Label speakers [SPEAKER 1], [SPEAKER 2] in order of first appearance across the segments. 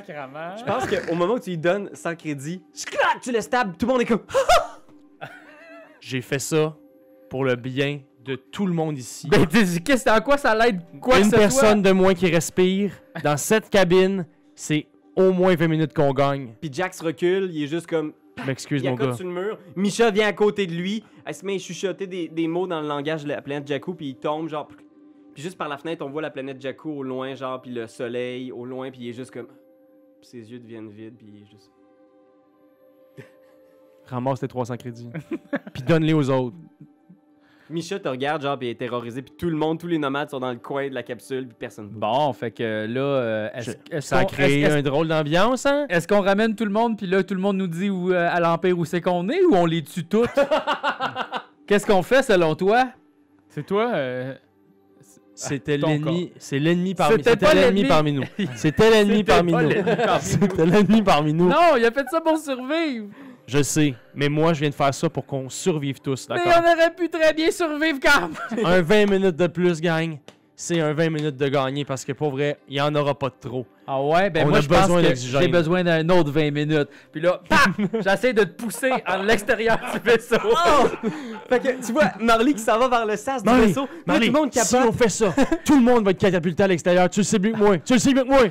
[SPEAKER 1] Sacrement.
[SPEAKER 2] Je pense qu'au moment où tu lui donnes sans crédit, scrac, tu le stabs, tout le monde est comme. ah!
[SPEAKER 3] J'ai fait ça pour le bien de tout le monde ici.
[SPEAKER 4] Ben, t'es- qu'est-ce en quoi ça l'aide quoi que ce
[SPEAKER 3] Une
[SPEAKER 4] soit?
[SPEAKER 3] personne de moins qui respire dans cette cabine, c'est au moins 20 minutes qu'on gagne.
[SPEAKER 2] Puis Jack se recule, il est juste comme.
[SPEAKER 3] Je m'excuse,
[SPEAKER 2] Il
[SPEAKER 3] mon
[SPEAKER 2] accote
[SPEAKER 3] gars.
[SPEAKER 2] sur le mur. Micha vient à côté de lui. Elle se met à chuchoter des, des mots dans le langage de la planète Jakku, puis il tombe, genre. Puis juste par la fenêtre, on voit la planète Jakku au loin, genre, puis le soleil au loin, puis il est juste comme. Puis ses yeux deviennent vides, puis il est juste.
[SPEAKER 3] Ramasse tes 300 crédits. Puis donne-les aux autres.
[SPEAKER 2] Micha te regarde, genre, puis il est terrorisé, puis tout le monde, tous les nomades sont dans le coin de la capsule, puis personne bouge.
[SPEAKER 4] Bon, fait que là, euh, est-ce est-ce
[SPEAKER 3] Ça a
[SPEAKER 4] qu'on-
[SPEAKER 3] créé
[SPEAKER 4] est-ce- est-ce-
[SPEAKER 3] un drôle d'ambiance, hein?
[SPEAKER 4] est-ce qu'on ramène tout le monde, puis là, tout le monde nous dit où, euh, à l'Empire où c'est qu'on est, ou on les tue toutes? Qu'est-ce qu'on fait selon toi?
[SPEAKER 1] C'est toi. euh,
[SPEAKER 3] C'était
[SPEAKER 1] ton
[SPEAKER 3] l'ennemi. C'est l'ennemi parmi.
[SPEAKER 4] C'était
[SPEAKER 3] C'était
[SPEAKER 4] pas
[SPEAKER 3] l'ennemi
[SPEAKER 4] l'ennemi.
[SPEAKER 3] parmi nous. C'était l'ennemi
[SPEAKER 4] C'était
[SPEAKER 3] parmi
[SPEAKER 4] pas
[SPEAKER 3] nous.
[SPEAKER 4] l'ennemi
[SPEAKER 3] C'était l'ennemi parmi nous.
[SPEAKER 4] Non, il a fait ça pour survivre!
[SPEAKER 3] Je sais, mais moi, je viens de faire ça pour qu'on survive tous,
[SPEAKER 4] Mais
[SPEAKER 3] d'accord?
[SPEAKER 4] on aurait pu très bien survivre quand même!
[SPEAKER 3] un 20 minutes de plus, gang, c'est un 20 minutes de gagner parce que pour vrai, il n'y en aura pas de trop.
[SPEAKER 4] Ah ouais, ben
[SPEAKER 3] On
[SPEAKER 4] moi
[SPEAKER 3] a
[SPEAKER 4] je pense
[SPEAKER 3] besoin
[SPEAKER 4] que
[SPEAKER 3] d'oxygène.
[SPEAKER 4] j'ai besoin d'un autre 20 minutes. Puis là, paf! J'essaie de te pousser à l'extérieur du vaisseau.
[SPEAKER 2] Oh! Fait que tu vois Marley qui s'en va vers le sas du
[SPEAKER 3] Marley,
[SPEAKER 2] vaisseau. Puis là,
[SPEAKER 3] Marie,
[SPEAKER 2] tout le monde capote.
[SPEAKER 3] si on fait ça, tout le monde va être catapulté à l'extérieur. Tu le sais mieux que moi. Tu le sais mieux que moi.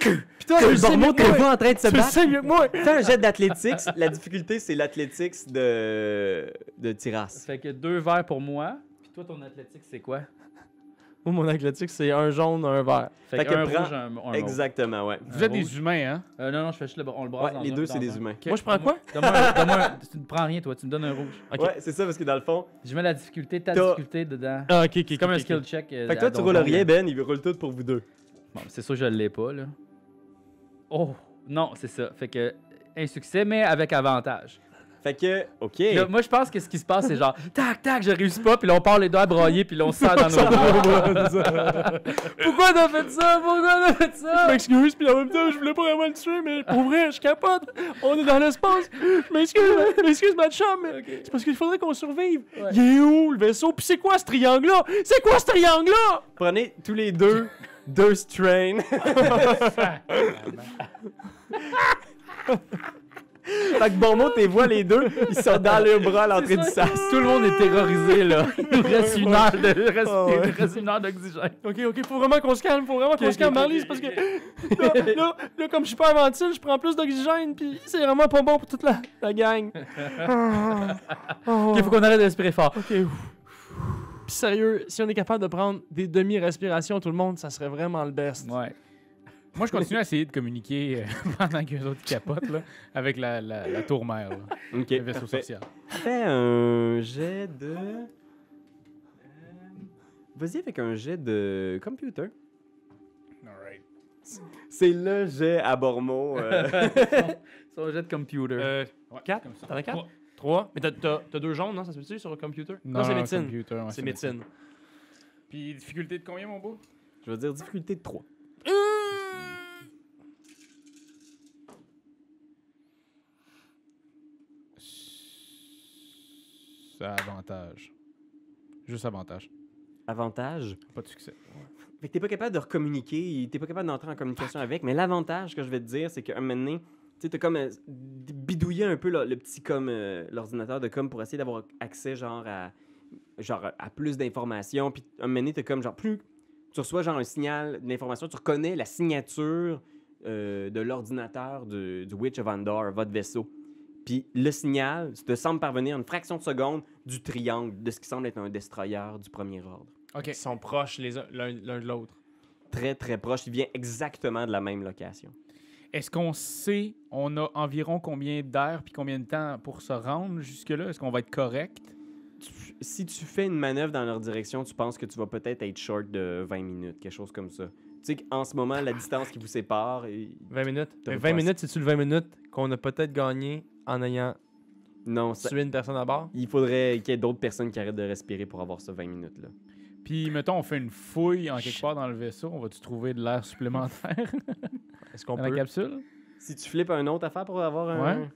[SPEAKER 2] Putain,
[SPEAKER 3] Tu le
[SPEAKER 2] le
[SPEAKER 3] sais mieux
[SPEAKER 2] Bormo
[SPEAKER 3] que
[SPEAKER 2] te
[SPEAKER 3] moi.
[SPEAKER 2] voit en train de se
[SPEAKER 3] Tu le
[SPEAKER 2] battre.
[SPEAKER 3] sais mieux que moi.
[SPEAKER 2] Fais un jet d'athlétics. La difficulté, c'est l'athlétics de. de Tiras.
[SPEAKER 4] fait que deux verres pour moi. Puis toi, ton athlétique, c'est quoi?
[SPEAKER 3] Moi, mon athlétique, c'est un jaune, un vert.
[SPEAKER 4] Fait,
[SPEAKER 2] Fait
[SPEAKER 4] que un
[SPEAKER 2] que prends-
[SPEAKER 4] rouge, un, un mauve.
[SPEAKER 2] Exactement, ouais.
[SPEAKER 1] Vous êtes
[SPEAKER 4] rouge.
[SPEAKER 1] des humains, hein?
[SPEAKER 4] Euh, non, non, je fais juste le, on le brasse
[SPEAKER 2] Ouais,
[SPEAKER 4] dans
[SPEAKER 2] les
[SPEAKER 4] un-
[SPEAKER 2] deux, c'est
[SPEAKER 4] dans
[SPEAKER 2] des
[SPEAKER 4] un.
[SPEAKER 2] humains.
[SPEAKER 3] Moi, je prends quoi?
[SPEAKER 4] Donne-moi un- donne-moi un- tu ne prends rien, toi, tu me donnes un rouge.
[SPEAKER 3] Ok.
[SPEAKER 2] Ouais, c'est ça, parce que dans le fond.
[SPEAKER 4] Je mets la difficulté, ta
[SPEAKER 2] T'as-
[SPEAKER 4] difficulté dedans.
[SPEAKER 3] Ah, ok, ok.
[SPEAKER 4] C'est comme un skill check. euh,
[SPEAKER 2] Fait que
[SPEAKER 4] à
[SPEAKER 2] toi, tu
[SPEAKER 4] Don
[SPEAKER 2] roules
[SPEAKER 4] Don.
[SPEAKER 2] rien, Ben, il roule tout pour vous deux.
[SPEAKER 4] Bon, c'est sûr, je l'ai pas, là. Oh! Non, c'est ça. Fait que, un succès, mais avec avantage.
[SPEAKER 2] Fait que, ok.
[SPEAKER 4] Puis là, moi, je pense que ce qui se passe, c'est genre, tac, tac, je réussis pas, puis là, on part les doigts broyés, puis là, on se serre dans nos doigts. Pourquoi on a fait ça? Pourquoi on a fait ça?
[SPEAKER 3] Je m'excuse, puis en même temps, je voulais pas vraiment le tuer, mais pour vrai, je capote. On est dans l'espace. Je m'excuse, je m'excuse, ma chum, mais c'est parce qu'il faudrait qu'on survive.
[SPEAKER 4] Ouais.
[SPEAKER 3] Il est où, le vaisseau? Puis c'est quoi ce triangle-là? C'est quoi ce triangle-là?
[SPEAKER 2] Prenez tous les deux deux strain. fait que Bormo, t'es vois les deux, ils sont dans leurs bras à l'entrée du sas.
[SPEAKER 4] Tout le monde est terrorisé, là. Il reste une heure de- il reste-
[SPEAKER 3] Ah ouais.
[SPEAKER 4] il reste une heure d'oxygène.
[SPEAKER 3] Ok, ok, faut vraiment qu'on se calme, faut vraiment qu'on
[SPEAKER 4] Ok,
[SPEAKER 3] se calme,
[SPEAKER 4] ok, ok,
[SPEAKER 3] Marley, c'est parce que là, là, là, comme je suis pas ventile, je prends plus d'oxygène, puis c'est vraiment pas bon pour toute la, la gang. Ah. Ah.
[SPEAKER 4] Il faut qu'on arrête de respirer fort.
[SPEAKER 3] Ok. ouf. Puis sérieux, si on est capable de prendre des demi-respirations, tout le monde, ça serait vraiment le best.
[SPEAKER 4] Ouais.
[SPEAKER 1] Moi, je continue à essayer de communiquer euh, pendant que les autres capotent, là, avec la, la, la tour mère, là, le
[SPEAKER 2] Ok,
[SPEAKER 1] vaisseau
[SPEAKER 2] parfait.
[SPEAKER 1] social.
[SPEAKER 2] Fais un jet de. Euh, Vas-y avec un jet de computer.
[SPEAKER 1] Alright.
[SPEAKER 2] C'est le jet à Bormo. euh.
[SPEAKER 4] Son jet de computer.
[SPEAKER 3] Euh,
[SPEAKER 1] Ouais,
[SPEAKER 3] Quatre?
[SPEAKER 1] comme ça.
[SPEAKER 3] T'en as quatre?
[SPEAKER 1] Trois.
[SPEAKER 3] trois. Mais t'as- t'as t'as deux jaunes, non? Ça se peut-tu sur le computer?
[SPEAKER 1] Non,
[SPEAKER 3] c'est
[SPEAKER 1] non,
[SPEAKER 3] médecine.
[SPEAKER 1] computer, ouais,
[SPEAKER 3] C'est médecine.
[SPEAKER 1] Puis, difficulté de combien, mon beau?
[SPEAKER 2] Je veux dire difficulté de 3.
[SPEAKER 3] Mmh!
[SPEAKER 1] Ça avantage. Juste avantage.
[SPEAKER 2] Avantage.
[SPEAKER 1] Pas de succès.
[SPEAKER 2] Fait que t'es pas capable de recommuniquer, t'es pas capable d'entrer en communication avec, mais l'avantage que je vais te dire, c'est qu'à un moment donné, tu sais, t'as comme euh, d- bidouillé un peu le, le petit comme euh, l'ordinateur de com pour essayer d'avoir accès genre à genre à plus d'informations, puis à un moment donné, t'as comme genre plus tu reçois genre un signal d'information, tu reconnais la signature euh, de l'ordinateur du, du Witch of Andor, votre vaisseau. Puis le signal te semble parvenir une fraction de seconde du triangle, de ce qui semble être un destroyer du premier ordre
[SPEAKER 1] Ok.
[SPEAKER 3] Ils sont proches les uns- l'un l'un de l'autre.
[SPEAKER 2] très très proche. Il vient exactement de la même location.
[SPEAKER 1] Est-ce qu'on sait, on a environ combien d'heures puis combien de temps pour se rendre jusque-là? Est-ce qu'on va être correct?
[SPEAKER 2] Tu- si tu fais une manœuvre dans leur direction, tu penses que tu vas peut-être être short de 20 minutes, quelque chose comme ça. Tu sais qu'en ce moment, la distance qui vous sépare, et-
[SPEAKER 3] 20 minutes.
[SPEAKER 2] T'aurais
[SPEAKER 3] Mais
[SPEAKER 2] pas
[SPEAKER 3] 20 minutes, c'est-tu le 20 minutes qu'on a peut-être gagné en ayant
[SPEAKER 2] non, ça-
[SPEAKER 3] tué une personne à bord?
[SPEAKER 2] il faudrait qu'il y ait d'autres personnes qui arrêtent de respirer pour avoir ce 20 minutes-là.
[SPEAKER 1] Puis, mettons, on fait une fouille en quelque part dans le vaisseau. On va-tu trouver de l'air supplémentaire
[SPEAKER 3] Est-ce qu'on
[SPEAKER 1] dans la
[SPEAKER 3] peut?
[SPEAKER 1] capsule?
[SPEAKER 2] Si tu flippes un autre affaire pour avoir un...
[SPEAKER 1] Ouais.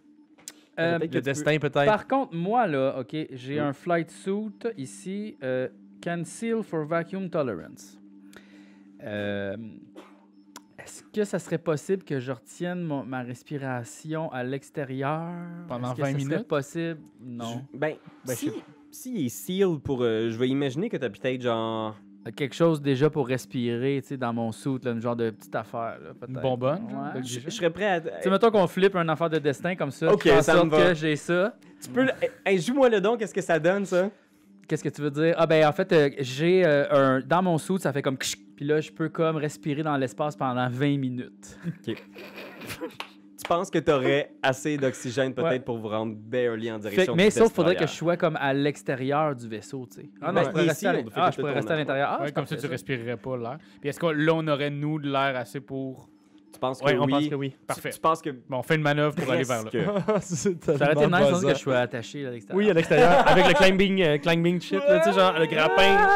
[SPEAKER 4] Euh,
[SPEAKER 2] peut-être que tu
[SPEAKER 3] Le
[SPEAKER 2] peux-
[SPEAKER 3] destin, peut-être.
[SPEAKER 4] Par contre, moi, là, OK, j'ai
[SPEAKER 2] Oui.
[SPEAKER 4] un flight suit ici, euh, Can seal for vacuum tolerance. Euh, Est-ce que ça serait possible que je retienne mon- ma respiration à l'extérieur
[SPEAKER 1] Pendant
[SPEAKER 4] Est-ce que
[SPEAKER 1] 20
[SPEAKER 4] ça serait
[SPEAKER 1] minutes?
[SPEAKER 4] possible Non.
[SPEAKER 2] Ben,
[SPEAKER 1] Ben,
[SPEAKER 2] si,
[SPEAKER 1] je sais
[SPEAKER 2] si il est seal pour. euh, je vais imaginer que t'as peut-être genre.
[SPEAKER 4] Euh, Quelque chose déjà pour respirer, tu sais, dans mon soute, une genre de petite affaire, là, peut-être.
[SPEAKER 1] Une bonbonne, genre,
[SPEAKER 4] Ouais.
[SPEAKER 1] de-
[SPEAKER 2] Je
[SPEAKER 1] Déjà?
[SPEAKER 2] je serais prêt à.
[SPEAKER 4] Tu sais, mettons qu'on flippe un affaire de destin comme ça.
[SPEAKER 2] Ok,
[SPEAKER 4] je fais en
[SPEAKER 2] ça me
[SPEAKER 4] sorte
[SPEAKER 2] va.
[SPEAKER 4] que j'ai ça.
[SPEAKER 2] Tu peux. le- Hey, joue-moi le don, qu'est-ce que ça donne, ça?
[SPEAKER 4] Qu'est-ce que tu veux dire? Ah, ben, en fait, euh, j'ai euh, un. Dans mon soute, ça fait comme. ksh Puis là, je peux comme respirer dans l'espace pendant 20 minutes.
[SPEAKER 2] Tu penses que t'aurais assez d'oxygène peut-être
[SPEAKER 4] Ouais.
[SPEAKER 2] pour vous rendre barely en
[SPEAKER 4] Fait-
[SPEAKER 2] direction.
[SPEAKER 4] mais
[SPEAKER 2] du
[SPEAKER 4] sauf,
[SPEAKER 2] destroyer.
[SPEAKER 4] faudrait que je sois comme à l'extérieur du vaisseau, tu sais. Ah, non,
[SPEAKER 2] Ben,
[SPEAKER 4] je pourrais
[SPEAKER 2] il est
[SPEAKER 4] rester à
[SPEAKER 2] sealed,
[SPEAKER 4] l'in-
[SPEAKER 2] fait que
[SPEAKER 4] ah,
[SPEAKER 2] tu
[SPEAKER 4] je pourrais
[SPEAKER 2] peux
[SPEAKER 4] rester à
[SPEAKER 2] tourner.
[SPEAKER 4] l'intérirerais. Ah,
[SPEAKER 1] Ouais,
[SPEAKER 4] c'est
[SPEAKER 1] comme ça,
[SPEAKER 4] parfait,
[SPEAKER 1] tu respirerais pas l'air. Puis est-ce que là, on aurait, nous, de l'air assez pour.
[SPEAKER 2] Tu penses que
[SPEAKER 1] Ouais,
[SPEAKER 2] oui.
[SPEAKER 1] on pense que oui.
[SPEAKER 2] Tu-
[SPEAKER 1] Parfait.
[SPEAKER 2] Tu, penses que.
[SPEAKER 1] Bon, on fait une manœuvre pour aller vers là.
[SPEAKER 2] presque.
[SPEAKER 4] Ah, Ça aurait été nice non, que je sois attaché à l'extérieur.
[SPEAKER 3] Oui, à l'extérieur, avec le climbing, euh, climbing shit, là, tu sais, genre le grappin.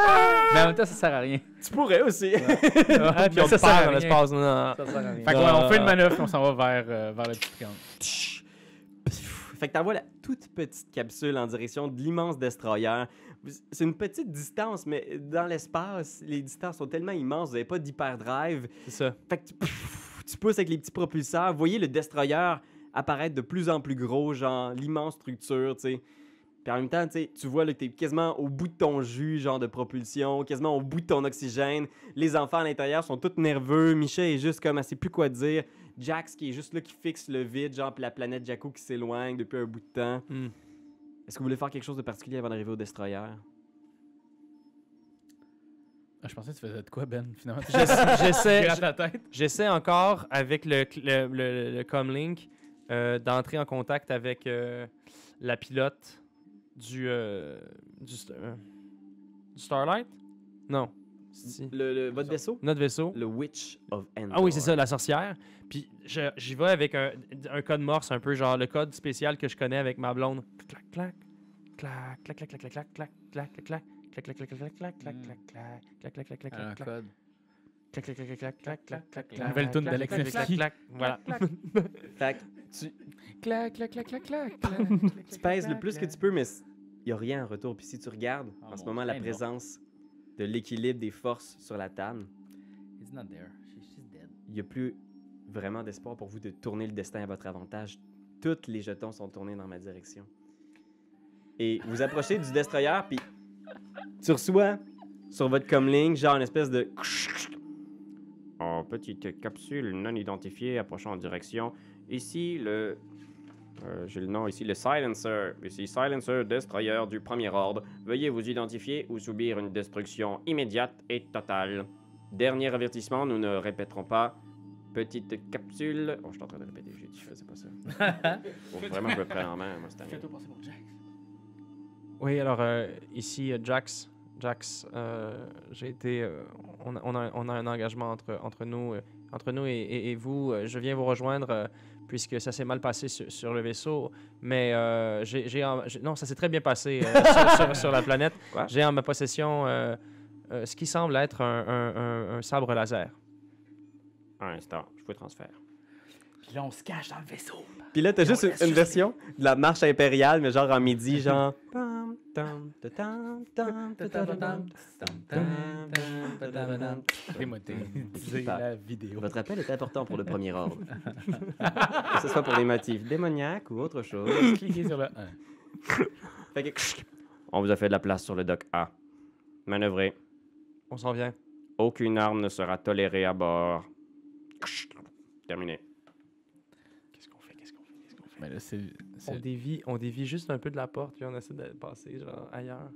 [SPEAKER 4] Mais en même temps, ça sert à rien.
[SPEAKER 2] Tu pourrais aussi.
[SPEAKER 3] Ah, puis on
[SPEAKER 4] Ça
[SPEAKER 3] te
[SPEAKER 4] sert à
[SPEAKER 3] perd dans
[SPEAKER 4] rien.
[SPEAKER 3] l'espace. non, non.
[SPEAKER 4] Ça sert à rien.
[SPEAKER 1] Fait que, ouais, on fait une manœuvre puis on s'en va vers, euh, vers la petite triangle.
[SPEAKER 2] Fait que t'envoies la toute petite capsule en direction de l'immense destroyer. Vous- C'est une petite distance, mais dans l'espace, les distances sont tellement immenses, vous n'avez pas d'hyperdrive.
[SPEAKER 3] C'est ça.
[SPEAKER 2] Fait que tu, pff, tu pousses avec les petits propulseurs. Vous voyez le destroyer apparaître de plus en plus gros, genre l'immense structure, tu sais. Puis en même temps, tu sais, tu vois là, que t'es quasiment au bout de ton jus, genre de propulsion, quasiment au bout de ton oxygène. Les enfants à l'intérieur sont tous nerveux. Michel est juste comme, elle sait plus quoi dire. Jax qui est juste là, qui fixe le vide, genre, puis la planète Jaco qui s'éloigne depuis un bout de temps.
[SPEAKER 3] Hmm.
[SPEAKER 2] Est-ce que vous voulez faire quelque chose de particulier avant d'arriver au destroyer?
[SPEAKER 1] Ah, je pensais que tu faisais de quoi, Ben, finalement. Tu
[SPEAKER 3] J'ess- J'essaie,
[SPEAKER 1] grattes la tête.
[SPEAKER 3] j'essaie encore avec le, cl- le, le- le comlink euh, d'entrer en contact avec euh, la pilote du euh, du, st- euh, du Starlight. Non, c'est-
[SPEAKER 2] Le, le- votre vaisseau?
[SPEAKER 3] notre vaisseau.
[SPEAKER 2] Le Witch of Endor.
[SPEAKER 3] Ah oui, c'est ça, la sorcière. Puis je- j'y vais avec un, un code morse, un peu genre le code spécial que je connais avec ma blonde. Clac, clac, clac, clac, clac, clac, clac, clac, clac, clac, clac. Clac, clac, clac, clac, clac, clac, clac, clac, clac, clac, clac, clac,
[SPEAKER 4] Un
[SPEAKER 3] clac, clac,
[SPEAKER 4] code.
[SPEAKER 3] clac, clac, clac, clac, clac, clac, clac,
[SPEAKER 1] La nouvelle toune
[SPEAKER 3] clac,
[SPEAKER 1] d'Alex
[SPEAKER 3] clac,
[SPEAKER 1] Nevsky.
[SPEAKER 3] clac, clac, Voilà.
[SPEAKER 2] Fait que
[SPEAKER 1] Clac, clac, clac, clac, clac.
[SPEAKER 2] tu pèses le plus que tu peux, mais il n'y a rien en retour. Puis si tu regardes,
[SPEAKER 4] Ah,
[SPEAKER 2] en ce
[SPEAKER 4] mon
[SPEAKER 2] moment, la
[SPEAKER 4] Dieu, non.
[SPEAKER 2] présence de l'équilibre des forces sur la table,
[SPEAKER 4] It's not there. She's she's dead.
[SPEAKER 2] il n'y a plus vraiment d'espoir pour vous de tourner le destin à votre avantage. Toutes les jetons sont tournés dans ma direction. Et vous approchez du destroyer, puis tu reçois sur votre comlink, genre une espèce de... En petite capsule non identifiée approchant en direction. Ici, le... euh, J'ai le nom ici, le Silencer. Ici, Silencer Destroyer du premier ordre. Veuillez vous identifier ou subir une destruction immédiate et totale. Dernier avertissement, nous ne répéterons pas. Petite capsule. Oh, je suis en train de répéter, j'ai dit, je faisais pas ça. Faut vraiment, que je me prenne en main, moi, cette année.
[SPEAKER 3] Oui, alors euh, ici, euh, Jax. Jax, euh, j'ai été. euh, on, a, on a- on a un engagement entre, entre nous, euh, entre nous et, et- et vous. Euh, Je viens vous rejoindre euh, puisque ça s'est mal passé sur, sur le vaisseau. Mais euh, j'ai. j'ai en- j'ai- non, ça s'est très bien passé euh, sur, sur- sur la planète.
[SPEAKER 2] Quoi?
[SPEAKER 3] J'ai en ma possession euh, euh, ce qui semble être un, un- un- un sabre laser.
[SPEAKER 2] Un instant, je fais transfert.
[SPEAKER 4] Puis là, on se cache dans le vaisseau.
[SPEAKER 2] Puis là, t'as juste
[SPEAKER 4] laisse
[SPEAKER 2] une, une
[SPEAKER 4] juste-
[SPEAKER 2] version de la marche impériale, mais genre en midi, genre. Pam, tam, ta, tam, tam, ta, ta, ta, tam, tam, tam, ta, ta, tam.
[SPEAKER 1] Démonétiser la vidéo.
[SPEAKER 2] Votre appel est important pour le premier ordre. que ce soit pour des motifs démoniaques ou autre chose.
[SPEAKER 1] Cliquez sur le 1.
[SPEAKER 2] Fait que- On vous a fait de la place sur le doc A. Manœuvrez.
[SPEAKER 3] On s'en vient.
[SPEAKER 2] Aucune arme ne sera tolérée à bord. Terminé.
[SPEAKER 3] Qu'est-ce qu'on fait? Qu'est-ce qu'on fait? Qu'est-ce qu'on fait?
[SPEAKER 1] Mais là, c'est.
[SPEAKER 3] On
[SPEAKER 1] c'est-
[SPEAKER 3] dévie, on dévie juste un peu de la porte, puis on essaie de passer genre ailleurs.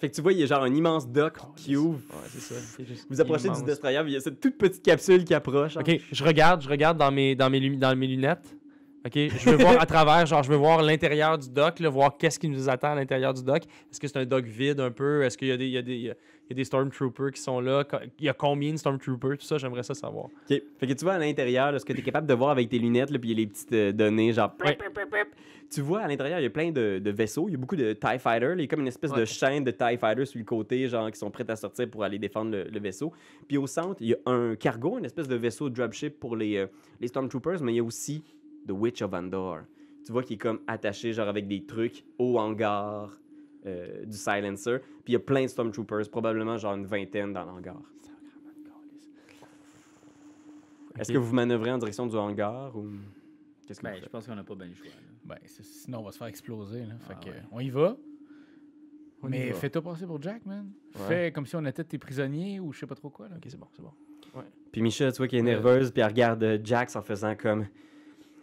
[SPEAKER 2] Fait que tu vois, il y a genre un immense doc qui ouvre.
[SPEAKER 3] Ouais, c'est ça. C'est juste
[SPEAKER 2] Vous approchez
[SPEAKER 3] Oh, immense.
[SPEAKER 2] du destroyer, puis il y a cette toute petite capsule qui approche.
[SPEAKER 3] Ok, je regarde, je regarde dans mes, dans mes, lumi- dans mes lunettes. Ok, je veux voir à travers, genre, je veux voir l'intérieur du dock, là, voir qu'est-ce qui nous attend à l'intérieur du dock. Est-ce que c'est un dock vide un peu? Est-ce qu'il y a des, il y a des, il y a- il y a des Stormtroopers qui sont là? Co- Il y a combien de Stormtroopers? Tout ça, j'aimerais ça savoir.
[SPEAKER 2] Ok. Fait que tu vois à l'intérieur, là, ce que tu es capable de voir avec tes lunettes, là, puis il y a les petites euh, données, genre.
[SPEAKER 3] Ouais.
[SPEAKER 2] pip, pip, pip. Tu vois à l'intérieur, il y a plein de, de vaisseaux. Il y a beaucoup de TIE Fighters. là. Il y a comme une espèce de
[SPEAKER 4] Ouais.
[SPEAKER 2] chaîne de TIE Fighters sur le côté, genre, qui sont prêts à sortir pour aller défendre le, le vaisseau. Puis au centre, il y a un cargo, une espèce de vaisseau dropship pour les, euh, les Stormtroopers, mais il y a aussi The Witch of Andor. Tu vois qu'il est comme attaché, genre, avec des trucs au hangar euh, du Silencer. Puis il y a plein de Stormtroopers, probablement, genre, une vingtaine dans l'hangar. Est-ce
[SPEAKER 1] Ok.
[SPEAKER 2] que vous manœuvrez en direction du hangar ou qu'est-ce que
[SPEAKER 5] Ben,
[SPEAKER 2] vous
[SPEAKER 5] je
[SPEAKER 2] faites?
[SPEAKER 5] pense qu'on n'a pas bien le choix. là.
[SPEAKER 1] Ben, c'est- sinon, on va se faire exploser. Là. Fait
[SPEAKER 3] Ah
[SPEAKER 1] que,
[SPEAKER 3] ouais.
[SPEAKER 1] On y va.
[SPEAKER 3] On y
[SPEAKER 1] mais
[SPEAKER 3] va.
[SPEAKER 1] fais-toi passer pour Jack, man.
[SPEAKER 3] Ouais.
[SPEAKER 1] Fais comme si on était tes prisonniers ou je sais pas trop quoi. Là.
[SPEAKER 3] Ok, c'est bon, c'est bon.
[SPEAKER 2] Puis Michel, tu vois qu'elle est
[SPEAKER 3] Ouais.
[SPEAKER 2] nerveuse, puis elle regarde euh, Jax en faisant comme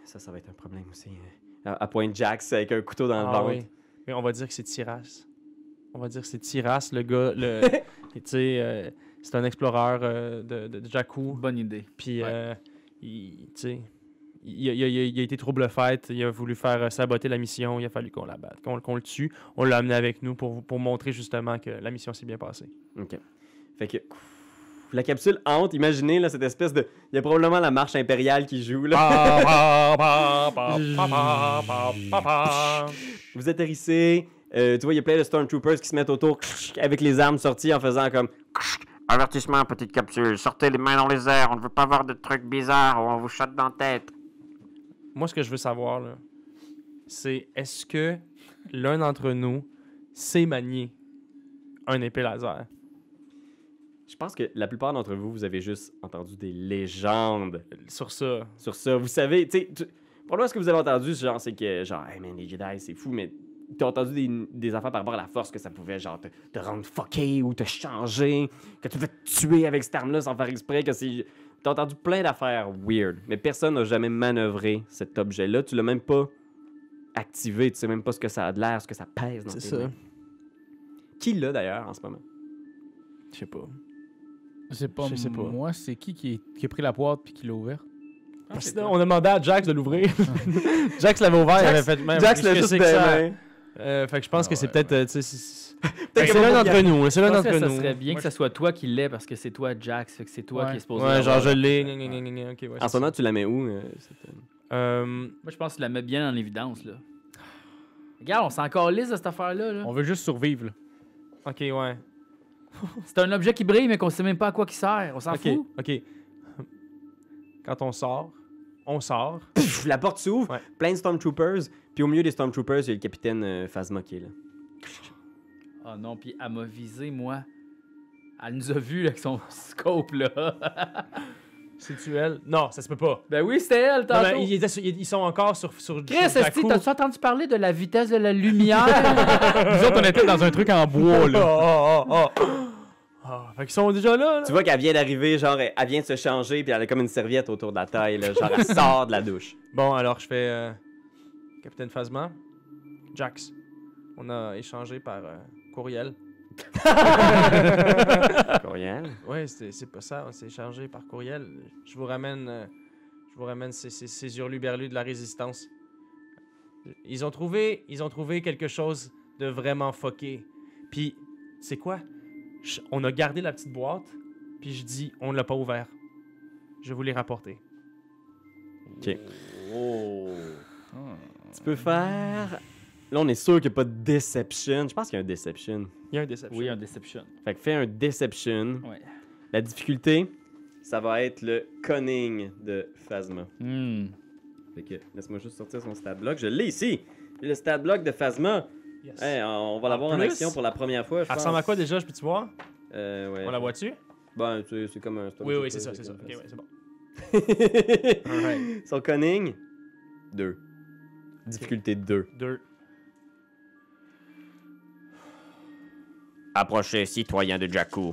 [SPEAKER 2] ça, ça va être un problème aussi. euh. Elle elle pointe Jax avec un couteau dans le
[SPEAKER 3] Ah
[SPEAKER 2] ventre.
[SPEAKER 3] oui. Mais on va dire que c'est Tiras. On va dire que c'est Tiras, le gars. Le... tu sais, euh, c'est un explorateur euh, de, de, de Jakku.
[SPEAKER 5] Bonne idée.
[SPEAKER 3] Puis,
[SPEAKER 1] Ouais.
[SPEAKER 3] euh, il, tu sais, il, a- il a- il a- il a été trouble fête. Il a voulu faire euh, saboter la mission. Il a fallu qu'on la batte, qu'on qu'on le tue. On l'a amené avec nous pour, pour montrer justement que la mission s'est bien passée.
[SPEAKER 2] OK. Fait que la capsule hante, imaginez là, cette espèce de. Il y a probablement la marche impériale qui joue.
[SPEAKER 3] Ah.
[SPEAKER 2] Là. Vous atterrissez, euh, tu vois, il y a plein de Stormtroopers qui se mettent autour avec les armes sorties en faisant comme.
[SPEAKER 6] Avertissement, petite capsule. Sortez les mains dans les airs. On ne veut pas voir de trucs bizarres ou on vous shot dans la tête.
[SPEAKER 3] Moi, ce que je veux savoir, là, c'est est-ce que l'un d'entre nous sait manier un épée laser?
[SPEAKER 2] Je pense que la plupart d'entre vous, vous avez juste entendu des légendes
[SPEAKER 3] Sur ça,
[SPEAKER 2] sur ça. Vous savez, tu sais, tu- probablement ce que vous avez entendu, c'est genre, c'est que, genre, hey man, les Jedi, c'est fou, mais t'as entendu des, des affaires par rapport à la force que ça pouvait, genre, te, te rendre fucké ou te changer, que tu veux te tuer avec cette arme-là sans faire exprès, que c'est. T'as entendu plein d'affaires weird, mais personne n'a jamais manœuvré cet objet-là. Tu l'as même pas activé, tu sais même pas ce que ça a de l'air, ce que ça pèse dans
[SPEAKER 3] c'est
[SPEAKER 2] tes
[SPEAKER 3] ça.
[SPEAKER 2] mains. Qui l'a d'ailleurs en ce moment?
[SPEAKER 3] Je sais pas.
[SPEAKER 1] C'est pas,
[SPEAKER 3] Je sais pas.
[SPEAKER 1] moi, c'est qui qui, est- qui a pris la boîte puis qui l'a ouverte?
[SPEAKER 3] Parce que on a demandé à Jax de l'ouvrir. Jax l'avait ouvert, il avait fait même.
[SPEAKER 2] Jax l'a
[SPEAKER 3] qu'est-ce que
[SPEAKER 2] juste
[SPEAKER 3] c'est que ça?
[SPEAKER 2] aimé.
[SPEAKER 3] Euh, fait que je pense
[SPEAKER 1] Ah
[SPEAKER 3] que c'est
[SPEAKER 1] ouais,
[SPEAKER 3] peut-être. euh, tu sais, c'est-
[SPEAKER 2] Peut-être
[SPEAKER 3] c'est
[SPEAKER 2] qu'il y a
[SPEAKER 3] l'un
[SPEAKER 2] beaucoup
[SPEAKER 3] d'entre nous. C'est
[SPEAKER 4] Je
[SPEAKER 3] l'un
[SPEAKER 4] pense
[SPEAKER 3] d'entre
[SPEAKER 4] que ça
[SPEAKER 3] nous.
[SPEAKER 4] serait bien
[SPEAKER 1] Moi,
[SPEAKER 4] que ça soit toi qui l'aies parce que c'est toi, Jax. Fait que c'est toi
[SPEAKER 1] Ouais.
[SPEAKER 4] qui est supposé.
[SPEAKER 3] Ouais,
[SPEAKER 4] l'avoir.
[SPEAKER 3] genre je l'ai. gna, gna, gna, gna, gna, ok, ouais,
[SPEAKER 2] En
[SPEAKER 3] c'est
[SPEAKER 2] ce moment, tu la mets où? euh, cette, euh,
[SPEAKER 3] ça. Euh,
[SPEAKER 4] Moi, je pense que tu la mets bien en évidence, là. Regarde, on s'en calisse de cette affaire-là. là.
[SPEAKER 1] On veut juste survivre. là.
[SPEAKER 3] ok, ouais.
[SPEAKER 4] C'est un objet qui brille, mais qu'on sait même pas à quoi qui sert. On s'en
[SPEAKER 3] Ok,
[SPEAKER 4] fout.
[SPEAKER 3] ok. Quand on sort, on sort.
[SPEAKER 2] Pff, la porte s'ouvre,
[SPEAKER 3] Ouais.
[SPEAKER 2] plein de Stormtroopers, puis au milieu des Stormtroopers, il y a le capitaine euh, Phasma qui est là.
[SPEAKER 4] Oh non, puis elle m'a visé, moi. Elle nous a vu avec son scope, là.
[SPEAKER 3] C'est tu elle? Non, ça se peut pas.
[SPEAKER 4] ben oui, c'était elle,
[SPEAKER 3] Non,
[SPEAKER 4] tantôt.
[SPEAKER 3] mais ils, étaient sur- ils- ils sont encore sur sur.
[SPEAKER 4] Chris,
[SPEAKER 3] sur
[SPEAKER 4] est-ce que
[SPEAKER 3] Jakku.
[SPEAKER 4] t'as-tu entendu parler de la vitesse de la lumière?
[SPEAKER 1] Nous autres, on était dans un truc en bois,
[SPEAKER 3] Oh,
[SPEAKER 1] là.
[SPEAKER 3] oh, oh, oh. Ah, fait qu'ils sont déjà là. là.
[SPEAKER 2] Tu vois qu'elle vient d'arriver, genre, elle, elle vient de se changer, puis elle a comme une serviette autour de la taille, là, genre, elle sort de la douche.
[SPEAKER 3] Bon, alors je fais euh, Capitaine Phasma, Jax. On a échangé par euh, courriel.
[SPEAKER 2] Courriel.
[SPEAKER 3] Ouais, c'est c'est pas ça, on s'est échangé par courriel. Je vous ramène euh, je vous ramène ces, ces, ces hurluberlus de la résistance. Ils ont trouvé ils ont trouvé quelque chose de vraiment fucké. Puis c'est quoi Je- On a gardé la petite boîte, puis je dis on l'a pas ouvert. Je vous l'ai rapporté.
[SPEAKER 2] Tu peux faire. Là, on est sûr qu'il n'y a pas de Deception. Je pense qu'il y a un Deception.
[SPEAKER 3] Il y a un déception.
[SPEAKER 5] Oui, un Deception.
[SPEAKER 2] Fait que fais un Deception.
[SPEAKER 5] Ouais.
[SPEAKER 2] La difficulté, ça va être le Conning de Phasma.
[SPEAKER 5] Hmm.
[SPEAKER 2] Fait que, laisse-moi juste sortir son stat block. Je l'ai ici. Le stat block de Phasma.
[SPEAKER 3] Yes.
[SPEAKER 2] Hey, on va l'avoir en,
[SPEAKER 3] plus,
[SPEAKER 2] action pour la première fois, je
[SPEAKER 3] Elle
[SPEAKER 2] pense.
[SPEAKER 3] ressemble à quoi déjà, je peux tu voir
[SPEAKER 2] Euh, ouais.
[SPEAKER 3] On la voit-tu
[SPEAKER 2] Ben, tu sais, c'est comme un
[SPEAKER 3] Oui,
[SPEAKER 2] Stormtrooper,
[SPEAKER 3] oui, c'est ça, c'est ça.
[SPEAKER 2] comme
[SPEAKER 3] Ok, ouais, c'est bon.
[SPEAKER 2] Son conning 2. Difficulté 2.
[SPEAKER 3] Deux.
[SPEAKER 6] Approchez, citoyens de Jakku.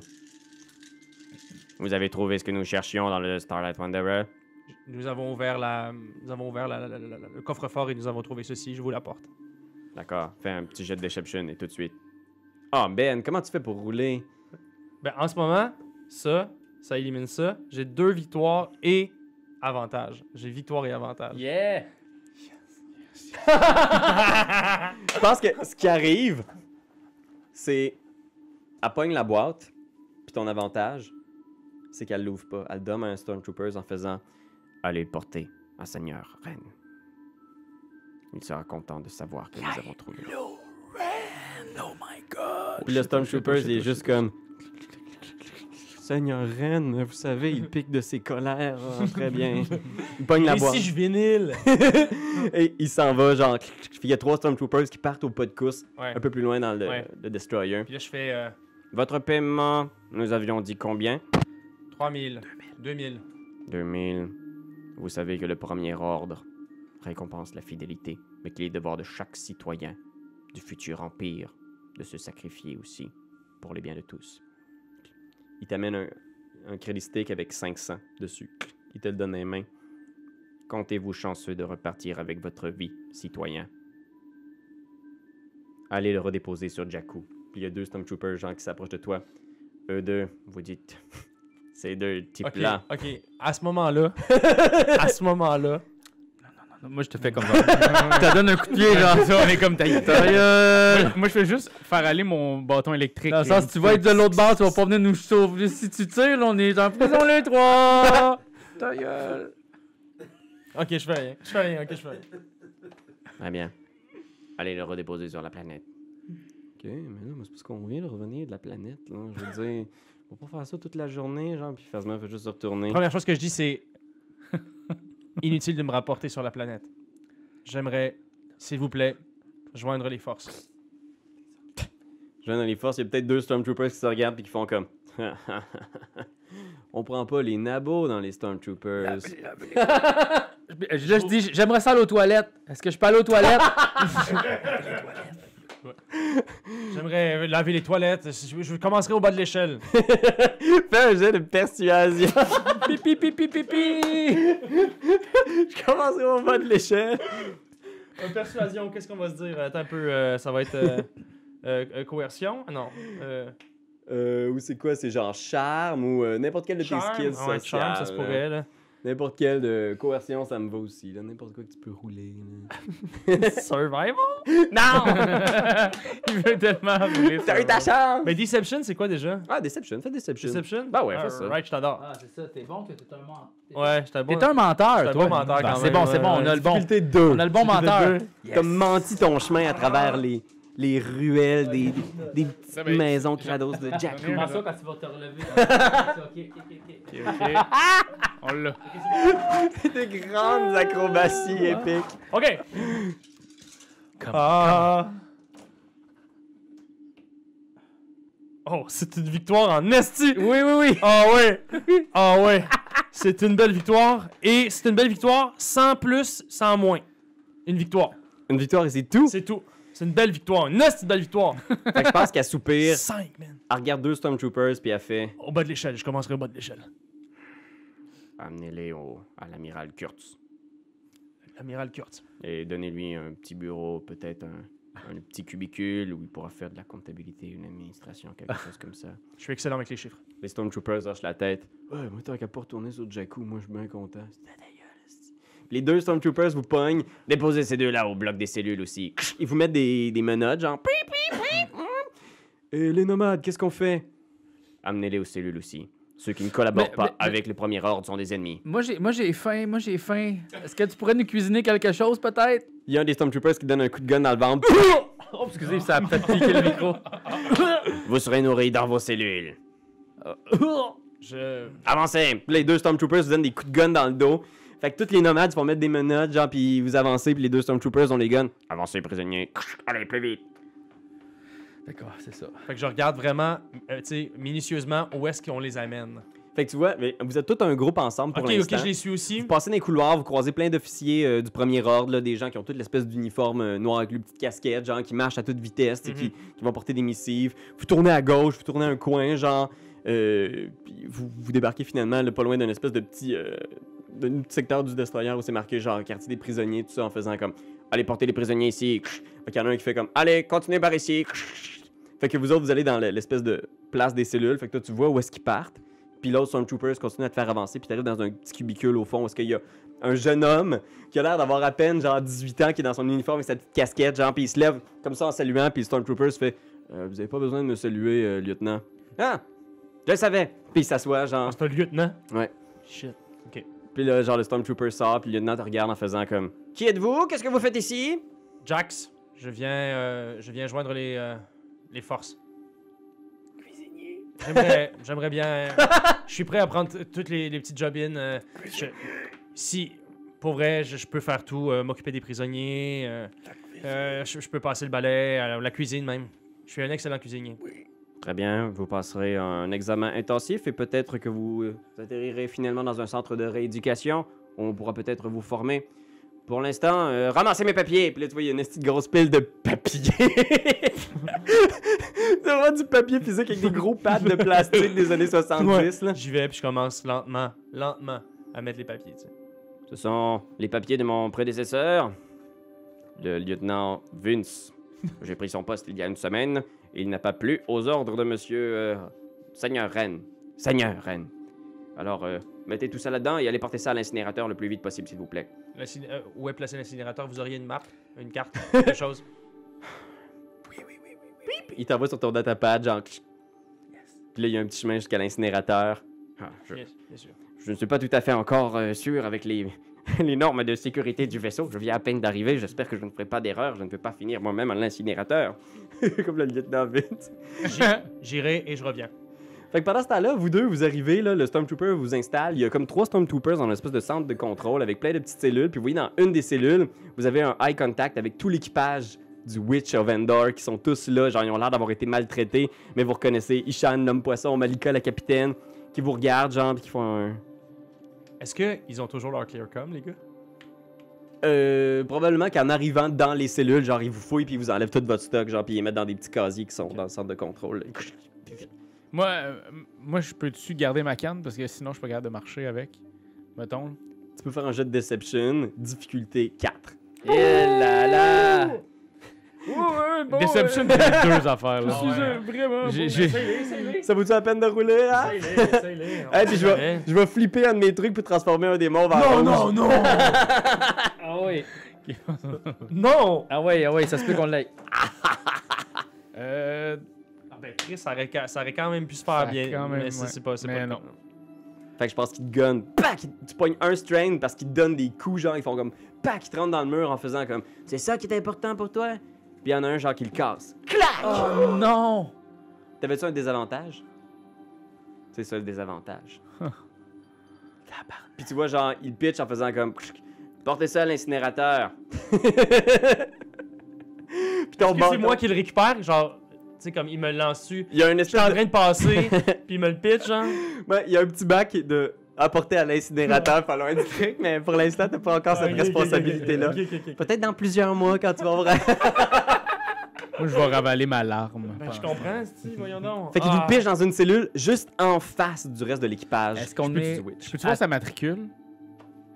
[SPEAKER 6] Vous avez trouvé ce que nous cherchions dans le Starlight Wanderer
[SPEAKER 3] Nous avons ouvert, la, nous avons ouvert la- la- la- la- la- le coffre-fort et nous avons trouvé ceci. Je vous l'apporte.
[SPEAKER 6] D'accord, fais un petit jet de Deception et tout de suite.
[SPEAKER 2] Ah, Ben, comment tu fais pour rouler
[SPEAKER 3] Ben, en ce moment, ça, ça élimine ça. J'ai deux victoires et avantage. J'ai victoire et avantage.
[SPEAKER 4] yeah!
[SPEAKER 2] Je pense que ce qui arrive, c'est. Elle pogne la boîte, puis ton avantage, c'est qu'elle l'ouvre pas. Elle donne à un Stormtroopers en faisant
[SPEAKER 6] Allez le porter à Seigneur Ren. Il sera content de savoir que nous avons trouvé.
[SPEAKER 2] Puis le Stormtroopers, il est juste comme. Seigneur Ren, vous savez, il pique de ses colères. Ah, très bien. Il pogne la
[SPEAKER 3] et
[SPEAKER 2] boîte.
[SPEAKER 3] si je vinyle?
[SPEAKER 2] Et il s'en va, genre. Il y a trois Stormtroopers qui partent au pas de course,
[SPEAKER 3] ouais.
[SPEAKER 2] un peu plus loin dans le,
[SPEAKER 3] Ouais.
[SPEAKER 2] le Destroyer.
[SPEAKER 3] Puis là, je fais euh,
[SPEAKER 6] Votre paiement, nous avions dit combien
[SPEAKER 3] 3000. 2000.
[SPEAKER 6] 2000. Vous savez que le premier ordre récompense la fidélité, mais qu'il est devoir de chaque citoyen du futur empire de se sacrifier aussi pour le bien de tous.
[SPEAKER 2] Il t'amène un, un crédit stick avec 500 dessus. Il te le donne dans les mains.
[SPEAKER 6] Comptez-vous chanceux de repartir avec votre vie, citoyen. Allez le redéposer sur Jakku.
[SPEAKER 2] Puis il y a deux Stormtroopers gens qui s'approchent de toi. Eux deux, vous dites Ces deux
[SPEAKER 3] Ok,
[SPEAKER 2] types-là.
[SPEAKER 3] ok. À ce moment-là, à ce moment-là,
[SPEAKER 4] Moi, je te fais comme ça. Je te donne un coup de pied, genre.
[SPEAKER 1] Ça, on est comme taillé.
[SPEAKER 4] Ta gueule!
[SPEAKER 1] Moi, je fais juste faire aller mon bâton électrique.
[SPEAKER 4] Dans le sens, tu vas être de l'autre bord, tu vas pas venir nous sauver. Si tu tires, là, on est en prison les trois! Ta gueule!
[SPEAKER 3] ok, je fais rien. Je fais rien, ok, je fais rien.
[SPEAKER 6] Très bien. Allez le redéposer sur la planète.
[SPEAKER 2] Ok, mais non, mais c'est parce qu'on vient de revenir de la planète. Là. Je veux dire, on va pas faire ça toute la journée, genre, puis finalement, faut juste se retourner.
[SPEAKER 3] Première chose que je dis, c'est inutile de me rapporter sur la planète. J'aimerais, s'il vous plaît, joindre les forces.
[SPEAKER 2] Je viens dans les forces, il y a peut-être deux Stormtroopers qui se regardent puis qui font comme. on prend pas les nabos dans les Stormtroopers.
[SPEAKER 4] Je- Là, je dis, j'aimerais ça aller aux toilettes. Est-ce que je peux aller aux toilettes?
[SPEAKER 3] J'aimerais euh, laver les toilettes. Je, je commencerai au bas de l'échelle.
[SPEAKER 2] Fais un jet de persuasion.
[SPEAKER 4] pipi, pipi, pipi!
[SPEAKER 2] je commencerai au bas de l'échelle.
[SPEAKER 3] Euh, persuasion, qu'est-ce qu'on va se dire? Attends un peu, euh, ça va être euh, coercion? Non. euh,
[SPEAKER 2] Euh, ou c'est quoi C'est genre charme ou euh, n'importe quel de tes skills. sociales,
[SPEAKER 3] ça se
[SPEAKER 2] là.
[SPEAKER 3] pourrait.
[SPEAKER 2] N'importe quel de coercion, ça me va aussi. là. N'importe quoi que tu peux rouler. là.
[SPEAKER 3] Survival?
[SPEAKER 1] Il veut tellement rouler.
[SPEAKER 2] T'as eu ta charme
[SPEAKER 3] Mais Deception, c'est quoi déjà?
[SPEAKER 2] Ah, Deception, fais Deception.
[SPEAKER 3] Deception?
[SPEAKER 2] Bah ouais, fais ça.
[SPEAKER 3] Right, je t'adore.
[SPEAKER 4] Ah, c'est ça, t'es bon que t'es un menteur.
[SPEAKER 3] Ouais, je t'adore.
[SPEAKER 4] T'es un menteur,
[SPEAKER 3] un
[SPEAKER 4] toi.
[SPEAKER 3] bon menteur,
[SPEAKER 4] Ben,
[SPEAKER 3] quand
[SPEAKER 4] C'est bon,
[SPEAKER 3] même,
[SPEAKER 4] c'est bon,
[SPEAKER 3] ouais,
[SPEAKER 4] on a le bon.
[SPEAKER 2] Difficulté 2.
[SPEAKER 4] On a le bon menteur.
[SPEAKER 2] T'as menti ton chemin à travers les, les ruelles des, des petites
[SPEAKER 1] Ça, mais-
[SPEAKER 2] maisons crados de Jack.
[SPEAKER 1] Prends ça
[SPEAKER 4] quand tu vas te relever. ok, ok, ok.
[SPEAKER 1] Ok, On l'a.
[SPEAKER 2] des grandes acrobaties épiques.
[SPEAKER 3] Ok. Ah. Oh, c'est une victoire en esti.
[SPEAKER 4] Oui, oui, oui.
[SPEAKER 3] Ah ouais. Ah ouais. C'est une belle victoire et c'est une belle victoire sans plus, sans moins. Une victoire.
[SPEAKER 2] Une victoire et c'est tout.
[SPEAKER 3] C'est tout. C'est une belle victoire, une esti de belle victoire.
[SPEAKER 2] Fait que je pense qu'elle soupire,
[SPEAKER 3] 5 man.
[SPEAKER 2] elle regarde deux Stormtroopers puis elle fait
[SPEAKER 3] Au bas de l'échelle, je commencerai au bas de l'échelle.
[SPEAKER 6] Amenez-les au- à l'amiral Kurtz.
[SPEAKER 3] L'amiral Kurt.
[SPEAKER 6] Et donnez-lui un petit bureau, peut-être un, un petit cubicule où il pourra faire de la comptabilité, une administration, quelque chose comme ça.
[SPEAKER 3] Je suis excellent avec les chiffres.
[SPEAKER 2] Les Stormtroopers hochent la tête. Ouais, moi, t'as qu'à pas retourner sur Jakku, moi, je suis bien content. C'est de la gueule, esti. Les deux Stormtroopers vous pognent,
[SPEAKER 6] Déposez ces deux-là au bloc des cellules aussi.
[SPEAKER 2] ils vous mettent des, des menottes, genre. Pip, pip, pip, hum. Et les nomades, qu'est-ce qu'on fait
[SPEAKER 6] Amenez-les aux cellules aussi. Ceux qui ne collaborent
[SPEAKER 4] Mais-
[SPEAKER 6] pas
[SPEAKER 4] mais- mais-
[SPEAKER 6] avec le premier ordre sont des ennemis.
[SPEAKER 4] Moi, j'ai, moi, j'ai faim, moi, j'ai faim. Est-ce que tu pourrais nous cuisiner quelque chose, peut-être?
[SPEAKER 2] Il y a un des Stormtroopers qui donne un coup de gun dans le ventre.
[SPEAKER 4] Oh, excusez, ça a peut-être piqué le micro.
[SPEAKER 6] Vous serez nourris dans vos cellules.
[SPEAKER 3] Je.
[SPEAKER 6] Avancez
[SPEAKER 2] Puis les deux Stormtroopers vous donnent des coups de gun dans le dos. Fait que tous les nomades vont mettre des menottes, genre, puis vous avancez, puis les deux Stormtroopers ont les guns.
[SPEAKER 6] Avancez, prisonniers. Allez, plus vite.
[SPEAKER 4] D'accord, c'est ça.
[SPEAKER 3] Fait que je regarde vraiment, euh, tu sais, minutieusement où est-ce qu'on les amène.
[SPEAKER 2] Fait que tu vois, mais vous êtes tout un groupe ensemble pour
[SPEAKER 3] Ok,
[SPEAKER 2] l'instant.
[SPEAKER 3] ok, je les suis aussi.
[SPEAKER 2] Vous passez dans les couloirs, vous croisez plein d'officiers euh, du premier ordre, là, des gens qui ont toute l'espèce d'uniforme euh, noir avec une petite casquette, genre qui marchent à toute vitesse, tu sais, qui, qui vont porter des missives. Vous tournez à gauche, vous tournez un coin, genre, euh, puis vous, vous débarquez finalement là, pas loin d'un espèce de petit, euh, d'un petit secteur du destroyer où c'est marqué genre quartier des prisonniers, tout ça, en faisant comme
[SPEAKER 6] Allez porter les prisonniers ici.
[SPEAKER 2] Fait qu'il y en a un qui fait comme Allez, continuez par ici. Fait que vous autres, vous allez dans le- l'espèce de place des cellules. Fait que toi, tu vois où est-ce qu'ils partent. Puis l'autre Stormtroopers continue à te faire avancer. Puis t'arrives dans un petit cubicule au fond où est-ce qu'il y a un jeune homme qui a l'air d'avoir à peine genre 18 ans, qui est dans son uniforme avec sa petite casquette, genre, puis il se lève comme ça en saluant. Puis le Stormtroopers fait Euh, Vous avez pas besoin de me saluer, euh, lieutenant. Ah Je le savais Puis il s'assoit, genre.
[SPEAKER 3] C'est un lieutenant.
[SPEAKER 2] Ouais.
[SPEAKER 3] Shit.
[SPEAKER 2] Puis là, genre, le Stormtrooper sort. Puis le lieutenant te regarde en faisant comme Qui êtes-vous Qu'est-ce que vous faites ici
[SPEAKER 3] Jax, je viens, euh, je viens joindre les, euh, les forces. Cuisinier. J'aimerais, j'aimerais bien. euh, je suis prêt à prendre t- toutes les, les petites jobines. euh, je- si, pour vrai, je, je peux faire tout, euh, m'occuper des prisonniers. euh, euh, je, je peux passer le balai, à la, la cuisine même. Je suis un excellent cuisinier.
[SPEAKER 2] Très bien, vous passerez un examen intensif et peut-être que vous euh, atterrirez finalement dans un centre de rééducation où on pourra peut-être vous former. Pour l'instant, euh, ramassez mes papiers. Puis là, tu vois, il y a une petite grosse pile de papiers. C'est vraiment du papier physique avec des gros pads de plastique des années 70. là.
[SPEAKER 3] J'y vais, puis je commence lentement, lentement à mettre les papiers. tu sais.
[SPEAKER 2] Ce sont les papiers de mon prédécesseur, le lieutenant Vince. J'ai pris son poste il y a une semaine. Il n'a pas plu aux ordres de monsieur. euh, Seigneur Rennes. Seigneur Rennes. Alors, euh, mettez tout ça là-dedans et allez porter ça à l'incinérateur le plus vite possible, s'il vous plaît.
[SPEAKER 3] L'incin- euh, où est placé l'incinérateur Vous auriez une map, une carte, quelque chose.
[SPEAKER 2] Il t'envoie sur ton datapad, genre. Puis là, il y a un petit chemin jusqu'à l'incinérateur. Ah, je,
[SPEAKER 3] Bien, bien sûr.
[SPEAKER 2] je ne suis pas tout à fait encore euh, sûr avec les, les normes de sécurité du vaisseau. Je viens à peine d'arriver. J'espère que je ne ferai pas d'erreur. Je ne peux pas finir moi-même à l'incinérateur. Comme le lieutenant Vince.
[SPEAKER 3] J'irai et je reviens.
[SPEAKER 2] Fait que pendant ce temps-là, vous deux, vous arrivez, là, le Stormtrooper vous installe. Il y a comme trois Stormtroopers dans une espèce de centre de contrôle avec plein de petites cellules. Puis vous voyez, dans une des cellules, vous avez un eye contact avec tout l'équipage du Witch of Endor qui sont tous là. Genre, ils ont l'air d'avoir été maltraités. Mais vous reconnaissez Ishan, l'homme poisson, Malika, la capitaine, qui vous regardent, genre, puis qui font un.
[SPEAKER 3] Est-ce qu'ils ont toujours leur clearcom, les gars
[SPEAKER 2] Euh, probablement qu'en arrivant dans les cellules, genre, ils vous fouillent, puis ils vous enlèvent tout votre stock, genre, puis ils les mettent dans des petits casiers qui sont dans le centre de contrôle. là.
[SPEAKER 1] Moi, euh, m- moi je peux-tu garder ma canne parce que sinon, je suis pas capable de marcher avec. Mettons.
[SPEAKER 2] Tu peux faire un jeu de Deception, difficulté 4.
[SPEAKER 4] Eh
[SPEAKER 2] Et là là!
[SPEAKER 1] Deception, c'est les deux affaires.
[SPEAKER 4] euh, Je
[SPEAKER 1] Là.
[SPEAKER 4] suis un vraiment. bon-
[SPEAKER 1] J'ai-
[SPEAKER 4] ben,
[SPEAKER 1] j'ai-
[SPEAKER 4] Essaye-les, essaye-les.
[SPEAKER 2] Ça vaut-tu la peine de rouler, hein?
[SPEAKER 4] Essaye-les, essaye-les.
[SPEAKER 2] Hey, puis je vais, je vais flipper un de mes trucs pour transformer un des mauves en rouge.
[SPEAKER 4] non! ah oui.
[SPEAKER 3] Non
[SPEAKER 4] Ah oui, ah oui, ça se peut qu'on l'ait.
[SPEAKER 1] Euh,
[SPEAKER 3] ah ben Chris, ça aurait, ca- ça aurait quand même pu se faire
[SPEAKER 1] Ça
[SPEAKER 3] bien,
[SPEAKER 1] quand même,
[SPEAKER 3] mais c'est
[SPEAKER 1] ouais.
[SPEAKER 3] c'est pas, c'est
[SPEAKER 1] Mais
[SPEAKER 3] pas le
[SPEAKER 1] non.
[SPEAKER 3] cas.
[SPEAKER 2] Fait que je pense qu'il te gonne. Pac! il- Tu pognes un strain parce qu'il te donne des coups, genre, ils font comme. Pac! Ils te rentrent dans le mur en faisant comme. C'est ça qui est important pour toi? Puis il y en a un, genre, qui le casse.
[SPEAKER 4] Oh non!
[SPEAKER 2] T'avais-tu un désavantage? C'est ça le désavantage. Puis tu vois, genre, il pitch en faisant comme. Portez ça à l'incinérateur. Puis ton
[SPEAKER 3] Est-ce que c'est
[SPEAKER 2] bâton-
[SPEAKER 3] moi qui le récupère Genre, tu sais, comme il me le lance dessus.
[SPEAKER 2] Il y a un
[SPEAKER 3] Je suis
[SPEAKER 2] espèce
[SPEAKER 3] en
[SPEAKER 2] de...
[SPEAKER 3] train de passer, puis il me le pitch, genre.
[SPEAKER 2] Ouais, il y a un petit bac de apporter à l'incinérateur par loin du truc, mais pour l'instant, t'as pas encore Ah,
[SPEAKER 3] Ah,
[SPEAKER 2] cette responsabilité-là. Peut-être dans plusieurs mois quand tu vas vraiment.
[SPEAKER 1] moi, je vais ravaler ma larme.
[SPEAKER 3] Ben, je comprends, Steve, voyons donc.
[SPEAKER 2] Fait qu'il
[SPEAKER 3] Ah.
[SPEAKER 2] vous pige dans une cellule juste en face du reste de l'équipage.
[SPEAKER 4] Est-ce qu'on
[SPEAKER 1] Je peux
[SPEAKER 4] est.
[SPEAKER 1] te- Peux-tu voir sa matricule?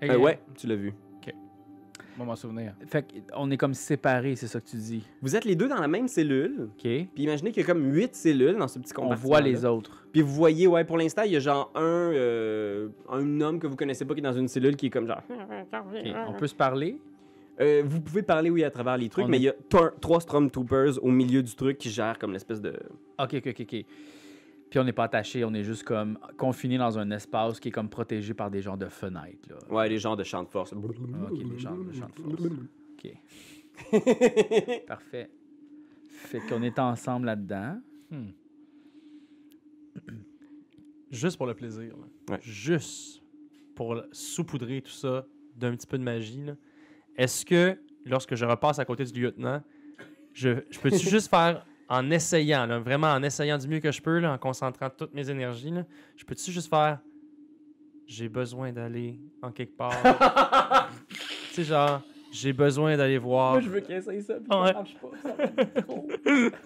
[SPEAKER 2] Euh, ouais, tu l'as vu.
[SPEAKER 1] Moi, m'en souvenir.
[SPEAKER 4] Eh, Fait qu'on est comme séparés, c'est ça que tu dis.
[SPEAKER 2] Vous êtes les deux dans la même cellule,
[SPEAKER 4] OK?
[SPEAKER 2] puis imaginez qu'il y a comme huit cellules dans ce petit
[SPEAKER 4] On
[SPEAKER 2] compartiment.
[SPEAKER 4] voit les autres.
[SPEAKER 2] Puis vous voyez, ouais, pour l'instant, il y a genre un, euh, un homme que vous connaissez pas qui est dans une cellule qui est comme genre.
[SPEAKER 4] OK, On peut se parler?
[SPEAKER 2] Euh, vous pouvez parler, oui, à travers les trucs,
[SPEAKER 4] On
[SPEAKER 2] mais
[SPEAKER 4] est-
[SPEAKER 2] il y a tor- trois Stormtroopers au milieu du truc qui gèrent comme l'espèce de.
[SPEAKER 4] OK, OK, OK, OK. Puis on n'est pas attaché, on est juste comme confiné dans un espace qui est comme protégé par des genres de fenêtres. Là.
[SPEAKER 2] Ouais, les gens de champ de force.
[SPEAKER 4] Ah, Ok, les gens- les gens de force. OK. Parfait. Fait qu'on est ensemble là-dedans.
[SPEAKER 3] Juste pour le plaisir. là.
[SPEAKER 2] Ouais.
[SPEAKER 3] Juste pour le- saupoudrer tout ça d'un petit peu de magie. là. Est-ce que lorsque je repasse à côté du lieutenant, je, je peux-tu juste faire en essayant, là, vraiment en essayant du mieux que je peux, là, en concentrant toutes mes énergies, là, je peux-tu juste faire j'ai besoin d'aller en quelque part. tu sais, genre, j'ai besoin d'aller voir.
[SPEAKER 4] veux qu'il essaye ça, puis
[SPEAKER 3] ça Ouais.
[SPEAKER 4] marche pas.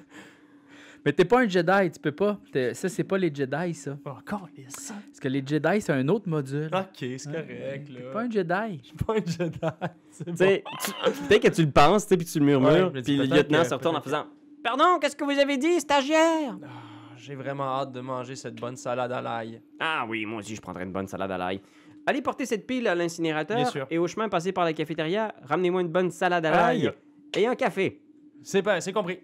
[SPEAKER 4] Mais t'es pas un Jedi, tu peux pas. T'es- Ça, c'est pas les Jedi, ça.
[SPEAKER 3] Encore les ça.
[SPEAKER 4] Parce que les Jedi, c'est un autre module.
[SPEAKER 1] Ah,
[SPEAKER 3] Ok, c'est correct.
[SPEAKER 4] T'es
[SPEAKER 3] là.
[SPEAKER 4] pas un Jedi.
[SPEAKER 3] Je suis pas un Jedi. c'est
[SPEAKER 2] Tu sais, tu- peut-être que tu le penses, tu sais, puis tu le
[SPEAKER 3] Ouais, je
[SPEAKER 2] murmures,
[SPEAKER 3] me dis
[SPEAKER 2] puis le
[SPEAKER 3] peut-être
[SPEAKER 2] lieutenant
[SPEAKER 3] que-
[SPEAKER 2] se retourne en faisant.
[SPEAKER 7] Pardon, qu'est-ce que vous avez dit, stagiaire?
[SPEAKER 3] Ah, J'ai vraiment hâte de manger cette bonne salade à l'ail.
[SPEAKER 2] Ah oui, moi aussi, je prendrais une bonne salade à l'ail. Allez porter cette pile à
[SPEAKER 3] Bien
[SPEAKER 2] l'incinérateur
[SPEAKER 3] sûr.
[SPEAKER 2] et au chemin passé par la cafétéria, ramenez-moi une bonne salade à
[SPEAKER 3] Aïe.
[SPEAKER 2] l'ail et un café. Eh!
[SPEAKER 3] C'est pas, c'est compris.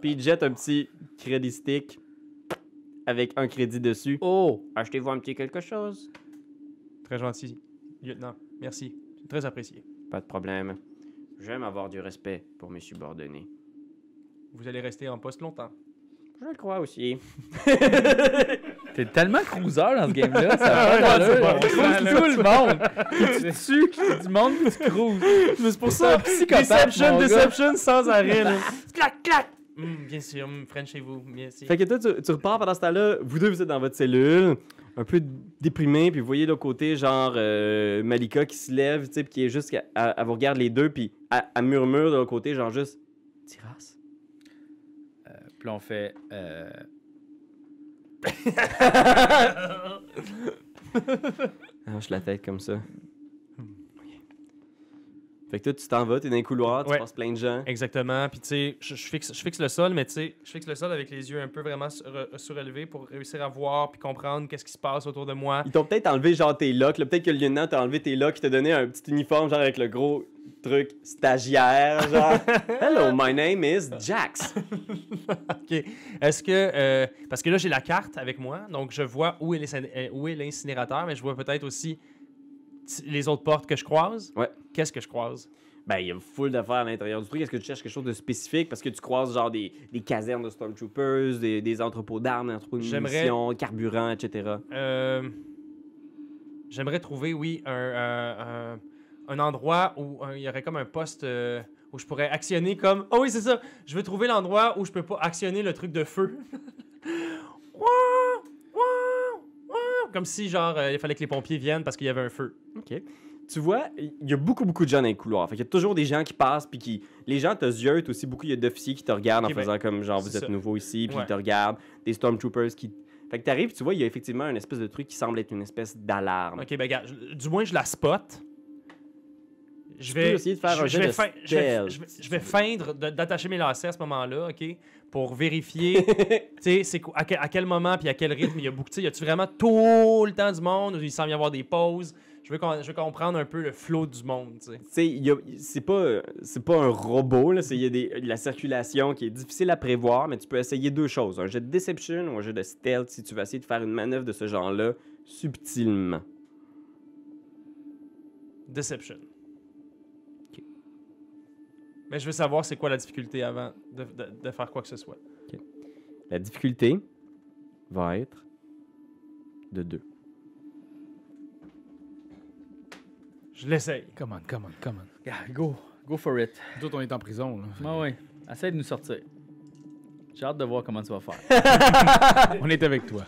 [SPEAKER 2] Puis il jette un petit crédit stick avec un crédit dessus.
[SPEAKER 4] Oh!
[SPEAKER 2] Achetez-vous un petit quelque chose.
[SPEAKER 3] Très gentil, lieutenant. Merci. C'est Très apprécié.
[SPEAKER 2] Pas de problème. J'aime avoir du respect pour mes subordonnés.
[SPEAKER 3] Vous allez rester en poste longtemps.
[SPEAKER 2] Je le crois aussi.
[SPEAKER 4] T'es tellement cruiser dans ce game-là, ça va pas
[SPEAKER 1] c'est
[SPEAKER 4] d'allure.
[SPEAKER 1] pas
[SPEAKER 4] On
[SPEAKER 1] bon.
[SPEAKER 4] cruise tout le monde. Puis tu tues du monde, puis tu cruises.
[SPEAKER 3] C'est pour
[SPEAKER 4] ça, psychopathe, mon gars.
[SPEAKER 3] sans arrêt. là. Hum, bien sûr, hum, French chez vous. Merci.
[SPEAKER 2] Fait que toi, tu, tu repars pendant ce temps-là, vous deux, vous êtes dans votre cellule, un peu déprimé, puis vous voyez de l'autre côté, genre, euh, Malika qui se lève, tu sais, puis qui est juste, à- à- elle vous regarde les deux, puis elle, elle murmure de l'autre côté, genre juste, Tiras.
[SPEAKER 4] Puis on fait. euh,
[SPEAKER 2] Elle hoche la tête comme ça. Fait que toi, tu t'en vas, t'es dans les couloirs, tu
[SPEAKER 3] Ouais.
[SPEAKER 2] passes plein de gens.
[SPEAKER 3] Exactement. Puis tu sais, je, je fixe, je fixe le sol, mais tu sais, je fixe le sol avec les yeux un peu vraiment sur- euh, surélevés pour réussir à voir puis comprendre qu'est-ce qui se passe autour de moi.
[SPEAKER 2] Ils t'ont peut-être enlevé, genre, tes locks, là. Peut-être que le lieutenant t'a enlevé tes locks, il t'a donné un petit uniforme, genre, avec le gros truc stagiaire, genre, Hello, my name is Jax.
[SPEAKER 3] Ok. Est-ce que euh, parce que là j'ai la carte avec moi, donc je vois où est l'incin- euh, où est l'incinérateur, mais je vois peut-être aussi t- les autres portes que je croise.
[SPEAKER 2] Ouais.
[SPEAKER 3] Qu'est-ce que je croise
[SPEAKER 2] Ben, il y a full d'affaires à l'intérieur du truc. Est-ce que tu cherches quelque chose de spécifique? Parce que tu croises genre des, des casernes de Stormtroopers, des, des entrepôts d'armes, des entrepôts de
[SPEAKER 3] J'aimerais-
[SPEAKER 2] munitions, carburant, etc.
[SPEAKER 3] Euh, J'aimerais trouver oui un, euh, un- un endroit où euh, il y aurait comme un poste. euh, où je pourrais actionner comme... Oh oui, c'est ça. Je veux trouver l'endroit où je peux pas actionner le truc de feu. Ouah, ouah, ouah. Comme si, genre, euh, il fallait que les pompiers viennent parce qu'il y avait un feu.
[SPEAKER 2] Tu vois, il y a beaucoup, beaucoup de gens dans les couloirs. Fait qu'il y a toujours des gens qui passent, puis qui. Les gens te ziotent aussi beaucoup. Il y a d'officiers qui te regardent
[SPEAKER 3] Ok,
[SPEAKER 2] en
[SPEAKER 3] ben,
[SPEAKER 2] faisant comme genre vous
[SPEAKER 3] c'est
[SPEAKER 2] êtes
[SPEAKER 3] ça.
[SPEAKER 2] nouveau ici, puis
[SPEAKER 3] Ouais.
[SPEAKER 2] ils te regardent. Des Stormtroopers qui. Fait que t'arrives, tu vois, il y a effectivement une espèce de truc qui semble être une espèce d'alarme.
[SPEAKER 3] Ok, ben gars, je- du moins je la spot. Je
[SPEAKER 2] peux
[SPEAKER 3] vais
[SPEAKER 2] essayer de faire
[SPEAKER 3] je-
[SPEAKER 2] un
[SPEAKER 3] je
[SPEAKER 2] jet
[SPEAKER 3] vais
[SPEAKER 2] de
[SPEAKER 3] fein- je vais-
[SPEAKER 2] stealth,
[SPEAKER 3] je vais-
[SPEAKER 2] si
[SPEAKER 3] Je
[SPEAKER 2] tu
[SPEAKER 3] vais
[SPEAKER 2] veux.
[SPEAKER 3] feindre de- d'attacher mes lacets à ce moment-là, ok, pour vérifier, tu sais, c'est quoi- à, quel- à quel moment puis à quel rythme il y a beaucoup, tu sais, y a-tu vraiment tout le temps du monde ou il semble y avoir des pauses. Je veux, qu'on- je veux comprendre un peu le flow du monde, tu sais.
[SPEAKER 2] Tu sais, il y a- c'est pas, euh, c'est pas un robot, là. c'est- Il y a des, la circulation qui est difficile à prévoir, mais tu peux essayer deux choses. Un jeu de deception ou un jeu de stealth si tu vas essayer de faire une manœuvre de ce genre-là subtilement.
[SPEAKER 3] Deception. Mais je veux savoir c'est quoi la difficulté avant de, de- de faire quoi que ce soit.
[SPEAKER 2] La difficulté va être de 2.
[SPEAKER 3] Je l'essaye.
[SPEAKER 1] Come on, come on, come on.
[SPEAKER 4] Yeah, go. Go for it.
[SPEAKER 1] Nous autres, on est en prison. Là.
[SPEAKER 4] Ouais, ouais. Essaye de nous sortir. J'ai hâte de voir comment tu vas faire.
[SPEAKER 1] On est avec toi.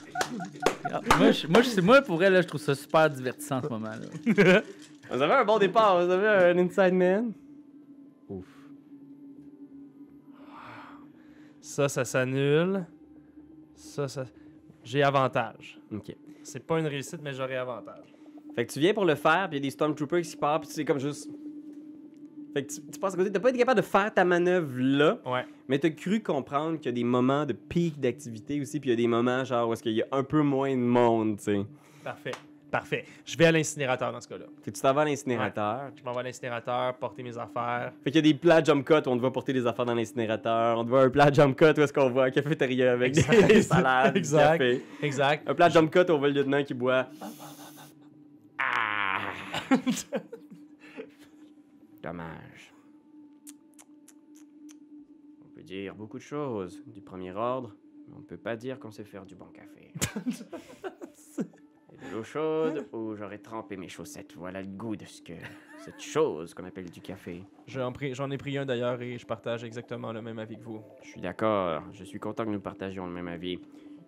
[SPEAKER 4] Ah, moi, je, moi, je, sais- moi, pour vrai, là, je trouve ça super divertissant en ce moment. Là.
[SPEAKER 2] Vous avez un bon départ, vous avez un inside man.
[SPEAKER 3] Ça, ça s'annule. Ça, ça. J'ai avantage.
[SPEAKER 2] Ok.
[SPEAKER 3] C'est pas une réussite, mais j'aurai avantage.
[SPEAKER 2] Fait que tu viens pour le faire, puis il y a des Stormtroopers qui partent, puis c'est comme juste. Fait que tu, tu passes à côté, t'as pas été capable de faire ta manœuvre là.
[SPEAKER 3] Ouais.
[SPEAKER 2] Mais t'as cru comprendre qu'il y a des moments de pic d'activité aussi, puis il y a des moments genre où est-ce qu'il y a un peu moins de monde, tu sais.
[SPEAKER 3] Parfait. Parfait. Je vais à l'incinérateur dans ce cas-là.
[SPEAKER 2] Fait que tu t'en vas à l'incinérateur.
[SPEAKER 3] Je m'en vais à l'incinérateur, porter mes affaires.
[SPEAKER 2] Fait qu'il y a des plats jump cut où on te voit porter des affaires dans l'incinérateur. On te voit un plat jump cut où est-ce qu'on voit un cafétéria avec des,
[SPEAKER 3] Exact.
[SPEAKER 2] des salades, du
[SPEAKER 3] Exact.
[SPEAKER 2] café.
[SPEAKER 3] Exact.
[SPEAKER 2] Un plat jump cut où on voit le lieutenant qui boit. Ah! Dommage. On peut dire beaucoup de choses du premier ordre, mais on peut pas dire qu'on sait faire du bon café. Et de l'eau chaude où j'aurais trempé mes chaussettes. Voilà le goût de ce que cette chose qu'on appelle du café.
[SPEAKER 3] J'en prie- j'en ai pris un d'ailleurs et je partage exactement le même avis que vous.
[SPEAKER 2] Je suis d'accord. Je suis content que nous partagions le même avis.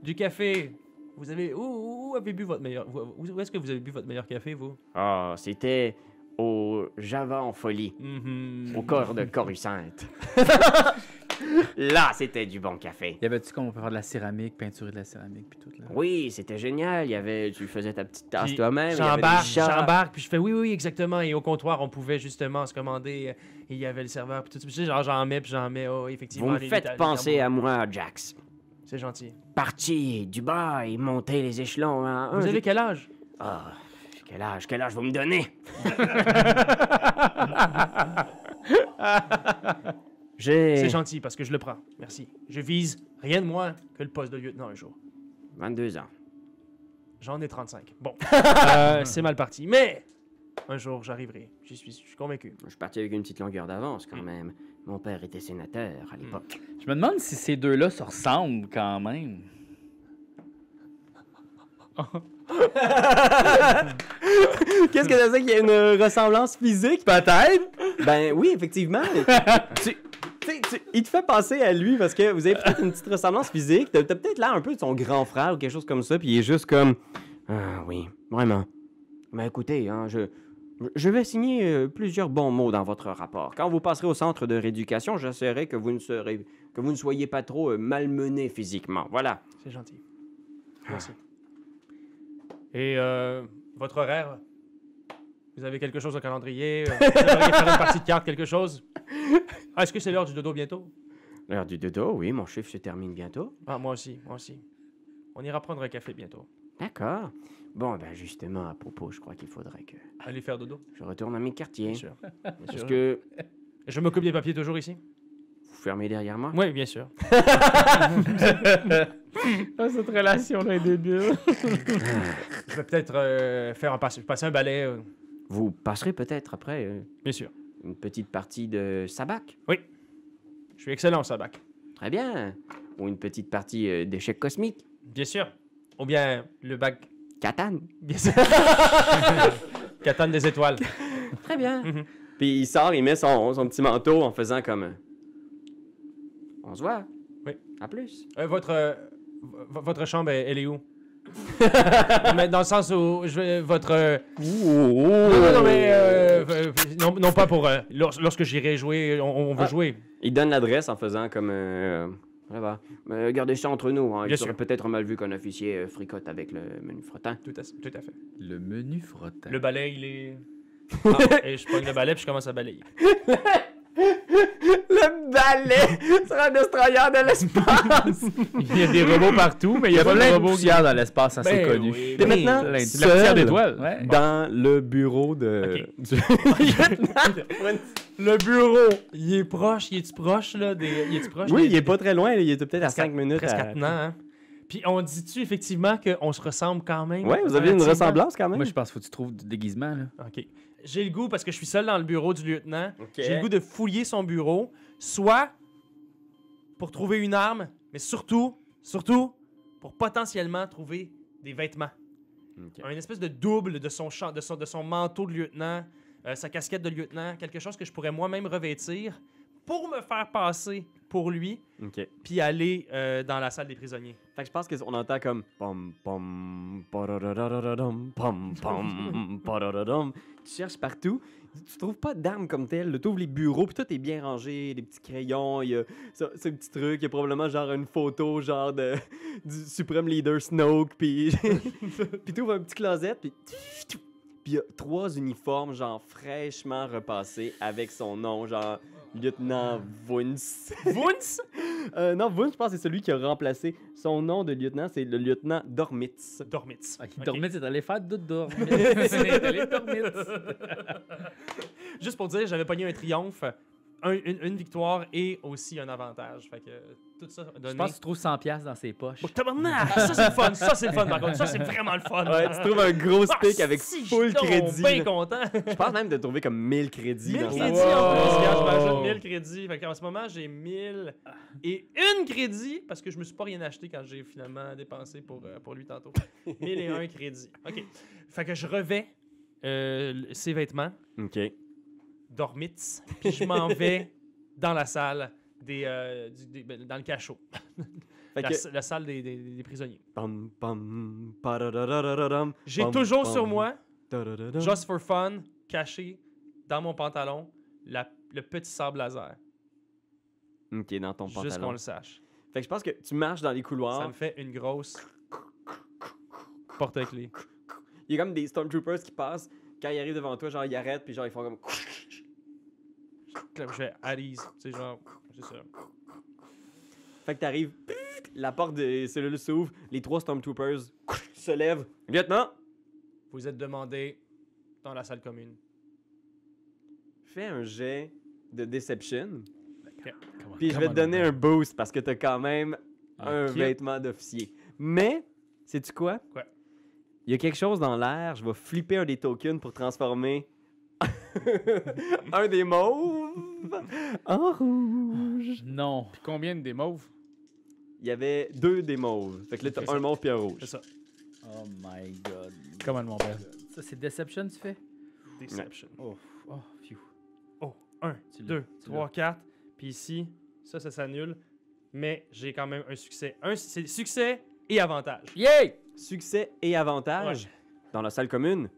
[SPEAKER 3] Du café. Vous avez. Où, où- où avez bu votre meilleur. Où, où est-ce que vous avez bu votre meilleur café, vous
[SPEAKER 2] Ah, c'était au Java en folie,
[SPEAKER 3] Mhm.
[SPEAKER 2] au corps de Coruscant. Là, c'était du bon café.
[SPEAKER 4] Y avait-tu comme on peut faire de la céramique, peinturer de la céramique, puis tout, là?
[SPEAKER 2] Oui, c'était génial. Il y avait, tu faisais ta petite tasse
[SPEAKER 3] Puis
[SPEAKER 2] toi-même. il y avait des
[SPEAKER 3] J'embarque,
[SPEAKER 2] chats.
[SPEAKER 3] j'embarque, puis je fais oui, oui, oui, exactement. Et au comptoir, on pouvait justement se commander. euh, Et il y avait le serveur, puis tout ça. Puis tu sais, genre, j'en mets, puis j'en mets. Oh, effectivement.
[SPEAKER 2] Vous me
[SPEAKER 3] les-
[SPEAKER 2] faites
[SPEAKER 3] les-
[SPEAKER 2] penser Ah,
[SPEAKER 3] les-
[SPEAKER 2] à moi, Jax.
[SPEAKER 3] C'est gentil.
[SPEAKER 2] Parti du bas et monter les échelons. hein. Un,
[SPEAKER 3] Vous avez
[SPEAKER 2] j'ai-
[SPEAKER 3] quel âge
[SPEAKER 2] Ah, quel âge, quel âge vous me donnez J'ai Eh.
[SPEAKER 3] C'est gentil parce que je le prends. Merci. Je vise rien de moins que le poste de lieutenant un jour.
[SPEAKER 2] 22 ans.
[SPEAKER 3] J'en ai 35. Bon,
[SPEAKER 4] Ah,
[SPEAKER 3] Euh, c'est mal parti. Mais un jour, j'arriverai. J'y suis, je suis convaincu.
[SPEAKER 2] Je suis parti avec une petite longueur d'avance
[SPEAKER 3] Mm.
[SPEAKER 2] quand même. Mon père était sénateur à l'époque.
[SPEAKER 4] Je me demande si ces deux-là se ressemblent quand même.
[SPEAKER 2] Qu'est-ce que ça euh, veut dire qu'il y a une ressemblance physique? Peut-être! Ben oui, effectivement. tu, Tu sais, tu- il te fait penser à lui parce que vous avez peut-être une petite ressemblance physique. T'as t'as peut-être l'air un peu de son grand frère ou quelque chose comme ça, puis il est juste comme Ah oui, vraiment. Mais écoutez, hein, je, je vais signer euh, plusieurs bons mots dans votre rapport. Quand vous passerez au centre de rééducation, j'essaierai que vous ne serez que vous ne soyez pas trop euh, malmené physiquement. Voilà.
[SPEAKER 8] C'est gentil. Merci.
[SPEAKER 3] Ah. Et euh, votre horaire Vous avez quelque chose au calendrier euh, Vous aimeriez faire une partie de carte, quelque chose Ah, Est-ce que c'est l'heure du dodo bientôt
[SPEAKER 2] L'heure du dodo, oui, mon chiffre se termine bientôt.
[SPEAKER 8] Ah, moi aussi, moi aussi. On ira prendre un café bientôt.
[SPEAKER 2] D'accord. Bon, ben justement, à propos, je crois qu'il faudrait que
[SPEAKER 3] Allez faire dodo.
[SPEAKER 2] je retourne à mes quartiers.
[SPEAKER 8] Bien sûr.
[SPEAKER 2] Est-ce
[SPEAKER 8] sûr.
[SPEAKER 2] que
[SPEAKER 3] Je m'occupe des papiers toujours ici
[SPEAKER 2] vous fermez derrière moi?
[SPEAKER 8] Oui, bien sûr.
[SPEAKER 1] Euh,
[SPEAKER 4] Cette relation-là est débile.
[SPEAKER 3] Je vais peut-être euh, faire un passe- passer un balai. euh,
[SPEAKER 2] Vous passerez peut-être après euh,
[SPEAKER 8] Bien sûr.
[SPEAKER 2] une petite partie de sabac.
[SPEAKER 8] Je suis excellent au sabac.
[SPEAKER 2] Très bien. Ou une petite partie euh, d'échecs cosmiques.
[SPEAKER 8] Bien sûr. Ou bien le bac.
[SPEAKER 2] Catane.
[SPEAKER 8] Bien sûr. Catane des étoiles.
[SPEAKER 2] Très bien.
[SPEAKER 8] Mhm.
[SPEAKER 2] Puis il sort, il met son, son petit manteau en faisant comme. euh, On se voit.
[SPEAKER 3] Oui.
[SPEAKER 2] À plus.
[SPEAKER 3] Euh, votre, euh, v- votre chambre, elle, elle est où mais dans le sens où je vais- votre euh, non, non, non, mais euh, euh, non, non, pas pour euh, lors- lorsque j'irai jouer on, on veut
[SPEAKER 2] Ah.
[SPEAKER 3] jouer
[SPEAKER 2] Il donne l'adresse en faisant comme. euh, là-bas. Mais gardez ça entre nous. Hein.
[SPEAKER 3] Bien
[SPEAKER 2] Il
[SPEAKER 3] sûr.
[SPEAKER 2] serait peut-être mal vu qu'un officier euh, fricote avec le menu frottin.
[SPEAKER 8] Tout à, tout à fait.
[SPEAKER 9] Le menu frottin.
[SPEAKER 3] Ben. Le balai, il est. Ah, et je prends le balai puis je commence à balayer.
[SPEAKER 2] Le balai sera un destroyer de l'espace.
[SPEAKER 1] Il y a des robots partout, mais il y a pas de
[SPEAKER 4] Plein de
[SPEAKER 1] robots. qui-
[SPEAKER 4] poussière dans l'espace,
[SPEAKER 9] Ah,
[SPEAKER 4] ça c'est
[SPEAKER 3] Ben
[SPEAKER 4] connu.
[SPEAKER 3] oui,
[SPEAKER 2] Et maintenant,
[SPEAKER 4] Plein de-
[SPEAKER 1] C'est la poussière
[SPEAKER 2] seul
[SPEAKER 1] d'étoile. Ouais.
[SPEAKER 9] Dans le bureau de. du-
[SPEAKER 3] Le bureau, il est proche, il est-tu proche, là? Des... Il est-tu proche?
[SPEAKER 9] Oui,
[SPEAKER 3] des-
[SPEAKER 9] il est pas très loin, là, il était peut-être à
[SPEAKER 3] Presque à-
[SPEAKER 9] 5 minutes.
[SPEAKER 3] Presque
[SPEAKER 9] à-
[SPEAKER 3] attenant, hein? Puis on dit-tu effectivement qu'on se ressemble quand même?
[SPEAKER 9] Ouais, vous avez une
[SPEAKER 3] relativement?
[SPEAKER 9] ressemblance quand même.
[SPEAKER 4] Moi, je pense qu'il faut que tu trouves du déguisement. Là.
[SPEAKER 3] OK. J'ai le goût, parce que je suis seul dans le bureau du lieutenant, j'ai le goût de fouiller son bureau, soit pour trouver une arme, mais surtout, surtout, pour potentiellement trouver des vêtements.
[SPEAKER 2] Ok.
[SPEAKER 3] Un espèce de double de son, champ, de son, de son manteau de lieutenant, euh, sa casquette de lieutenant, quelque chose que je pourrais moi-même revêtir pour me faire passer pour lui,
[SPEAKER 2] Ok.
[SPEAKER 3] puis aller euh, dans la salle des prisonniers.
[SPEAKER 2] Fait que je pense qu'on entend comme pom pom parararararam, pom pom parararam. Tu cherches partout, tu trouves pas d'armes comme telles. Tu ouvres les bureaux, puis tout est bien rangé, des petits crayons, il y a ce, ce petit truc, il y a probablement genre une photo genre de du suprême leader Snoke, puis puis t'ouvres un petit closet, puis puis il y a trois uniformes genre fraîchement repassés avec son nom genre lieutenant Vince.
[SPEAKER 3] Vounce!
[SPEAKER 2] Euh, non, Boone, je pense que c'est celui qui a remplacé son nom de lieutenant, c'est le lieutenant Dormitz.
[SPEAKER 3] Dormitz.
[SPEAKER 4] Ah, qui
[SPEAKER 3] Ok.
[SPEAKER 4] dormait, c'est allé faire de dormir. c'est allé dormir.
[SPEAKER 3] Juste pour dire, j'avais pogné un triomphe, un- une, une victoire et aussi un avantage. Fait que tout ça
[SPEAKER 4] Je
[SPEAKER 3] donné...
[SPEAKER 4] pense que tu trouves 100$ piastres dans ses poches.
[SPEAKER 3] Oh, tabarnak! Ça, c'est le fun! Ça, c'est le fun, par contre. Ça, c'est vraiment le fun!
[SPEAKER 2] Ouais, tu trouves un gros
[SPEAKER 3] Ah,
[SPEAKER 2] stick avec
[SPEAKER 3] si,
[SPEAKER 2] full
[SPEAKER 3] je suis donc
[SPEAKER 2] crédit.
[SPEAKER 3] bien
[SPEAKER 2] là.
[SPEAKER 3] content!
[SPEAKER 2] Je pense même de trouver comme 1000 crédits
[SPEAKER 3] 1000
[SPEAKER 2] dans
[SPEAKER 3] crédits
[SPEAKER 2] sa
[SPEAKER 3] en plus,
[SPEAKER 1] Wow.
[SPEAKER 3] gars, je m'ajoute 1000 crédits. Fait en ce moment, j'ai 1000 et une crédit parce que je me suis pas rien acheté quand j'ai finalement dépensé pour, euh, pour lui tantôt. 1000 et un crédits. OK. Fait que je revais euh, ses vêtements,
[SPEAKER 2] OK.
[SPEAKER 3] Dormitz, puis je m'en vais dans la salle des, euh, du- des- ben, dans le cachot,
[SPEAKER 2] Fait
[SPEAKER 3] la,
[SPEAKER 2] que
[SPEAKER 3] s- la salle des, des- des prisonniers.
[SPEAKER 2] pam pam parararararam,
[SPEAKER 3] J'ai
[SPEAKER 2] pam,
[SPEAKER 3] toujours
[SPEAKER 2] pam,
[SPEAKER 3] sur moi,
[SPEAKER 2] tarararam.
[SPEAKER 3] just for fun, caché dans mon pantalon, la- le petit sable laser,
[SPEAKER 2] OK, dans ton
[SPEAKER 3] juste qu'on
[SPEAKER 2] pantalon. Ah.
[SPEAKER 3] le sache.
[SPEAKER 2] Fait que je pense que tu marches dans les
[SPEAKER 3] Ça
[SPEAKER 2] couloirs,
[SPEAKER 3] me fait une grosse porte-clés.
[SPEAKER 2] il y a comme des stormtroopers qui passent, quand ils arrivent devant toi, genre ils arrêtent puis genre ils font comme
[SPEAKER 3] Je fais Aries, c'est genre, c'est ça.
[SPEAKER 2] Fait que t'arrives, la porte des cellules s'ouvre, les trois stormtroopers se lèvent. Lieutenant,
[SPEAKER 3] Vous êtes demandé dans la salle commune.
[SPEAKER 2] Fais un jet de deception.
[SPEAKER 1] Come on,
[SPEAKER 2] Puis je
[SPEAKER 1] come
[SPEAKER 2] vais
[SPEAKER 1] on,
[SPEAKER 2] te donner
[SPEAKER 1] man.
[SPEAKER 2] un boost parce que t'as quand même un
[SPEAKER 1] Ok.
[SPEAKER 2] vêtement d'officier. Mais, sais-tu quoi?
[SPEAKER 3] Quoi?
[SPEAKER 2] Il y a quelque chose dans l'air. Je vais flipper un des tokens pour transformer un des mauves en rouge.
[SPEAKER 4] Non.
[SPEAKER 1] Puis combien des mauves
[SPEAKER 2] Il y avait deux des mauves. Fait que là,
[SPEAKER 3] C'est
[SPEAKER 2] t'as
[SPEAKER 3] ça.
[SPEAKER 2] un mauve puis un rouge.
[SPEAKER 3] C'est ça.
[SPEAKER 4] Oh my god.
[SPEAKER 1] Come on, mon père.
[SPEAKER 4] Ça, c'est Deception, tu fais
[SPEAKER 3] Deception.
[SPEAKER 4] Oh, phew.
[SPEAKER 3] Oh, 1,
[SPEAKER 4] Tu l'as,
[SPEAKER 3] 2,
[SPEAKER 4] tu
[SPEAKER 3] 3, 4. Puis ici, ça, ça s'annule. Mais j'ai quand même un succès. Un, c'est succès et avantage.
[SPEAKER 4] Yay!
[SPEAKER 2] Succès et avantage dans la salle commune.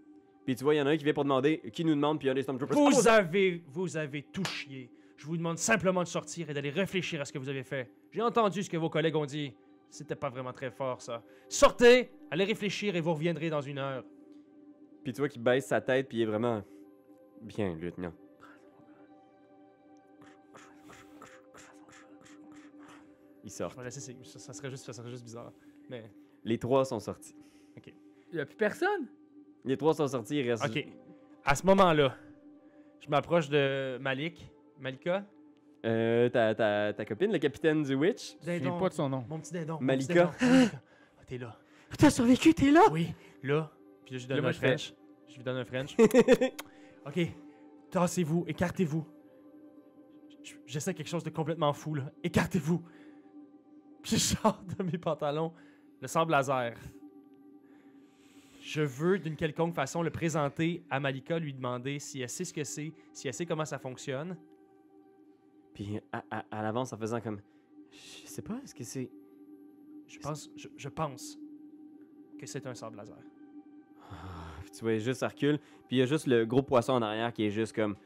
[SPEAKER 2] Puis tu vois, il y en a un qui vient pour demander, qui nous demande, puis il y a des Stormtroopers. Oh,
[SPEAKER 3] Vous avez, vous avez tout chié. Je vous demande simplement de sortir et d'aller réfléchir à ce que vous avez fait. J'ai entendu ce que vos collègues ont dit. C'était pas vraiment très fort, ça. Sortez, allez réfléchir et vous reviendrez dans une heure.
[SPEAKER 2] Puis tu vois qu'il baisse sa tête, puis il est vraiment. Bien, lieutenant. Ils sortent.
[SPEAKER 3] Voilà, c'est- c'est- ça, ça serait juste, ça serait juste bizarre. Mais,
[SPEAKER 2] Les trois sont sortis.
[SPEAKER 4] Il a plus personne?
[SPEAKER 2] Les trois sont sortis, il reste.
[SPEAKER 3] ok. À ce moment-là, je m'approche de Malik. Malika?
[SPEAKER 2] Euh, ta, ta, ta copine, le capitaine du Witch.
[SPEAKER 1] Je me souviens pas de son nom.
[SPEAKER 3] Mon petit dindon. mon petit
[SPEAKER 2] Malika.
[SPEAKER 3] dindon, Malika. Ah, T'es là.
[SPEAKER 2] T'as survécu, t'es là!
[SPEAKER 3] Oui, là. Puis là, je lui donne
[SPEAKER 1] moi,
[SPEAKER 3] un
[SPEAKER 1] je fais-
[SPEAKER 3] French. Je lui donne un French. ok, tassez-vous, écartez-vous. J- J'essaie quelque chose de complètement fou, là. Écartez-vous. Puis je sors de mes pantalons le sable laser. Je veux d'une quelconque façon le présenter à Malika, lui demander si elle sait ce que c'est, si elle sait comment ça fonctionne.
[SPEAKER 2] Puis à, à, à l'avance, en faisant comme. Je sais pas, est-ce que c'est.
[SPEAKER 3] Je pense, je, je pense que c'est un sable laser.
[SPEAKER 2] Puis tu vois, juste ça recule. Puis il y a juste le gros poisson en arrière qui est juste comme.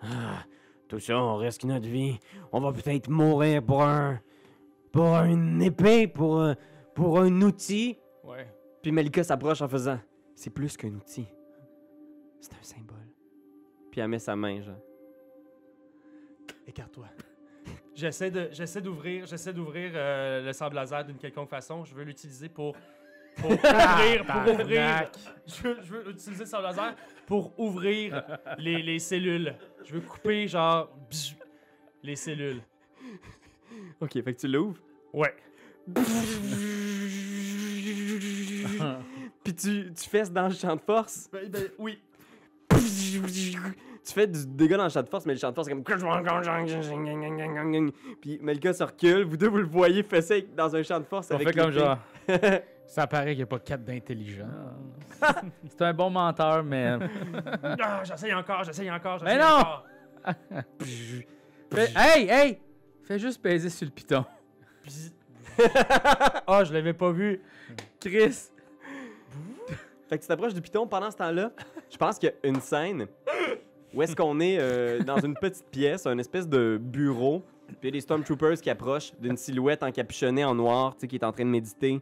[SPEAKER 2] Ah, tout ça, on reste qu'une autre vie. On va peut-être mourir pour un. pour une épée, pour un, pour un outil.
[SPEAKER 3] Ouais.
[SPEAKER 2] Puis Malika s'approche en faisant. C'est plus qu'un outil. C'est un symbole. Puis elle met sa main, genre.
[SPEAKER 3] Écarte-toi. J'essaie de, j'essaie d'ouvrir, j'essaie d'ouvrir euh, le sable laser d'une quelconque façon. Je veux l'utiliser pour, pour ouvrir, pour ouvrir. Je veux, je veux utiliser le sable laser pour ouvrir les, les cellules. Je veux couper genre bzz, les cellules.
[SPEAKER 2] Ok, fait que tu l'ouvres.
[SPEAKER 3] Ouais.
[SPEAKER 2] Puis tu, tu fesses dans le champ de force.
[SPEAKER 3] oui.
[SPEAKER 2] Tu fais du dégât dans le champ de force, mais le champ de force est comme. Puis Malika se recule. Vous deux, vous le voyez fesser dans un champ de force.
[SPEAKER 4] On
[SPEAKER 2] avec
[SPEAKER 4] fait comme
[SPEAKER 2] l'épée.
[SPEAKER 4] genre.
[SPEAKER 1] Ça paraît qu'il n'y a pas quatre d'intelligent.
[SPEAKER 4] Ah. C'est un bon menteur, mais.
[SPEAKER 3] Ah, j'essaie encore, j'essaie encore,
[SPEAKER 4] Hmm. Mais
[SPEAKER 3] j'essaie
[SPEAKER 4] non!
[SPEAKER 3] encore.
[SPEAKER 4] Fais- Hey, hey! Fais juste peser sur le piton.
[SPEAKER 3] Bzz. Ah, je l'avais pas vu.
[SPEAKER 4] Chris!
[SPEAKER 2] Fait que tu t'approches du piton pendant ce temps-là. Je pense qu'il y a une scène où est-ce qu'on est euh, dans une petite pièce, un espèce de bureau. Puis il y a des Stormtroopers qui approchent d'une silhouette encapuchonnée en noir, tu sais, qui est en train de méditer.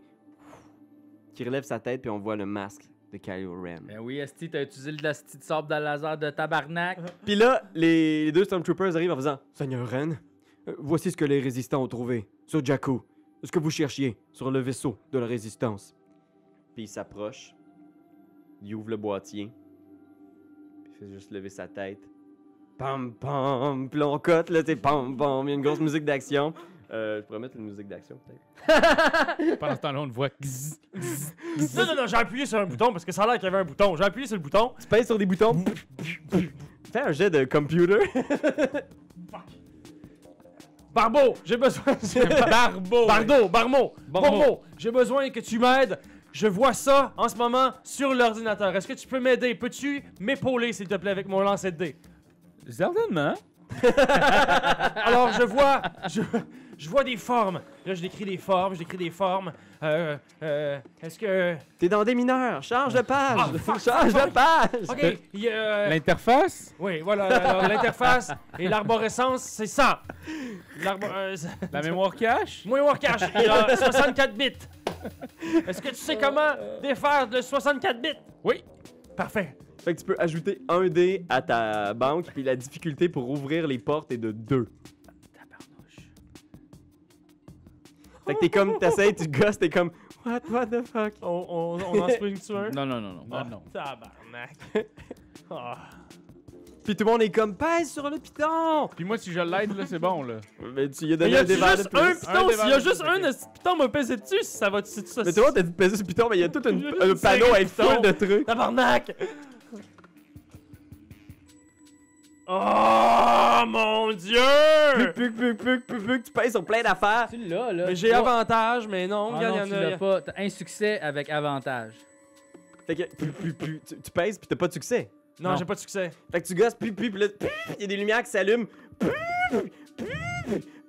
[SPEAKER 2] Qui relève sa tête, puis on voit le masque de Kylo Ren.
[SPEAKER 4] Ben oui, Esti, t'as utilisé de la petite sable de laser de tabarnak.
[SPEAKER 2] Puis là, les, les deux Stormtroopers arrivent en faisant Seigneur Ren, euh, voici ce que les résistants ont trouvé sur Jakku, ce que vous cherchiez sur le vaisseau de la résistance. Puis il s'approche, il ouvre le boîtier, puis il fait juste lever sa tête. Pam pam, puis là, on cote, là, t'sais, pam pam, il y a une grosse musique d'action. Euh, je pourrais mettre une musique d'action, peut-être.
[SPEAKER 1] Pendant ce temps-là, on le voit. Gzz.
[SPEAKER 3] Non, non, non, j'ai appuyé sur un bouton parce que ça a l'air qu'il y avait un bouton. J'ai appuyé sur le bouton.
[SPEAKER 2] Tu pèses sur des boutons. Fais un jet de computer.
[SPEAKER 3] Barbeau, j'ai besoin. Barbeau. Bardo, Barmo,
[SPEAKER 4] Barbeau.
[SPEAKER 3] Barbeau, j'ai besoin que tu m'aides. Je vois ça en ce moment sur l'ordinateur. Est-ce que tu peux m'aider? Peux-tu m'épauler, s'il te plaît, avec mon lancer de dés?
[SPEAKER 1] Certainement.
[SPEAKER 3] Alors, je vois. Je, je vois des formes. Là, je décris des formes, je décris des formes. Euh, euh, Est-ce que.
[SPEAKER 2] T'es dans des mineurs, charge de page,
[SPEAKER 3] Ah, fuck,
[SPEAKER 2] charge de page.
[SPEAKER 3] Ok, il y a. euh,
[SPEAKER 1] L'interface,
[SPEAKER 3] Oui, voilà. alors, L'interface et l'arborescence, c'est ça. L'arbo- euh, c'est-
[SPEAKER 1] la mémoire cache.
[SPEAKER 3] Moi, Warcash, il a 64 bits. Est-ce que tu sais comment défaire le 64 bits?
[SPEAKER 1] Oui.
[SPEAKER 3] Parfait.
[SPEAKER 2] Fait que tu peux ajouter un dé à ta banque, puis la difficulté pour ouvrir les portes est de 2. Fait que t'es comme, t'essayes, tu gosses, t'es comme, what, what the fuck?
[SPEAKER 3] On, on, on en swing sur un?
[SPEAKER 4] Non, non, Ah, non, non.
[SPEAKER 1] Non, non.
[SPEAKER 3] Tabarnak. Ah.
[SPEAKER 2] Puis tout le monde est comme, pèse sur le piton!
[SPEAKER 1] Puis moi, si je l'aide, là, c'est bon, là.
[SPEAKER 2] Mais tu lui as
[SPEAKER 3] Mais
[SPEAKER 2] donné
[SPEAKER 3] y
[SPEAKER 2] un
[SPEAKER 3] a
[SPEAKER 2] dé vert de
[SPEAKER 3] juste
[SPEAKER 2] plus.
[SPEAKER 3] un piton?
[SPEAKER 1] Un
[SPEAKER 3] S'il y a
[SPEAKER 1] débat de
[SPEAKER 3] juste
[SPEAKER 1] plus,
[SPEAKER 3] un
[SPEAKER 1] ok.
[SPEAKER 3] de ce piton, me peser dessus si ça va dessus. Ça,
[SPEAKER 2] Mais tu vois, t'as dit pèser sur le piton, mais il y a tout une- un
[SPEAKER 3] Une série
[SPEAKER 2] panneau avec
[SPEAKER 3] de
[SPEAKER 2] full
[SPEAKER 3] pitons.
[SPEAKER 2] de trucs.
[SPEAKER 3] Tabarnak! Oh mon dieu!
[SPEAKER 2] Puc, puc, puc, puc, puc, puc, tu pèses sur plein d'affaires.
[SPEAKER 4] Tu l'as, là.
[SPEAKER 3] Mais J'ai
[SPEAKER 4] Toi-
[SPEAKER 3] avantage, mais non,
[SPEAKER 4] Oh. Ah
[SPEAKER 3] regarde,
[SPEAKER 4] non,
[SPEAKER 3] y en
[SPEAKER 4] tu
[SPEAKER 3] a- y
[SPEAKER 4] l'as
[SPEAKER 3] a-
[SPEAKER 4] pas. T'as un succès avec avantage.
[SPEAKER 2] Fait que, puc, puc, puc, tu, tu pèses, puis t'as pas de succès.
[SPEAKER 3] Non,
[SPEAKER 4] Non.
[SPEAKER 3] j'ai pas de succès.
[SPEAKER 2] Fait que tu gosses, puis, puis, puis là, puis, il y a des lumières qui s'allument. Puis, puis,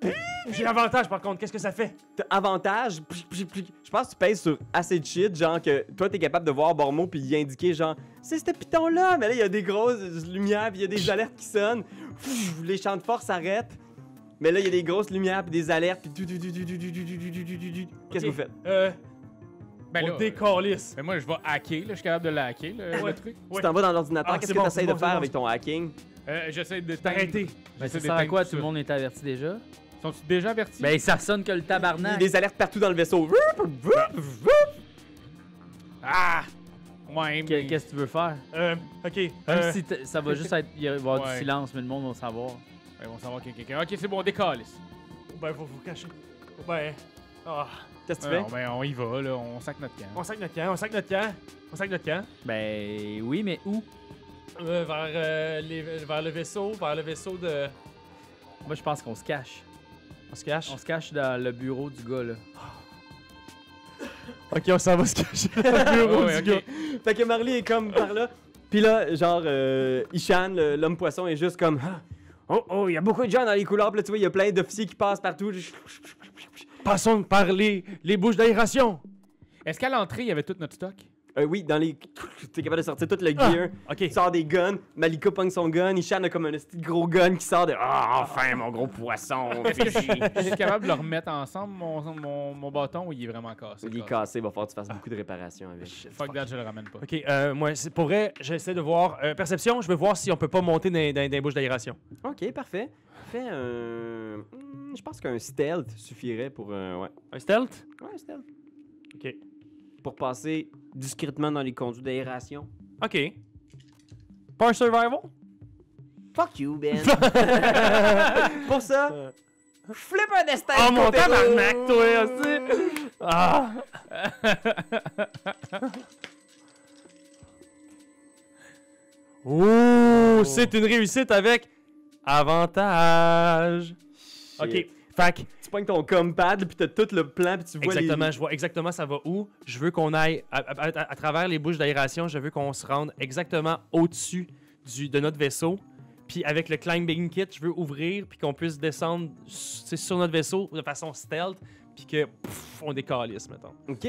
[SPEAKER 2] puis,
[SPEAKER 5] J'ai avantage par contre, qu'est-ce que ça fait?
[SPEAKER 2] T'as avantage. pli- pli- pli- Je pense que tu pèses sur assez de shit, genre que toi, t'es capable de voir Bormo puis y indiquer, genre, c'est ce piton-là, mais là, il y a des grosses lumières puis il y a des alertes qui sonnent. Pfff, Les champs de force s'arrêtent. Mais là, il y a des grosses lumières puis des alertes puis tout, tout, tout, tout, tout, tout, tout, tout, tout, tout, tout, tout. Qu'est-ce que
[SPEAKER 5] Ok.
[SPEAKER 2] vous faites?
[SPEAKER 5] Euh,
[SPEAKER 1] Ben
[SPEAKER 5] on
[SPEAKER 1] là,
[SPEAKER 5] décalisse.
[SPEAKER 1] mais moi, je vais hacker. Là, je suis capable de le hacker, le, le truc.
[SPEAKER 2] Tu
[SPEAKER 5] Ouais.
[SPEAKER 2] t'en vas dans
[SPEAKER 5] Ah,
[SPEAKER 2] l'ordinateur. Qu'est-ce
[SPEAKER 5] c'est
[SPEAKER 2] que
[SPEAKER 5] bon,
[SPEAKER 2] t'essayes
[SPEAKER 5] c'est
[SPEAKER 2] de
[SPEAKER 5] bon,
[SPEAKER 2] faire
[SPEAKER 5] c'est
[SPEAKER 2] avec ton hacking?
[SPEAKER 1] Euh, J'essaie de
[SPEAKER 5] Arrêtez.
[SPEAKER 4] Ben, ça
[SPEAKER 1] J'essaie
[SPEAKER 4] sert à
[SPEAKER 1] d'éteindre
[SPEAKER 4] quoi?
[SPEAKER 1] tout
[SPEAKER 4] Tout le
[SPEAKER 1] ça.
[SPEAKER 4] monde est averti déjà?
[SPEAKER 1] Sont-ils déjà avertis?
[SPEAKER 4] Ben, ça sonne que le
[SPEAKER 2] Il y a
[SPEAKER 4] tabarnak.
[SPEAKER 2] des alertes partout dans le vaisseau. Vup, vup, vup.
[SPEAKER 1] Ah! Ouais, mais...
[SPEAKER 4] Que- Qu'est-ce que tu veux faire?
[SPEAKER 5] Euh, ok.
[SPEAKER 4] Même
[SPEAKER 5] euh,
[SPEAKER 4] si t- ça va juste être. Il va y avoir
[SPEAKER 1] Ouais.
[SPEAKER 4] du silence, mais le monde va savoir.
[SPEAKER 1] Ben, ils vont savoir qu'il y a quelqu'un. Ok, c'est bon, on décolle.
[SPEAKER 5] Ben, faut vous cacher. Ben. ah,
[SPEAKER 2] Qu'est-ce que tu fais?
[SPEAKER 1] Ben, on- ben, on y va, là. On sac notre camp.
[SPEAKER 5] on sac notre camp, on sac notre camp. On sac notre camp.
[SPEAKER 4] Ben oui, mais où?
[SPEAKER 5] Euh, vers, euh, les, vers le vaisseau, vers le vaisseau de.
[SPEAKER 4] Moi, je pense qu'on se cache.
[SPEAKER 3] On se cache.
[SPEAKER 4] On se cache dans le bureau du gars, là.
[SPEAKER 3] Ok, on s'en va se cacher.
[SPEAKER 1] Ouais, ouais, ok.
[SPEAKER 2] Fait que Marley est comme par là. Puis là, genre, euh, Ishan, le- l'homme poisson, est juste comme. Ah, Oh, oh, il y a beaucoup de gens dans les couloirs. Puis là, tu vois, il y a plein d'officiers qui passent partout.
[SPEAKER 3] Passons par les, les bouches d'aération.
[SPEAKER 1] Est-ce qu'à l'entrée, il y avait tout notre stock?
[SPEAKER 2] Euh, oui, dans les. T'es capable de sortir tout le gear.
[SPEAKER 3] Ok.
[SPEAKER 2] Tu sors des guns. Malika pogne son gun. Ishan a comme un petit gros gun qui sort de. Ah, enfin, mon gros poisson. Fifi.
[SPEAKER 1] Je suis capable de le remettre ensemble, mon, mon, mon bâton, ou il est vraiment cassé?
[SPEAKER 2] il est cassé, va falloir que tu fasses beaucoup de réparations avec.
[SPEAKER 1] Fuck that, je le ramène pas.
[SPEAKER 3] Ok, euh, moi, c'est pour vrai, j'essaie de voir. euh, perception, je veux voir si on peut pas monter dans, dans- dans les bouches d'aération.
[SPEAKER 2] Ok, parfait. Fais un. Hmm, Je pense qu'un stealth suffirait pour. un... ouais.
[SPEAKER 3] Un stealth?
[SPEAKER 2] Ouais, un stealth.
[SPEAKER 3] Ok.
[SPEAKER 2] Pour passer discrètement dans les conduits d'aération.
[SPEAKER 3] Ok. Pas un survival?
[SPEAKER 2] Fuck you, Ben. Pour ça, flip un destin.
[SPEAKER 3] Oh
[SPEAKER 2] de
[SPEAKER 3] mon
[SPEAKER 2] côté gauche.
[SPEAKER 3] tabarnak, toi aussi! Ah! Ouh, c'est une réussite avec avantage. Ok,
[SPEAKER 2] Shit.
[SPEAKER 3] fait que
[SPEAKER 2] Tu pognes ton compad, puis t'as tout le plan, puis tu vois
[SPEAKER 3] Exactement, je vois exactement ça va où. Je veux qu'on aille à, à- à- à travers les bouches d'aération, je veux qu'on se rende exactement au-dessus du- de notre vaisseau. Puis avec le climbing kit, je veux ouvrir puis qu'on puisse descendre s- tu sais, sur notre vaisseau de façon stealth puis que pff, on décalisse mettons.
[SPEAKER 2] les... OK.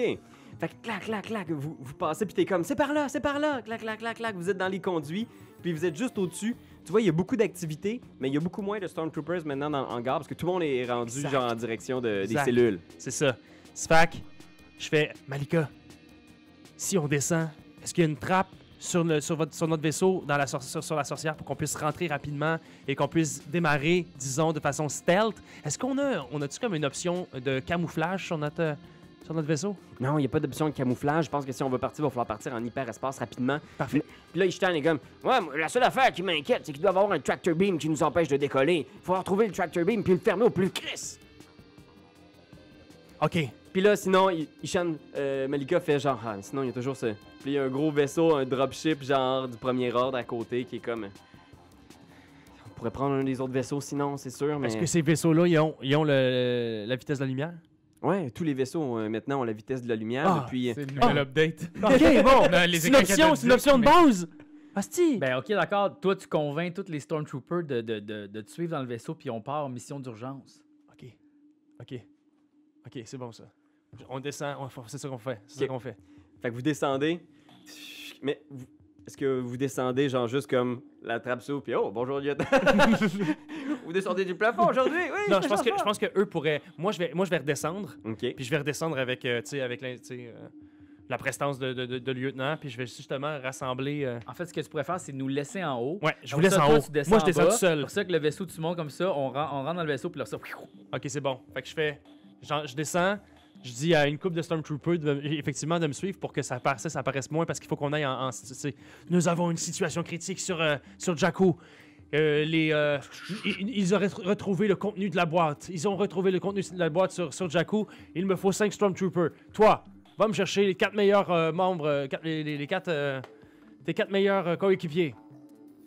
[SPEAKER 2] Fait que clac, clac, clac, vous, vous passez, puis t'es comme, c'est par là, c'est par là, clac, clac, clac, clac, vous êtes dans les conduits, puis vous êtes juste au-dessus. Tu vois, il y a beaucoup d'activités, mais il y a beaucoup moins de Stormtroopers maintenant dans le hangar, parce que tout le monde est rendu
[SPEAKER 3] Exact.
[SPEAKER 2] genre en direction de- des
[SPEAKER 3] Exact.
[SPEAKER 2] cellules.
[SPEAKER 3] C'est ça. C'est fait que je fais Malika. Si on descend, est-ce qu'il y a une trappe sur, le, sur, votre, sur notre vaisseau dans la sor- sur, sur la sorcière pour qu'on puisse rentrer rapidement et qu'on puisse démarrer, disons, de façon stealth? Est-ce qu'on a on a-tu comme une option de camouflage sur notre euh, sur notre vaisseau?
[SPEAKER 2] Non, il n'y a pas d'option de camouflage. Je pense que si on veut partir, il va falloir partir en hyperespace rapidement.
[SPEAKER 3] Parfait.
[SPEAKER 2] Puis là, Ishtan est comme Ouais, moi, la seule affaire qui m'inquiète, c'est qu'il doit y avoir un tractor beam qui nous empêche de décoller. Il faut retrouver le tractor beam puis le fermer au plus Chris.
[SPEAKER 3] Ok.
[SPEAKER 2] Puis là, sinon, I- Ishan euh, Malika fait genre Ah, Sinon, il y a toujours ce. Puis il y a un gros vaisseau, un dropship, genre du premier ordre à côté qui est comme. euh, On pourrait prendre un des autres vaisseaux sinon, c'est sûr, mais.
[SPEAKER 3] Est-ce que ces vaisseaux-là, ils ont, ils ont le- la vitesse de la lumière?
[SPEAKER 2] Ouais, tous les vaisseaux euh, maintenant ont la vitesse de la lumière. euh,
[SPEAKER 3] Ah,
[SPEAKER 2] depuis...
[SPEAKER 1] C'est le nouvel update.
[SPEAKER 3] Ok, bon!
[SPEAKER 1] On a les
[SPEAKER 3] c'est une
[SPEAKER 1] écrans
[SPEAKER 3] option, c'est une
[SPEAKER 1] cathodiques,
[SPEAKER 3] option de
[SPEAKER 1] mais-
[SPEAKER 3] base! Asti!
[SPEAKER 4] Ben ok, d'accord. Toi, tu convaincs tous les Stormtroopers de, de, de, de te suivre dans le vaisseau, puis on part en mission d'urgence.
[SPEAKER 3] Ok. Ok. Ok, c'est bon ça. On descend, on- c'est ça qu'on fait. C'est ça
[SPEAKER 2] Ok.
[SPEAKER 3] qu'on fait.
[SPEAKER 2] Fait que vous descendez. Mais vous- est-ce que vous descendez genre juste comme la trappe s'ouvre puis oh bonjour lieutenant. vous descendez du plafond aujourd'hui. Oui.
[SPEAKER 3] Non,
[SPEAKER 2] c'est
[SPEAKER 3] je pense, que,
[SPEAKER 2] ça.
[SPEAKER 3] je pense que eux pourraient. Moi, je vais, moi, je vais redescendre.
[SPEAKER 2] Ok.
[SPEAKER 3] Puis je vais redescendre avec, euh, tu sais, avec la, tu sais, euh, la prestance de, de, de- de lieutenant. Puis je vais justement rassembler. euh,
[SPEAKER 4] En fait, ce que tu pourrais faire, c'est nous laisser en haut.
[SPEAKER 3] Ouais, je vous
[SPEAKER 4] Comme
[SPEAKER 3] laisse
[SPEAKER 4] ça,
[SPEAKER 3] en
[SPEAKER 4] toi,
[SPEAKER 3] haut.
[SPEAKER 4] tu descends
[SPEAKER 3] Moi, je
[SPEAKER 4] en
[SPEAKER 3] descends
[SPEAKER 4] bas.
[SPEAKER 3] tout seul.
[SPEAKER 4] C'est pour ça que le vaisseau, tu montes comme ça, on, ren- on rentre dans le vaisseau, puis là, ça.
[SPEAKER 3] Ok, c'est bon. Fait que je fais. j'en- Je descends. Je dis à une coupe de Stormtroopers de- effectivement de me suivre pour que ça paraisse, ça paraisse moins parce qu'il faut qu'on aille en. en- tu sais, nous avons une situation critique sur, euh, sur Jakku. Euh, les, euh, i- i- ils ont retr- retrouvé le contenu de la boîte. Ils ont retrouvé le contenu de la boîte sur, sur Jakku. Il me faut 5 Stormtroopers. Toi, va me chercher les 4 meilleurs euh, membres, euh, quatre- les, les, les quatre, euh, tes 4 meilleurs euh, coéquipiers.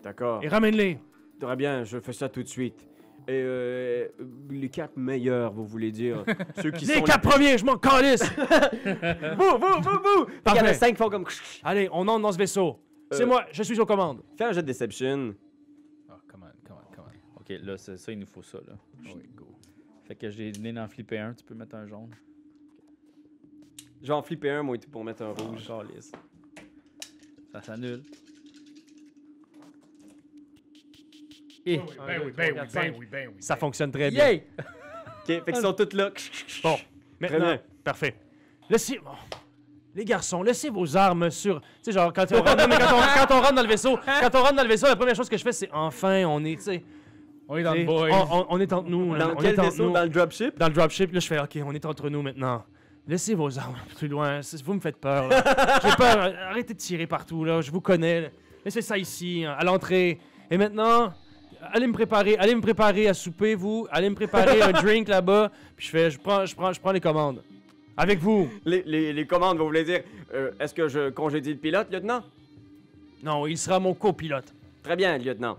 [SPEAKER 2] D'accord.
[SPEAKER 3] Et ramène-les.
[SPEAKER 2] Très bien, je fais ça tout de suite. Et euh, les quatre meilleurs, vous voulez dire ceux qui
[SPEAKER 3] Les
[SPEAKER 2] sont
[SPEAKER 3] 4 premiers, je m'en calisse.
[SPEAKER 2] les... vous, vous, vous, vous. Il y en a
[SPEAKER 3] Parfait.
[SPEAKER 2] cinq font comme.
[SPEAKER 3] Allez, on entre dans ce vaisseau. C'est
[SPEAKER 2] Euh.
[SPEAKER 3] moi, je suis aux commandes.
[SPEAKER 2] Fais un jeu de deception.
[SPEAKER 1] Oh, Ah, come on, come on, come on.
[SPEAKER 4] Ok, là, ça, il nous faut ça, là.
[SPEAKER 1] Oh, oui, go.
[SPEAKER 4] Fait que j'ai donné d'en flipper un. Tu peux mettre un jaune.
[SPEAKER 2] Je vais en flipper un, moi, et tout, pour mettre un rouge.
[SPEAKER 3] Oh,
[SPEAKER 4] Ça s'annule.
[SPEAKER 3] Et
[SPEAKER 5] Un, deux, trois, quatre, cinq.
[SPEAKER 10] oui, ben oui.
[SPEAKER 3] ça fonctionne très bien.
[SPEAKER 4] Yay!
[SPEAKER 2] OK, fait qu'ils sont tous là.
[SPEAKER 3] Bon, maintenant,
[SPEAKER 2] bien.
[SPEAKER 3] parfait. Laissez. bon. Les garçons, laissez vos armes sur. Tu sais, genre, quand on, rentre, non, mais quand on- quand on rentre dans le vaisseau, quand on rentre dans le vaisseau, la première chose que je fais, c'est enfin, on est, tu sais,
[SPEAKER 1] On est dans
[SPEAKER 3] tu sais,
[SPEAKER 1] le boys.
[SPEAKER 3] on, on- on est entre nous. là,
[SPEAKER 2] Ah, Dans
[SPEAKER 3] on
[SPEAKER 2] quel
[SPEAKER 3] est entre
[SPEAKER 2] vaisseau?
[SPEAKER 3] nous.
[SPEAKER 2] Dans le dropship?
[SPEAKER 3] dans le dropship, là, je fais OK, on est entre nous maintenant. Laissez vos armes plus loin, c'est- vous me faites peur. là. J'ai peur, arrêtez de tirer partout, là, je vous connais. là. Laissez ça ici, hein, à l'entrée. Et maintenant, allez me préparer, allez me préparer à souper, vous. Allez me préparer un drink là-bas. Puis je fais, je prends, je prends, je prends les commandes. Avec vous.
[SPEAKER 2] Les, les, les commandes vont vous les dire. Euh, Est-ce que je congédie le pilote, lieutenant?
[SPEAKER 3] Non, il sera mon copilote.
[SPEAKER 2] Très bien, lieutenant.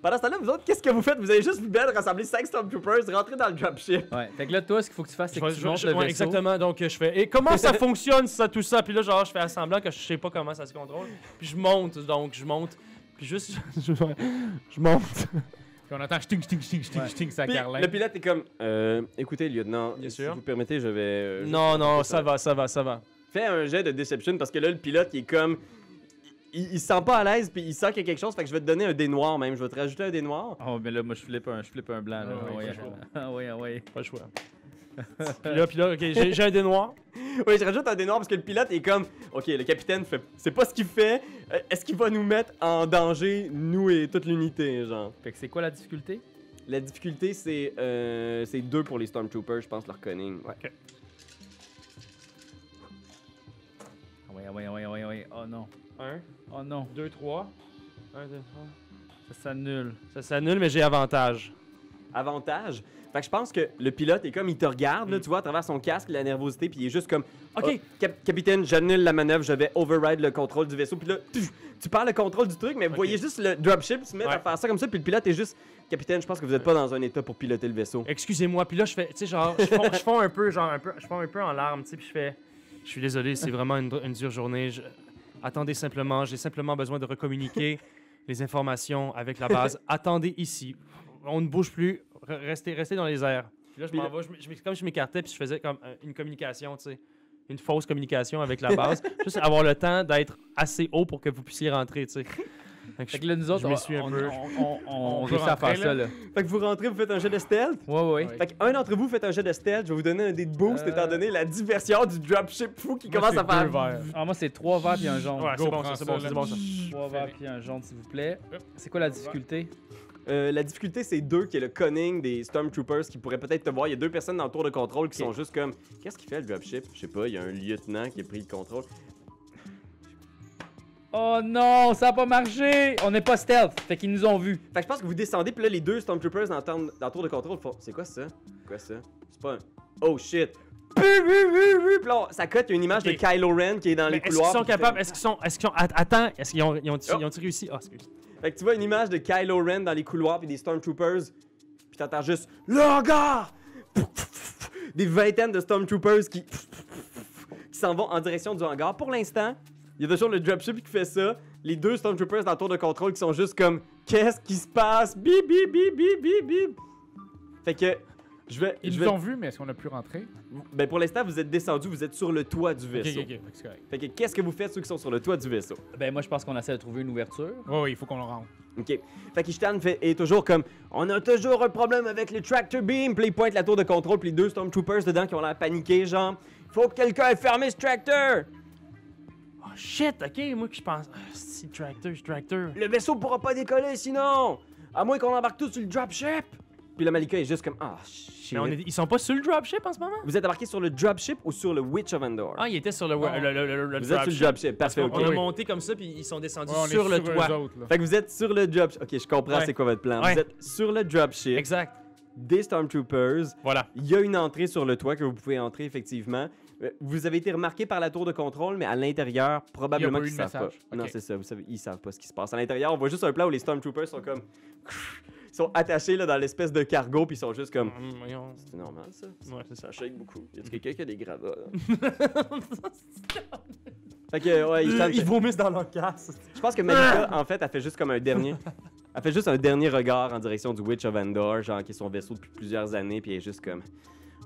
[SPEAKER 2] Pendant ce temps-là, vous autres, qu'est-ce que vous faites? Vous avez juste vous belle rassembler 5 Stormtroopers, rentrer dans le dropship.
[SPEAKER 4] Ouais. Fait que là, toi, ce qu'il faut que tu fasses, c'est
[SPEAKER 3] Je
[SPEAKER 4] que
[SPEAKER 3] vais-
[SPEAKER 4] tu
[SPEAKER 3] je-
[SPEAKER 4] montes
[SPEAKER 3] je-
[SPEAKER 4] le
[SPEAKER 3] ouais,
[SPEAKER 4] vaisseau.
[SPEAKER 3] exactement. Donc euh, je fais. Et comment ça fonctionne ça, tout ça Puis là, genre, je fais à semblant que je sais pas comment ça se contrôle. Puis je monte, donc je monte. Puis juste, je, je monte.
[SPEAKER 1] Puis on entend chting, chting, chting, chting,
[SPEAKER 4] Ouais.
[SPEAKER 1] chting, ça
[SPEAKER 2] Puis
[SPEAKER 1] carlingue.
[SPEAKER 2] le pilote est comme euh, Écoutez, lieutenant,
[SPEAKER 3] Bien
[SPEAKER 2] si
[SPEAKER 3] sûr.
[SPEAKER 2] vous permettez, je vais. euh,
[SPEAKER 3] Non, non, ça va, ça va, ça va.
[SPEAKER 2] Fais un jet de deception parce que là, le pilote, il est comme. Il, il se sent pas à l'aise, puis il sent qu'il y a quelque chose. Fait que je vais te donner un dé noir même. Je vais te rajouter un dé noir.
[SPEAKER 4] Oh, mais là, moi, je flippe un, je flippe un blanc. Là. Ah
[SPEAKER 3] Ah oui,
[SPEAKER 4] ouais,
[SPEAKER 3] franchement.
[SPEAKER 4] ah ouais, ah ouais.
[SPEAKER 3] Pas le choix. puis là, puis là, ok, j'ai j'ai un dé noir.
[SPEAKER 2] Oui, je rajoute un dé noir parce que le pilote est comme. Ok, le capitaine fait. C'est pas ce qu'il fait. Euh, Est-ce qu'il va nous mettre en danger, nous et toute l'unité, genre
[SPEAKER 4] Fait que c'est quoi la difficulté?
[SPEAKER 2] La difficulté, c'est. Euh, c'est 2 pour les Stormtroopers, je pense, leur conning. Ouais.
[SPEAKER 4] Ah ouais, ah ouais, ah ouais, ah ouais, ah ouais. Oh non.
[SPEAKER 5] 1,
[SPEAKER 4] Oh non.
[SPEAKER 5] 2, 3.
[SPEAKER 4] Ça s'annule.
[SPEAKER 3] Ça s'annule, mais j'ai avantage.
[SPEAKER 2] Avantage. Fait que je pense que le pilote est comme. Il te regarde, là, tu vois, à travers son casque, la nervosité, puis il est juste comme.
[SPEAKER 3] Ok,
[SPEAKER 2] Mm. Ok, cap- capitaine, j'annule la manœuvre, je vais override le contrôle du vaisseau. Puis là, tu, tu perds le contrôle du truc, mais vous
[SPEAKER 3] Ok.
[SPEAKER 2] voyez juste le dropship se mettre
[SPEAKER 3] Ouais.
[SPEAKER 2] à faire ça comme ça. Puis le pilote est juste, capitaine, je pense que vous n'êtes pas dans un état pour piloter le vaisseau.
[SPEAKER 3] excusez-moi. Puis là, je fais, tu sais, genre, je fonds, je fonds un peu, genre, un peu, je fonds un peu en larmes, tu sais, puis je fais, je suis désolé, c'est vraiment une, dr- une dure journée. Je- Attendez simplement, j'ai simplement besoin de recommuniquer les informations avec la base. Attendez ici. On ne bouge plus. Re- Restez, restez dans les airs. Puis là, je m'en vais, je m- je m- comme je m'écartais, puis je faisais comme euh, une communication, tu sais, une fausse communication avec la base, juste avoir le temps d'être assez haut pour que vous puissiez rentrer, tu sais. Fait que je-
[SPEAKER 4] Fait que là, nous autres,
[SPEAKER 3] je
[SPEAKER 4] on,
[SPEAKER 3] m'y suis un
[SPEAKER 4] on-
[SPEAKER 3] peu.
[SPEAKER 4] on, on, on-
[SPEAKER 1] On peut
[SPEAKER 4] réussit à
[SPEAKER 1] rentrer,
[SPEAKER 4] faire ça, là.
[SPEAKER 2] Fait que vous rentrez, vous faites un jeu de stealth.
[SPEAKER 4] Ouais, ouais, ouais.
[SPEAKER 2] Fait qu'un d'entre vous fait un jeu de stealth. Je vais vous donner un dé de boost,
[SPEAKER 4] Euh.
[SPEAKER 2] étant donné la diversion du dropship fou qui
[SPEAKER 1] Moi,
[SPEAKER 2] commence
[SPEAKER 1] c'est
[SPEAKER 2] à faire.
[SPEAKER 1] deux verts.
[SPEAKER 4] Ah, moi, c'est trois verts puis un jaune.
[SPEAKER 3] Ouais,
[SPEAKER 1] Go,
[SPEAKER 3] c'est bon,
[SPEAKER 1] prends
[SPEAKER 3] ça, c'est
[SPEAKER 1] ça,
[SPEAKER 3] bon, ça,
[SPEAKER 1] là.
[SPEAKER 3] c'est bon, ça.
[SPEAKER 4] Trois verts puis un jaune, s'il vous plaît.
[SPEAKER 1] Hop.
[SPEAKER 4] C'est quoi la difficulté?
[SPEAKER 2] Euh, la difficulté, c'est deux, qui est le conning des Stormtroopers qui pourraient peut-être te voir. Il y a deux personnes dans le tour de contrôle qui sont juste comme Qu'est-ce qu'il fait le dropship Je sais pas, il y a un lieutenant qui a pris le contrôle.
[SPEAKER 4] Oh non, ça a pas marché! On n'est pas stealth, fait qu'ils nous ont vus.
[SPEAKER 2] Fait que je pense que vous descendez, puis là, les deux Stormtroopers dans, le temps- dans le tour de contrôle font C'est quoi ça C'est quoi ça C'est pas un. Oh shit Puis là, on- ça cote, il y a une image
[SPEAKER 3] Ok.
[SPEAKER 2] de Kylo Ren qui est dans
[SPEAKER 3] Mais
[SPEAKER 2] les
[SPEAKER 3] Est-ce qu'ils
[SPEAKER 2] couloirs.
[SPEAKER 3] sont
[SPEAKER 2] puis qui
[SPEAKER 3] capables?
[SPEAKER 2] fait-
[SPEAKER 3] Est-ce qu'ils sont. Est-ce qu'ils ont. att- Attends, est-ce qu'ils ont, ils ont,
[SPEAKER 2] Oh.
[SPEAKER 3] ils ont réussi? Ah, excuse.
[SPEAKER 2] Fait que tu vois une image de Kylo Ren dans les couloirs, puis des Stormtroopers, puis t'entends juste Le regard Des vingtaines de Stormtroopers qui, qui s'en vont en direction du hangar. Pour l'instant, il y a toujours le dropship qui fait ça. Les deux Stormtroopers dans le tour de contrôle qui sont juste comme Qu'est-ce qui se passe Bip, bip, bip, bip, bip, bip Fait que. Je vais,
[SPEAKER 1] Ils
[SPEAKER 2] je
[SPEAKER 1] nous
[SPEAKER 2] vais-
[SPEAKER 1] ont vus, mais est-ce qu'on a pu rentrer?
[SPEAKER 2] Ben pour l'instant, vous êtes descendu, vous êtes sur le toit du
[SPEAKER 1] Ok,
[SPEAKER 2] vaisseau.
[SPEAKER 1] ok, ok, c'est correct.
[SPEAKER 2] Fait que qu'est-ce que vous faites ceux qui sont sur le toit du vaisseau?
[SPEAKER 4] Ben, moi, je pense qu'on essaie de trouver une ouverture.
[SPEAKER 1] Ouais, ouais, il faut qu'on le rentre.
[SPEAKER 2] OK. Fait qu'Ishtan fait- est toujours comme On a toujours un problème avec le tractor beam. Puis il pointe la tour de contrôle, puis les deux Stormtroopers dedans qui ont l'air paniqués, genre Faut que quelqu'un ait fermé ce tracteur
[SPEAKER 3] Oh shit, ok, moi que je pense. Ah, si, tracteur, je tracteur.
[SPEAKER 2] Le vaisseau pourra pas décoller sinon À moins qu'on embarque tous sur le dropship Puis le Malika est juste comme Ah, shit.
[SPEAKER 3] Mais on est- ils sont pas sur le dropship en ce moment?
[SPEAKER 2] Vous êtes embarqué sur le dropship ou sur le Witch of Endor
[SPEAKER 3] Ah, ils étaient sur le.
[SPEAKER 1] Non.
[SPEAKER 3] le, le, le, le
[SPEAKER 2] Vous êtes sur
[SPEAKER 3] dropship.
[SPEAKER 2] le dropship, parfait, OK.
[SPEAKER 3] On a
[SPEAKER 1] Oui.
[SPEAKER 3] monté comme ça, puis ils sont descendus
[SPEAKER 1] Ouais, on est
[SPEAKER 3] sur le
[SPEAKER 1] eux
[SPEAKER 3] toit.
[SPEAKER 1] autres, là.
[SPEAKER 2] Fait que vous êtes sur le dropship. OK, je comprends
[SPEAKER 3] Ouais.
[SPEAKER 2] c'est quoi votre plan.
[SPEAKER 3] Ouais.
[SPEAKER 2] Vous êtes sur le dropship
[SPEAKER 3] Exact.
[SPEAKER 2] des Stormtroopers.
[SPEAKER 3] Voilà.
[SPEAKER 2] Il y a une entrée sur le toit que vous pouvez entrer, effectivement. Euh, Vous avez été remarqué par la tour de contrôle, mais à l'intérieur, probablement
[SPEAKER 1] Il y a pas eu
[SPEAKER 2] qu'ils
[SPEAKER 1] de
[SPEAKER 2] savent pas.
[SPEAKER 1] message.
[SPEAKER 2] Non,
[SPEAKER 1] Ok.
[SPEAKER 2] c'est ça, vous savez, ils savent pas ce qui se passe. À l'intérieur, on voit juste un plan où les Stormtroopers sont comme. Ils sont attachés là, dans l'espèce de cargo, puis ils sont juste comme.
[SPEAKER 3] Hum, voyons.
[SPEAKER 2] C'est normal, ça
[SPEAKER 3] Ouais, c'est ça.
[SPEAKER 2] Ça shake beaucoup. Y a quelqu'un qui a des gravats, là? Fait que, ouais, il semble-
[SPEAKER 5] Euh, vomissent dans leur casse.
[SPEAKER 2] Je pense que Malika, en fait, a fait juste comme un dernier. Elle fait juste un dernier regard en direction du Witch of Endor, genre qui est son vaisseau depuis plusieurs années, puis elle est juste comme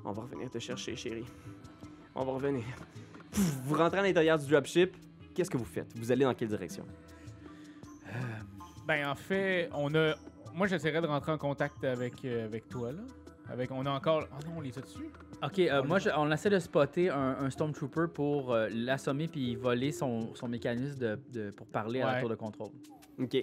[SPEAKER 2] On va revenir te chercher, chérie. On va revenir. Pff, vous rentrez à l'intérieur du dropship. Qu'est-ce que vous faites Vous allez dans quelle direction
[SPEAKER 1] Ben, en fait, on a. Moi, j'essaierais de rentrer en contact avec, euh, avec toi, là. Avec... On a encore. Oh non, on les a dessus.
[SPEAKER 4] Ok, euh, moi, je- on essaie de spotter un, un Stormtrooper pour euh, l'assommer puis voler son, son mécanisme de, de- pour parler à la
[SPEAKER 1] Ouais.
[SPEAKER 4] tour de contrôle.
[SPEAKER 2] Ok.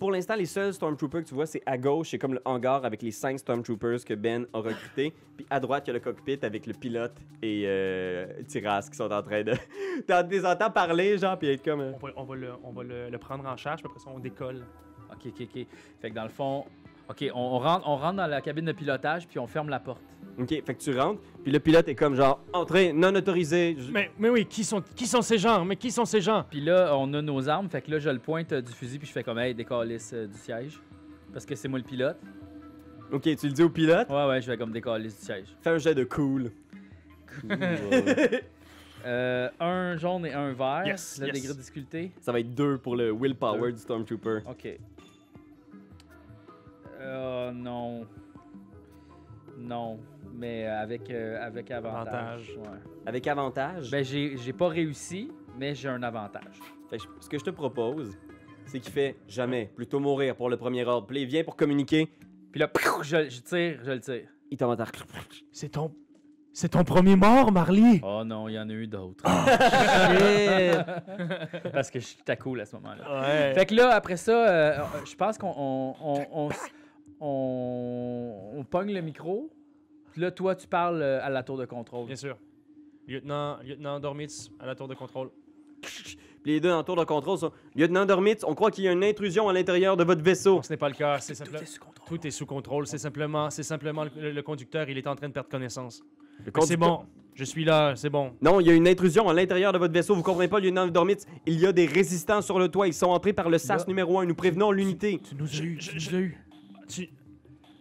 [SPEAKER 2] Pour l'instant, les seuls Stormtroopers que tu vois, c'est à gauche, c'est comme le hangar avec les cinq Stormtroopers que Ben a recrutés. Puis à droite, il y a le cockpit avec le pilote et euh, Tiras qui sont en train de. T'en les entends parler, genre, puis être comme. euh,
[SPEAKER 3] On va, on va le, on va le, le prendre en charge, puis après ça, on décolle.
[SPEAKER 4] Ok, ok, ok. Fait que dans le fond, ok, on, on rentre, on rentre dans la cabine de pilotage puis on ferme la porte.
[SPEAKER 2] Ok, fait que tu rentres, puis le pilote est comme genre entrée non autorisée. Je-
[SPEAKER 3] Mais, mais oui, qui sont, qui sont ces gens? Mais qui sont ces gens?
[SPEAKER 4] Puis là, on a nos armes. Fait que là, je le pointe euh, du fusil puis je fais comme hey, décalisse euh, du siège. Parce que c'est moi le pilote.
[SPEAKER 2] Ok, tu le dis au pilote,
[SPEAKER 4] Ouais, ouais, je vais comme décalisse du siège.
[SPEAKER 2] fais un jet de cool.
[SPEAKER 4] Euh, un jaune et un vert.
[SPEAKER 3] Yes,
[SPEAKER 4] le
[SPEAKER 3] yes.
[SPEAKER 4] degré de difficulté.
[SPEAKER 2] Ça va être deux pour le willpower du Stormtrooper.
[SPEAKER 4] Ok. Oh non. Non. Mais euh, avec, euh, avec avantage. ouais.
[SPEAKER 2] Avec avantage,
[SPEAKER 4] Ben, j'ai j'ai pas réussi, mais j'ai un avantage.
[SPEAKER 2] fait que je- ce que je te propose, c'est qu'il fait jamais, plutôt mourir pour le premier ordre. Puis là, il vient pour communiquer,
[SPEAKER 4] Puis là, piouf, je, je tire, je le tire.
[SPEAKER 2] il tombe en terre.
[SPEAKER 3] C'est ton... C'est ton premier mort, Marley!
[SPEAKER 4] Oh non, il y en a eu d'autres.
[SPEAKER 2] Ah,
[SPEAKER 4] Parce que je suis à cool à ce moment-là.
[SPEAKER 3] Ouais.
[SPEAKER 4] Fait que là, après ça, euh, je pense qu'on on, on, on s- on- on pogne le micro. Puis là, toi, tu parles euh, à la tour de contrôle.
[SPEAKER 3] Bien sûr. Lieutenant, lieutenant Dormitz à la tour de contrôle.
[SPEAKER 2] Puis les deux en tour de contrôle sont Lieutenant Dormitz, on croit qu'il y a une intrusion à l'intérieur de votre vaisseau.
[SPEAKER 3] Non, ce n'est pas le cas. C'est simple-
[SPEAKER 4] Tout est sous contrôle.
[SPEAKER 3] Tout est sous contrôle. C'est simplement, c'est simplement le, le- le conducteur. Il est en train de perdre connaissance.
[SPEAKER 2] Le
[SPEAKER 3] Mais C'est
[SPEAKER 2] conducteur-
[SPEAKER 3] bon. Je suis là. C'est bon.
[SPEAKER 2] Non, il y a une intrusion à l'intérieur de votre vaisseau. Vous comprenez pas, Lieutenant Dormitz? Il y a des résistants sur le toit. Ils sont entrés par le SAS
[SPEAKER 3] Là.
[SPEAKER 2] numéro 1. Nous prévenons l'unité.
[SPEAKER 3] Tu nous as eu. Je, je- tu-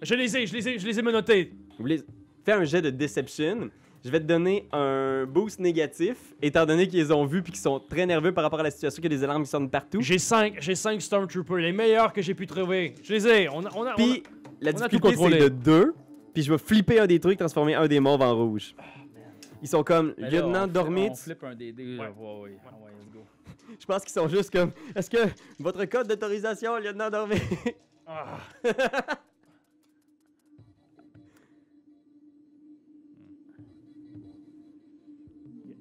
[SPEAKER 3] je les ai. Je les ai. Je les ai menottés.
[SPEAKER 2] Vous voulez faire un jet de deception? Je vais te donner un boost négatif, étant donné qu'ils les ont vus puis qu'ils sont très nerveux par rapport à la situation, qu'il y a des alarmes qui sonnent partout.
[SPEAKER 3] J'ai cinq. J'ai cinq Stormtroopers. Les meilleurs que j'ai pu trouver. Je les ai. On a. On a, on a-
[SPEAKER 2] Puis la
[SPEAKER 3] on a tout
[SPEAKER 2] difficulté, c'est
[SPEAKER 3] contrôlé.
[SPEAKER 2] de 2. Puis je vais flipper un des trucs, transformer un des mauves en rouge.
[SPEAKER 3] Ah,
[SPEAKER 2] Ils sont comme
[SPEAKER 3] Ben
[SPEAKER 4] Mais Ben là,
[SPEAKER 2] Lieutenant
[SPEAKER 4] on fli- On
[SPEAKER 2] Dormitz.
[SPEAKER 4] flippe un des dés. là.
[SPEAKER 3] Ouais.
[SPEAKER 4] Ouais, ouais, Ah ouais, let's go.
[SPEAKER 2] Je pense qu'ils sont juste comme Est-ce que votre code d'autorisation, Lieutenant Dormitz
[SPEAKER 3] Ah.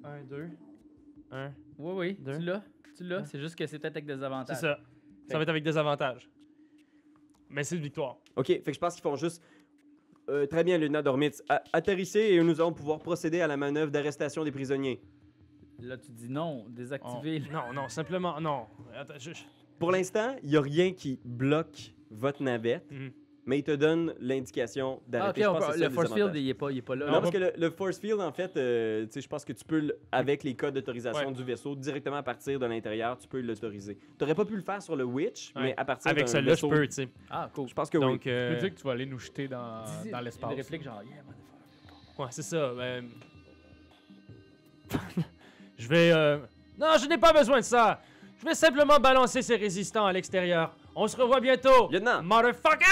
[SPEAKER 3] Un, deux. Un.
[SPEAKER 4] Oui, oui.
[SPEAKER 3] Deux.
[SPEAKER 4] Tu l'as. Tu l'as.
[SPEAKER 3] Ouais.
[SPEAKER 4] C'est juste que c'est peut-être avec des
[SPEAKER 3] C'est
[SPEAKER 4] avantages.
[SPEAKER 3] ça. Ça va être avec des avantages. Mais c'est une victoire.
[SPEAKER 2] Ok, fait que je pense qu'ils font juste. Euh, très bien, Lieutenant Dormitz. A- Atterrissez et nous allons pouvoir procéder à la manœuvre d'arrestation des prisonniers.
[SPEAKER 4] Là, tu dis non. Désactiver.
[SPEAKER 3] Non, non, simplement, non. Attends, je- je-
[SPEAKER 2] Pour l'instant, il n'y a rien qui bloque votre navette,
[SPEAKER 3] Mhm.
[SPEAKER 2] mais il te donne l'indication
[SPEAKER 4] Ah,
[SPEAKER 2] d'arrêter.
[SPEAKER 4] ok,
[SPEAKER 2] Je
[SPEAKER 4] on
[SPEAKER 2] pense
[SPEAKER 4] peut-
[SPEAKER 2] que c'est ça,
[SPEAKER 4] le force field,
[SPEAKER 2] désavantage.
[SPEAKER 4] il est pas, il est pas là.
[SPEAKER 2] Non, parce que le, le force field, en fait, euh, tu sais, je pense que tu peux, le- avec les codes d'autorisation
[SPEAKER 3] Ouais.
[SPEAKER 2] du vaisseau, directement à partir de l'intérieur, tu peux l'autoriser. Tu n'aurais pas pu le faire sur le Witch,
[SPEAKER 3] Ouais.
[SPEAKER 2] mais à partir
[SPEAKER 3] Avec
[SPEAKER 2] d'un
[SPEAKER 3] celle-là, je
[SPEAKER 2] vaisseau-
[SPEAKER 3] peux, tu sais.
[SPEAKER 4] Ah, cool.
[SPEAKER 2] Je pense que oui.
[SPEAKER 3] Donc,
[SPEAKER 1] Je
[SPEAKER 3] euh,
[SPEAKER 1] veux dire que tu vas aller nous jeter dans,
[SPEAKER 4] Dis-
[SPEAKER 1] dans
[SPEAKER 4] Une
[SPEAKER 1] l'espace.
[SPEAKER 4] réplique genre, yeah, motherfucker.
[SPEAKER 3] ouais, c'est ça. euh, je vais. euh, Non, je n'ai pas besoin de ça. Je vais simplement balancer ces résistants à l'extérieur. On se revoit bientôt.
[SPEAKER 2] Lieutenant!
[SPEAKER 3] Motherfucker!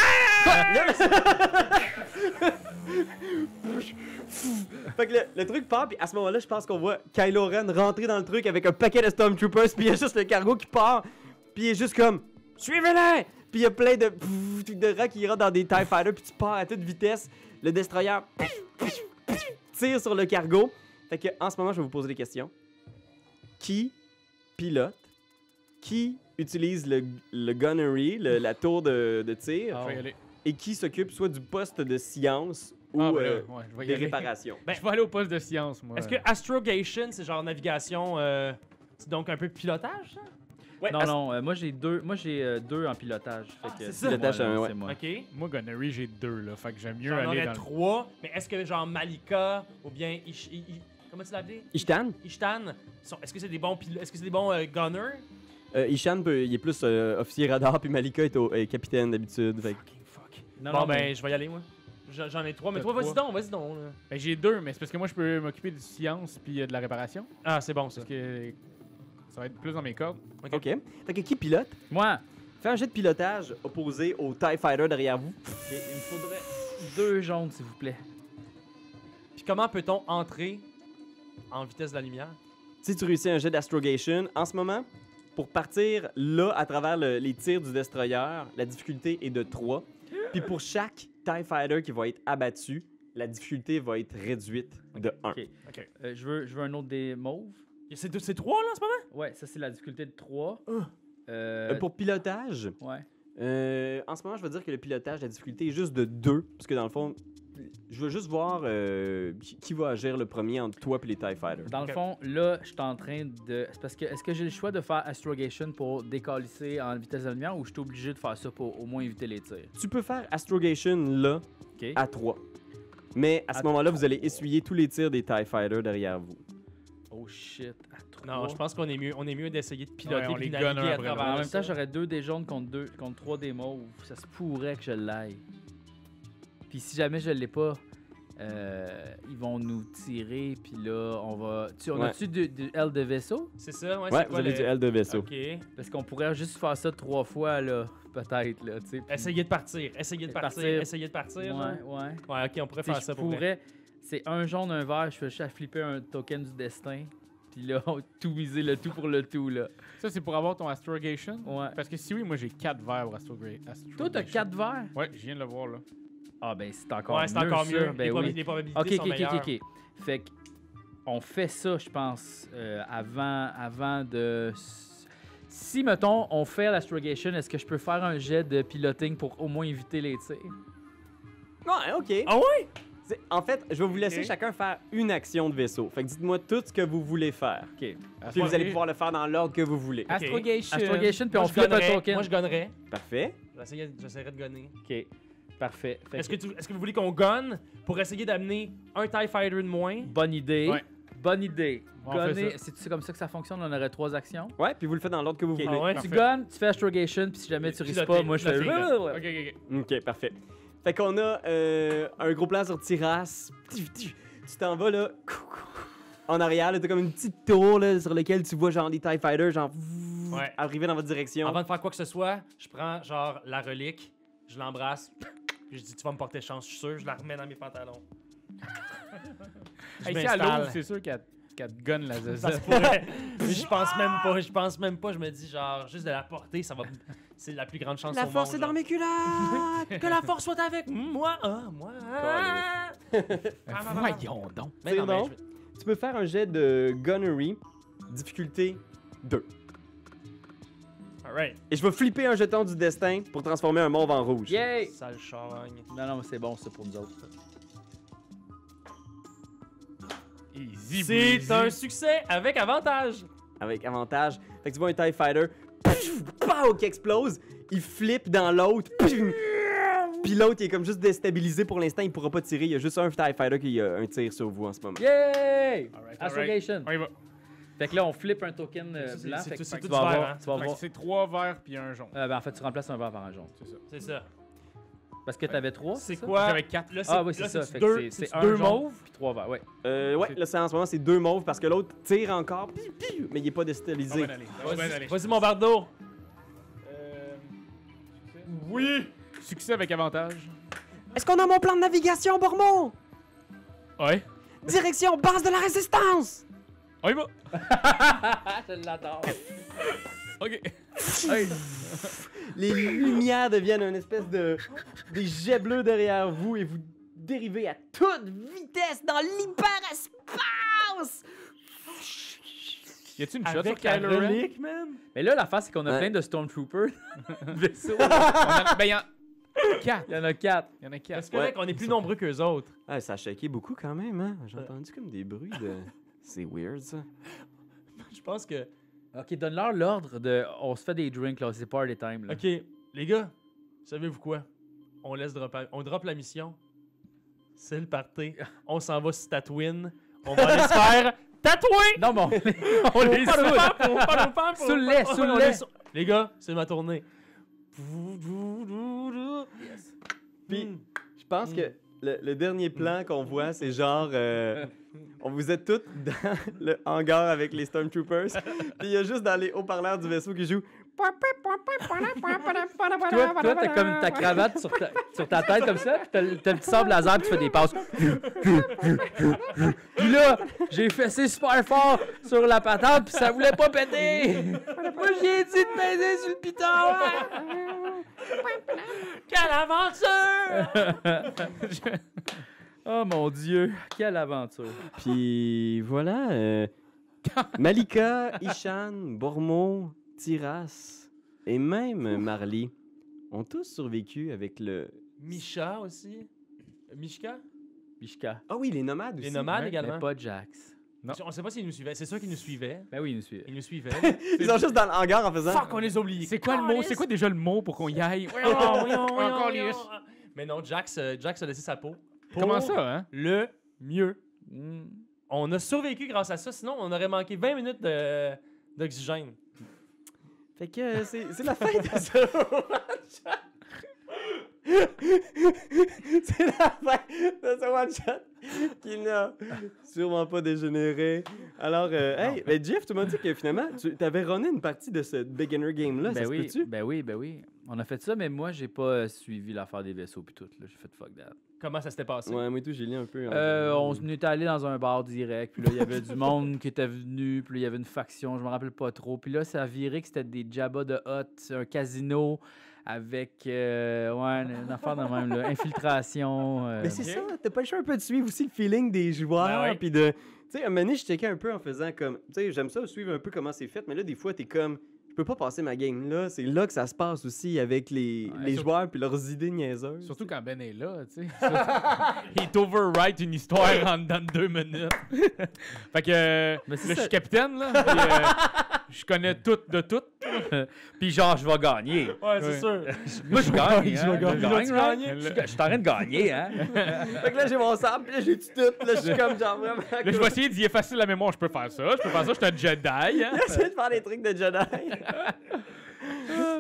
[SPEAKER 2] Fait que le, le truc part, puis à ce moment-là, je pense qu'on voit Kylo Ren rentrer dans le truc avec un paquet de Stormtroopers, puis il y a juste le cargo qui part, puis il est juste comme Suivez-le! Puis il y a plein de pfff, trucs de rats qui rentrent dans des TIE Fighters, puis tu pars à toute vitesse. Le destroyer pfff, pfff, pfff, tire sur le cargo. Fait que en ce moment, je vais vous poser des questions. Qui pilote Qui utilise le, le gunnery, le- la tour de, de tir
[SPEAKER 1] Ah, Je vais y aller.
[SPEAKER 2] Et qui s'occupe soit du poste de science ou
[SPEAKER 1] Ah, ben là,
[SPEAKER 2] euh,
[SPEAKER 1] ouais, je vais y
[SPEAKER 2] des
[SPEAKER 1] aller.
[SPEAKER 2] réparations
[SPEAKER 1] Je vais aller au poste de science, moi.
[SPEAKER 3] Est-ce que astrogation, c'est genre navigation, euh, c'est donc un peu pilotage, ça?
[SPEAKER 4] non,
[SPEAKER 2] à-
[SPEAKER 4] non, euh, moi j'ai deux, moi j'ai euh, deux en pilotage. Fait que
[SPEAKER 3] Ah, c'est ça.
[SPEAKER 4] moi,
[SPEAKER 2] Pilotage,
[SPEAKER 4] là,
[SPEAKER 2] euh, ouais.
[SPEAKER 4] c'est moi.
[SPEAKER 3] Ok.
[SPEAKER 1] Moi, Gunnery, j'ai deux, là. Fait que j'aime mieux
[SPEAKER 3] J'en
[SPEAKER 1] aller
[SPEAKER 3] aurais
[SPEAKER 1] dans le-
[SPEAKER 3] trois, mais est-ce que genre Malika ou bien Ish... I- I- Comment tu l'as appelé?
[SPEAKER 2] Ishtan
[SPEAKER 3] Ishtan, sont- est-ce que c'est des bons pil- est-ce que c'est des bons euh, gunners?
[SPEAKER 2] Euh, Ishan, peut- il est plus euh, officier radar, puis Malika est, au- est capitaine d'habitude. fait que-
[SPEAKER 4] Non,
[SPEAKER 3] bon
[SPEAKER 4] non,
[SPEAKER 3] ben
[SPEAKER 4] mais-
[SPEAKER 3] je vais y aller moi. J'en j'en ai trois, mais
[SPEAKER 1] T'as
[SPEAKER 3] toi vas-y
[SPEAKER 1] trois.
[SPEAKER 3] donc, vas-y donc. là.
[SPEAKER 1] Ben, j'ai deux, mais c'est parce que moi, je peux m'occuper du science puis euh, de la réparation.
[SPEAKER 3] Ah c'est bon ça.
[SPEAKER 1] Parce que ça va être plus dans mes cordes.
[SPEAKER 2] Ok. Fait que qui pilote
[SPEAKER 4] Moi,
[SPEAKER 2] Fais un jet de pilotage opposé au TIE Fighter derrière vous.
[SPEAKER 4] il me faudrait deux jaunes, s'il vous plaît.
[SPEAKER 3] Puis comment peut-on entrer en vitesse de la lumière?
[SPEAKER 2] Si tu réussis un jet d'astrogation, en ce moment, pour partir là à travers le- les tirs du destroyer, la difficulté est de 3. Puis pour chaque TIE Fighter qui va être abattu, la difficulté va être réduite de 1.
[SPEAKER 4] Ok. Euh, je, veux, je veux un autre des mauves.
[SPEAKER 3] Et C'est deux- c'est trois, là, en ce moment?
[SPEAKER 4] Ouais, ça, c'est la difficulté de 3.
[SPEAKER 2] Ah. Euh, pour pilotage,
[SPEAKER 4] Ouais.
[SPEAKER 2] euh, en ce moment, je vais dire que le pilotage, la difficulté est juste de 2. Parce que dans le fond, je veux juste voir euh, qui, qui va agir le premier entre toi et les TIE Fighters.
[SPEAKER 4] Dans le fond, là, je suis en train de. C'est parce que est-ce que j'ai le choix de faire astrogation pour décalisser en vitesse de la lumière ou je suis obligé de faire ça pour au moins éviter les tirs?
[SPEAKER 2] Tu peux faire astrogation là
[SPEAKER 4] Ok.
[SPEAKER 2] à 3. Mais à
[SPEAKER 4] À
[SPEAKER 2] ce moment-là, vous allez essuyer tous les tirs des TIE Fighters derrière vous.
[SPEAKER 3] Ah,
[SPEAKER 4] Oh shit, à 3.
[SPEAKER 3] Non, je pense qu'on est mieux, on est mieux d'essayer de piloter
[SPEAKER 1] Ouais, on
[SPEAKER 3] puis
[SPEAKER 1] les
[SPEAKER 3] naviguer
[SPEAKER 1] gonne un
[SPEAKER 3] à
[SPEAKER 1] après l'autre.
[SPEAKER 3] travers
[SPEAKER 4] en même
[SPEAKER 3] ça.
[SPEAKER 4] temps, j'aurais deux des jaunes contre deux, contre trois des mauves. Ça se pourrait que je l'aille. Puis si jamais je l'ai pas, euh, ils vont nous tirer. Puis là, on va. Tu, on
[SPEAKER 2] Ouais.
[SPEAKER 4] a-tu du, du L de vaisseau?
[SPEAKER 3] C'est ça, ouais,
[SPEAKER 2] Ouais,
[SPEAKER 3] c'est
[SPEAKER 2] vous
[SPEAKER 3] quoi
[SPEAKER 2] avez
[SPEAKER 3] le-
[SPEAKER 2] du L de vaisseau.
[SPEAKER 3] OK.
[SPEAKER 4] Parce qu'on pourrait juste faire ça trois fois, là. Peut-être, là. Tu sais. puis-
[SPEAKER 3] Essayez de partir, essayez de
[SPEAKER 4] Et
[SPEAKER 3] partir,
[SPEAKER 4] partir.
[SPEAKER 3] essayez de
[SPEAKER 4] Ouais,
[SPEAKER 3] partir. genre.
[SPEAKER 4] ouais.
[SPEAKER 3] Ouais, OK, on pourrait
[SPEAKER 4] Tu sais,
[SPEAKER 3] faire
[SPEAKER 4] je
[SPEAKER 3] ça pour vrai.
[SPEAKER 4] pourrais. C'est un jaune, un vert. Je fais juste à flipper un token du destin. Puis là, on tout miser le tout pour le tout, là.
[SPEAKER 1] Ça, c'est pour avoir ton astrogation.
[SPEAKER 4] Ouais.
[SPEAKER 1] Parce que si oui, moi j'ai 4 verres pour astrogra- astrogation.
[SPEAKER 4] Toi, t'as quatre verts?
[SPEAKER 1] Ouais, je viens de le voir là.
[SPEAKER 4] Ah, ben, c'est encore
[SPEAKER 3] Ouais, c'est encore
[SPEAKER 4] ça.
[SPEAKER 3] mieux.
[SPEAKER 4] Ben
[SPEAKER 3] les, proba-
[SPEAKER 4] oui.
[SPEAKER 3] les probabilités
[SPEAKER 4] Ok,
[SPEAKER 3] sont
[SPEAKER 4] ok,
[SPEAKER 3] meilleures.
[SPEAKER 4] ok, ok. Fait que on fait ça, je pense, euh, avant, avant de. s- Si, mettons, on fait l'astrogation, est-ce que je peux faire un jet de piloting pour au moins éviter les tirs?
[SPEAKER 2] Ouais, ok.
[SPEAKER 3] Ah
[SPEAKER 2] ouais? En fait, je vais vous laisser
[SPEAKER 3] Ok.
[SPEAKER 2] chacun faire une action de vaisseau. Fait que dites-moi tout ce que vous voulez faire. Puis
[SPEAKER 1] Astrogation.
[SPEAKER 2] vous allez pouvoir le faire dans l'ordre que vous voulez.
[SPEAKER 3] Ah.
[SPEAKER 1] Astrogation.
[SPEAKER 4] Astrogation, puis
[SPEAKER 3] Moi,
[SPEAKER 4] on
[SPEAKER 3] je
[SPEAKER 4] flippe un
[SPEAKER 3] gonnerais.
[SPEAKER 4] token.
[SPEAKER 3] Moi, je gonnerais.
[SPEAKER 2] Parfait.
[SPEAKER 3] J'essaierais j'essaierais de gonner.
[SPEAKER 4] Ok, parfait. Fait
[SPEAKER 3] Est-ce
[SPEAKER 4] que-
[SPEAKER 3] que, tu- est-ce que vous voulez qu'on gonne pour essayer d'amener un TIE Fighter de moins?
[SPEAKER 4] Bonne idée.
[SPEAKER 1] Ouais.
[SPEAKER 4] Bonne idée.
[SPEAKER 1] On fait
[SPEAKER 4] Gonner- C'est-tu comme ça que ça fonctionne? On aurait trois actions.
[SPEAKER 2] Ouais, puis vous le faites dans l'ordre que vous
[SPEAKER 3] Ah
[SPEAKER 2] voulez.
[SPEAKER 3] ouais,
[SPEAKER 1] Parfait.
[SPEAKER 4] Tu gonnes, tu fais astrogation, puis si jamais tu risques pas, moi je fais.
[SPEAKER 3] Piloter,
[SPEAKER 1] Ok, ok, ok.
[SPEAKER 2] Ok, parfait. Fait qu'on a euh, un gros plan sur Tiras. Tif, tif. Tu t'en vas là. En arrière, là, t'as comme une petite tour là, sur laquelle tu vois genre des TIE Fighters genre
[SPEAKER 3] Ouais.
[SPEAKER 2] arriver dans votre direction.
[SPEAKER 3] Avant de faire quoi que ce soit, je prends genre la relique, je l'embrasse, puis je dis tu vas me porter chance, je suis sûr, je la remets dans mes pantalons. je
[SPEAKER 1] Hey, si elle
[SPEAKER 3] m'installe.
[SPEAKER 1] l'ouvre, c'est sûr qu'elle qu'elle te gonne la
[SPEAKER 3] Ça se
[SPEAKER 1] zazette.
[SPEAKER 3] pourrait. Mais je pense même pas, je pense même pas, je me dis genre juste de la porter, ça va c'est la plus grande chance au
[SPEAKER 2] La
[SPEAKER 3] monde.
[SPEAKER 2] force est
[SPEAKER 3] genre.
[SPEAKER 2] dans mes culottes!
[SPEAKER 3] Que la force soit avec moi, ah, moi. ah. Ah, ah, ah, ah.
[SPEAKER 1] Voyons donc.
[SPEAKER 3] Mais non, mais
[SPEAKER 2] donc.
[SPEAKER 3] je-
[SPEAKER 2] tu peux faire un jet de gunnery, difficulté 2.
[SPEAKER 3] Alright,
[SPEAKER 2] Et je vais flipper un jeton du destin pour transformer un mauve en rouge.
[SPEAKER 4] Yay!
[SPEAKER 3] sale charogne.
[SPEAKER 4] Non, non, mais c'est bon, c'est pour nous autres.
[SPEAKER 1] Easy breezy.
[SPEAKER 3] C'est un succès avec avantage.
[SPEAKER 2] Avec avantage. Fait que tu vois un TIE Fighter, pff, pow, qui explose, il flippe dans l'autre, pff, puis l'autre, il est comme juste déstabilisé pour l'instant, il pourra pas tirer. Il y a juste un TIE Fighter qui a un tir sur vous en ce moment.
[SPEAKER 4] Yay!
[SPEAKER 1] Alright, alright.
[SPEAKER 4] Astrogation.
[SPEAKER 1] On y va.
[SPEAKER 4] Fait que là, on flippe un token euh,
[SPEAKER 3] C'est- c'est-
[SPEAKER 4] blanc.
[SPEAKER 3] c'est
[SPEAKER 4] Fait que
[SPEAKER 3] tout- c'est
[SPEAKER 4] fait que
[SPEAKER 3] tout
[SPEAKER 4] tu vas
[SPEAKER 3] vert,
[SPEAKER 4] avoir.
[SPEAKER 3] hein.
[SPEAKER 4] Tu vas
[SPEAKER 1] Fait que
[SPEAKER 4] avoir-
[SPEAKER 1] C'est 3 verres puis un jaune.
[SPEAKER 4] Euh, ben, en fait, tu remplaces un vert par un jaune.
[SPEAKER 1] C'est ça.
[SPEAKER 3] C'est ça.
[SPEAKER 4] Parce que t'avais trois.
[SPEAKER 3] C'est
[SPEAKER 4] ça?
[SPEAKER 3] quoi
[SPEAKER 1] J'avais 4.
[SPEAKER 3] Là, c'est
[SPEAKER 4] Ah oui, c'est
[SPEAKER 3] là,
[SPEAKER 4] ça.
[SPEAKER 3] c'est-tu
[SPEAKER 4] Fait que
[SPEAKER 3] deux,
[SPEAKER 4] c'est-
[SPEAKER 3] c'est
[SPEAKER 4] c'est un
[SPEAKER 3] deux
[SPEAKER 4] jaune.
[SPEAKER 3] mauves.
[SPEAKER 4] Puis trois verts, ouais.
[SPEAKER 2] Euh, ouais,
[SPEAKER 1] C'est-
[SPEAKER 2] là, c'est en ce moment, c'est deux mauves parce que l'autre tire encore, piou, piou, mais il est pas
[SPEAKER 1] Ah
[SPEAKER 2] déstabilisé.
[SPEAKER 1] ben,
[SPEAKER 3] Vas-y, vas-y, mon bardo.
[SPEAKER 1] Euh, Oui! Succès avec avantage.
[SPEAKER 2] Est-ce qu'on a mon plan de navigation, Bormont?
[SPEAKER 1] Ouais.
[SPEAKER 2] Direction base de la résistance!
[SPEAKER 1] On y va.
[SPEAKER 4] Ah, je l'adore.
[SPEAKER 1] OK.
[SPEAKER 2] Les lumières deviennent une espèce de. des jets bleus derrière vous et vous dérivez à toute vitesse dans l'hyperespace!
[SPEAKER 1] Y a-tu une shot sur
[SPEAKER 3] Avec la
[SPEAKER 1] Kylo Ren?
[SPEAKER 3] relique, man.
[SPEAKER 4] Mais là, l'affaire, c'est qu'on a
[SPEAKER 2] Ouais.
[SPEAKER 4] plein de Stormtroopers.
[SPEAKER 1] On en- Ben, y en...
[SPEAKER 4] Il y en a quatre.
[SPEAKER 1] y en a
[SPEAKER 3] Parce
[SPEAKER 1] 4.
[SPEAKER 3] que, mec, on est plus nombreux qu'eux autres.
[SPEAKER 2] Ah, ça a shaké beaucoup quand même, hein? J'ai entendu comme des bruits de. C'est weird ça.
[SPEAKER 3] Je pense que.
[SPEAKER 4] Ok, donne-leur l'ordre de. On se fait des drinks, là. C'est party time, là.
[SPEAKER 3] Ok, les gars, savez-vous quoi? On laisse dropper- on drop la mission. C'est le party. On s'en va sur Tatooine. On va aller se faire tatouer!
[SPEAKER 4] Non, mais on les, on les saoule. Soule-les, soule-les.
[SPEAKER 3] Les gars, c'est ma tournée.
[SPEAKER 2] Puis, je pense que le, le dernier plan qu'on voit, c'est genre. euh, on vous êtes tous dans le hangar avec les Stormtroopers. Puis il y a juste dans les haut-parleurs du vaisseau qui joue.
[SPEAKER 4] Puis Toi, toi t'as comme ta cravate sur ta, sur ta tête comme ça, puis t'as le- t'as le petit sable laser, puis tu fais des passes. Puis là, j'ai fessé super fort sur la patate, puis ça voulait pas péter. Moi, j'ai dit de baiser sur le piton. Quelle aventure! oh mon Dieu, quelle aventure.
[SPEAKER 2] Puis voilà. euh, Malika, Ishan, Bormo, Tiras et même Marley ont tous survécu avec le.
[SPEAKER 3] Misha aussi. Euh, Mishka.
[SPEAKER 4] Bishka,
[SPEAKER 2] Ah oui, les nomades aussi.
[SPEAKER 3] Les nomades
[SPEAKER 4] ouais,
[SPEAKER 3] également.
[SPEAKER 4] mais pas Jax.
[SPEAKER 3] On sait pas s'ils nous suivaient. C'est sûr qu'ils nous suivaient.
[SPEAKER 4] Ben oui, il nous suit.
[SPEAKER 3] Ils nous suivaient.
[SPEAKER 2] Ils sont juste dans le hangar en faisant.
[SPEAKER 3] Fuck, on les oublie.
[SPEAKER 1] C'est quoi le mot? C'est quoi déjà le mot pour qu'on y aille? Encore lisse.
[SPEAKER 3] Mais non, Jax, euh, Jax a laissé sa peau. Pour
[SPEAKER 1] Comment ça, hein?
[SPEAKER 3] Le mieux.
[SPEAKER 4] Mm.
[SPEAKER 3] On a survécu grâce à ça, sinon on aurait manqué 20 minutes de- d'oxygène.
[SPEAKER 2] Fait que euh, c'est c'est la fin de ce one-shot. c'est la fin de ce one-shot qui n'a sûrement pas dégénéré. Alors, euh, hey, ben Jeff, tu m'as dit que finalement, tu avais runné une partie de ce beginner game-là, ça
[SPEAKER 4] Ben
[SPEAKER 2] se
[SPEAKER 4] oui,
[SPEAKER 2] peut-tu?
[SPEAKER 4] ben oui, ben oui. On a fait ça, mais moi, j'ai pas euh, suivi l'affaire des vaisseaux puis tout. là. J'ai fait fuck that.
[SPEAKER 3] Comment ça s'était passé?
[SPEAKER 2] Ouais, moi et tout, j'ai lu un peu. en-
[SPEAKER 4] Euh, on s- on était allé dans un bar direct, puis là, il y avait du monde qui était venu, puis là, il y avait une faction, je me rappelle pas trop. Puis là, ça a viré que c'était des Jabba de Hot, un casino avec, euh, ouais, une affaire de même, là, infiltration. euh,
[SPEAKER 2] Mais c'est ça, t'as pas le choix un peu de suivre aussi le feeling des
[SPEAKER 3] Ben
[SPEAKER 2] joueurs,
[SPEAKER 3] oui.
[SPEAKER 2] puis de... Tu sais, à un moment donné, je checkais un peu en faisant comme... Tu sais, j'aime ça, suivre un peu comment c'est fait, mais là, des fois, t'es comme... Je peux pas passer ma game là. C'est là que ça se passe aussi avec les,
[SPEAKER 1] Ouais,
[SPEAKER 2] les
[SPEAKER 1] surtout-
[SPEAKER 2] joueurs puis leurs idées niaiseuses.
[SPEAKER 1] Surtout quand Ben est là, tu sais. Il t'overwrite une histoire en dedans de deux minutes. fait
[SPEAKER 4] Mais
[SPEAKER 1] que euh, là,
[SPEAKER 4] Ben, c'est
[SPEAKER 1] je
[SPEAKER 4] ça.
[SPEAKER 1] suis capitaine, là. puis, euh, je connais tout de tout.
[SPEAKER 4] Puis genre, je vais gagner.
[SPEAKER 3] Ouais, c'est sûr.
[SPEAKER 4] Moi, je gagne. hein,
[SPEAKER 1] gagne.
[SPEAKER 4] Je
[SPEAKER 1] Là, tu
[SPEAKER 4] gagne, right?
[SPEAKER 1] gagnais.
[SPEAKER 4] Je suis- je suis en train de gagner, hein.
[SPEAKER 2] Fait que là, j'ai mon sable, puis là, j'ai tout. Là, je suis comme genre vraiment.
[SPEAKER 1] Là, je vais essayer d'y effacer la mémoire. Je peux faire ça. Je peux faire ça. Je suis un Jedi. hein.
[SPEAKER 2] J'essaie de faire des trucs de Jedi.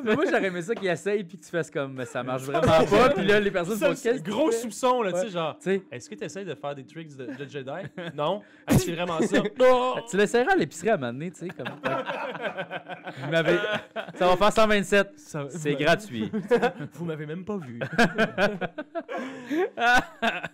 [SPEAKER 4] Mais moi, j'aurais aimé ça qu'ils essayent, puis que tu fasses comme, mais ça marche vraiment pas. Puis là, les personnes
[SPEAKER 3] Ça,
[SPEAKER 4] font
[SPEAKER 3] c'est
[SPEAKER 4] qu'est-ce
[SPEAKER 3] le gros soupçon, là, tu sais, genre.
[SPEAKER 4] Tu sais,
[SPEAKER 3] Est-ce que tu essaies de faire des tricks de, de Jedi? non. Ah, c'est vraiment ça.
[SPEAKER 4] Ben, Tu l'essayeras à l'épicerie à un moment donné, tu sais. Comme... Il m'avait- Ça va faire 127.
[SPEAKER 3] Ça-
[SPEAKER 4] C'est gratuit.
[SPEAKER 3] Vous m'avez même pas vu.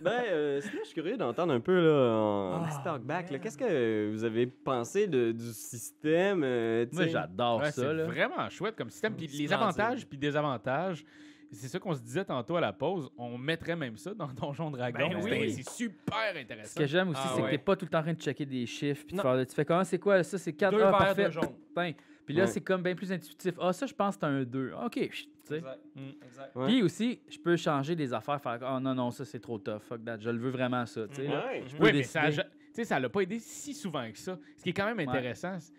[SPEAKER 2] ben, euh, sinon, je suis curieux d'entendre un peu là, en petit talk back. là, Qu'est-ce que vous avez pensé de- du système? euh, tu
[SPEAKER 4] Moi,
[SPEAKER 2] sais?
[SPEAKER 4] j'adore
[SPEAKER 1] Ouais,
[SPEAKER 4] ça.
[SPEAKER 1] c'est
[SPEAKER 4] Là.
[SPEAKER 1] vraiment chouette comme système. Puis les
[SPEAKER 3] Splendide.
[SPEAKER 1] avantages puis désavantages, c'est ça qu'on se disait tantôt à la pause. On mettrait même ça dans Donjon Dragon.
[SPEAKER 3] Ben
[SPEAKER 1] C'était-
[SPEAKER 3] oui.
[SPEAKER 1] C'est super
[SPEAKER 4] Ce
[SPEAKER 1] intéressant.
[SPEAKER 4] que j'aime aussi,
[SPEAKER 3] Ah
[SPEAKER 4] c'est
[SPEAKER 3] ouais.
[SPEAKER 4] que t'es pas tout le temps en train de checker des chiffres. Puis de
[SPEAKER 3] Non.
[SPEAKER 4] faire- tu fais comment c'est quoi ça C'est 4
[SPEAKER 3] Deux
[SPEAKER 4] ah,
[SPEAKER 3] verres
[SPEAKER 4] parfait.
[SPEAKER 3] de jaune.
[SPEAKER 4] Putain. Puis là,
[SPEAKER 2] Ouais.
[SPEAKER 4] c'est comme bien plus intuitif. Ah, ça, je pense que c'est un 2. OK. chut, tu sais.
[SPEAKER 3] Exact. Mm. exact.
[SPEAKER 2] Ouais.
[SPEAKER 4] Puis aussi, je peux changer des affaires. Faire Ah non, non, ça, c'est trop tough. Fuck that. Je le veux vraiment, ça. tu sais, là.
[SPEAKER 2] Ouais.
[SPEAKER 1] Oui, mais
[SPEAKER 4] décider.
[SPEAKER 1] ça a- tu sais, ça l'a pas aidé si souvent que ça. Ce qui est quand même
[SPEAKER 4] Ouais.
[SPEAKER 1] intéressant. C'est-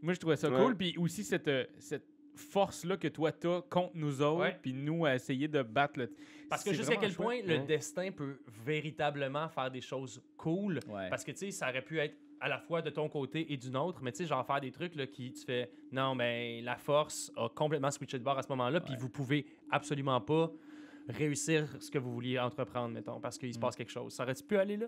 [SPEAKER 1] Moi, je trouvais ça
[SPEAKER 2] Ouais.
[SPEAKER 1] cool. Puis aussi, cette, euh, cette force-là que toi, t'as contre nous autres,
[SPEAKER 3] Ouais.
[SPEAKER 1] puis nous, à essayer de battre le.
[SPEAKER 3] Parce que
[SPEAKER 1] C'est
[SPEAKER 3] jusqu'à
[SPEAKER 1] vraiment
[SPEAKER 3] quel
[SPEAKER 1] chouette.
[SPEAKER 3] point le
[SPEAKER 2] Ouais.
[SPEAKER 3] destin peut véritablement faire des choses cool.
[SPEAKER 4] Ouais.
[SPEAKER 3] Parce que, tu sais, ça aurait pu être à la fois de ton côté et du nôtre, mais tu sais, genre faire des trucs là, qui tu fais non, mais la force a complètement switché de bord à ce moment-là, puis vous pouvez absolument pas réussir ce que vous vouliez entreprendre, mettons, parce
[SPEAKER 4] Mm.
[SPEAKER 3] qu'il se passe quelque chose. Ça aurait-tu pu aller là?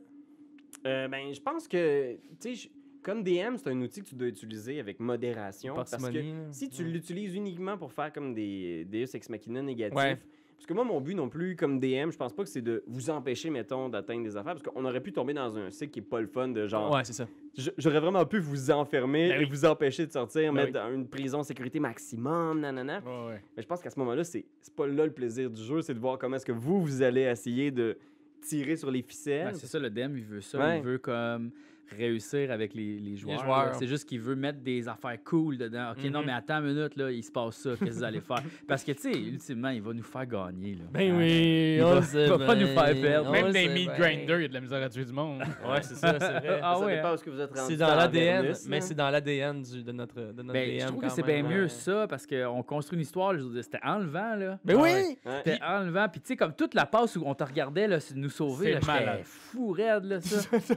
[SPEAKER 2] Euh, ben, je pense que, tu sais, je- comme DM, c'est un outil que tu dois utiliser avec modération. Parce que
[SPEAKER 6] Parcimonie, là.
[SPEAKER 2] si
[SPEAKER 3] Mm.
[SPEAKER 2] tu l'utilises uniquement pour faire comme des Deus Ex Machina négatifs,
[SPEAKER 3] Ouais.
[SPEAKER 2] parce que moi, mon but non plus, comme DM, je pense pas que c'est de vous empêcher, mettons, d'atteindre des affaires, parce qu'on aurait pu tomber dans un cycle qui est pas le fun de genre,
[SPEAKER 3] Ouais, c'est ça.
[SPEAKER 2] j- j'aurais vraiment pu vous enfermer
[SPEAKER 3] Ben
[SPEAKER 2] et
[SPEAKER 3] oui.
[SPEAKER 2] vous empêcher de sortir,
[SPEAKER 3] Ben
[SPEAKER 2] mettre
[SPEAKER 3] oui.
[SPEAKER 2] dans une prison sécurité maximum, nanana.
[SPEAKER 1] Ouais, ouais.
[SPEAKER 2] Mais je pense qu'à ce moment-là, c'est c'est pas là le plaisir du jeu, c'est de voir comment est-ce que vous, vous allez essayer de tirer sur les ficelles.
[SPEAKER 4] Ben, c'est ça, le DM, il veut ça.
[SPEAKER 2] Ouais.
[SPEAKER 4] Il veut comme réussir avec les, les joueurs. là.
[SPEAKER 6] joueurs.
[SPEAKER 4] C'est juste qu'il veut mettre des affaires cool dedans. OK, non,
[SPEAKER 3] Mhm.
[SPEAKER 4] mais attends une minute, là, il se passe ça, qu'est-ce que vous allez faire? Parce que, tu sais, ultimement, il va nous faire gagner. Là.
[SPEAKER 3] Ben
[SPEAKER 4] Hein?
[SPEAKER 3] oui,
[SPEAKER 4] Il va, il va pas nous faire perdre.
[SPEAKER 1] Même
[SPEAKER 6] Ouais,
[SPEAKER 1] des
[SPEAKER 6] c'est
[SPEAKER 1] meat
[SPEAKER 6] bien.
[SPEAKER 1] grinders, il y a de la misère à tuer du monde.
[SPEAKER 3] Ouais, c'est ça, c'est vrai.
[SPEAKER 4] Ah
[SPEAKER 2] ça
[SPEAKER 4] ouais,
[SPEAKER 2] dépend
[SPEAKER 4] hein?
[SPEAKER 2] où est-ce que vous êtes rendu
[SPEAKER 3] C'est dans
[SPEAKER 2] dans
[SPEAKER 3] l'ADN,
[SPEAKER 2] Avernus,
[SPEAKER 3] mais
[SPEAKER 2] là.
[SPEAKER 3] c'est dans l'ADN du- de notre, de notre
[SPEAKER 4] Ben,
[SPEAKER 3] DM
[SPEAKER 4] je trouve
[SPEAKER 3] quand
[SPEAKER 4] que c'est
[SPEAKER 3] même,
[SPEAKER 4] bien
[SPEAKER 3] ouais.
[SPEAKER 4] mieux ça parce qu'on construit une histoire. Je veux dire, c'était enlevant, là.
[SPEAKER 3] Mais oui!
[SPEAKER 2] Ouais.
[SPEAKER 4] C'était enlevant. Puis, tu sais, comme toute la passe où on te regardait là, nous sauver, là,
[SPEAKER 1] C'est malade.
[SPEAKER 4] j'étais fou raide, là, ça. Puis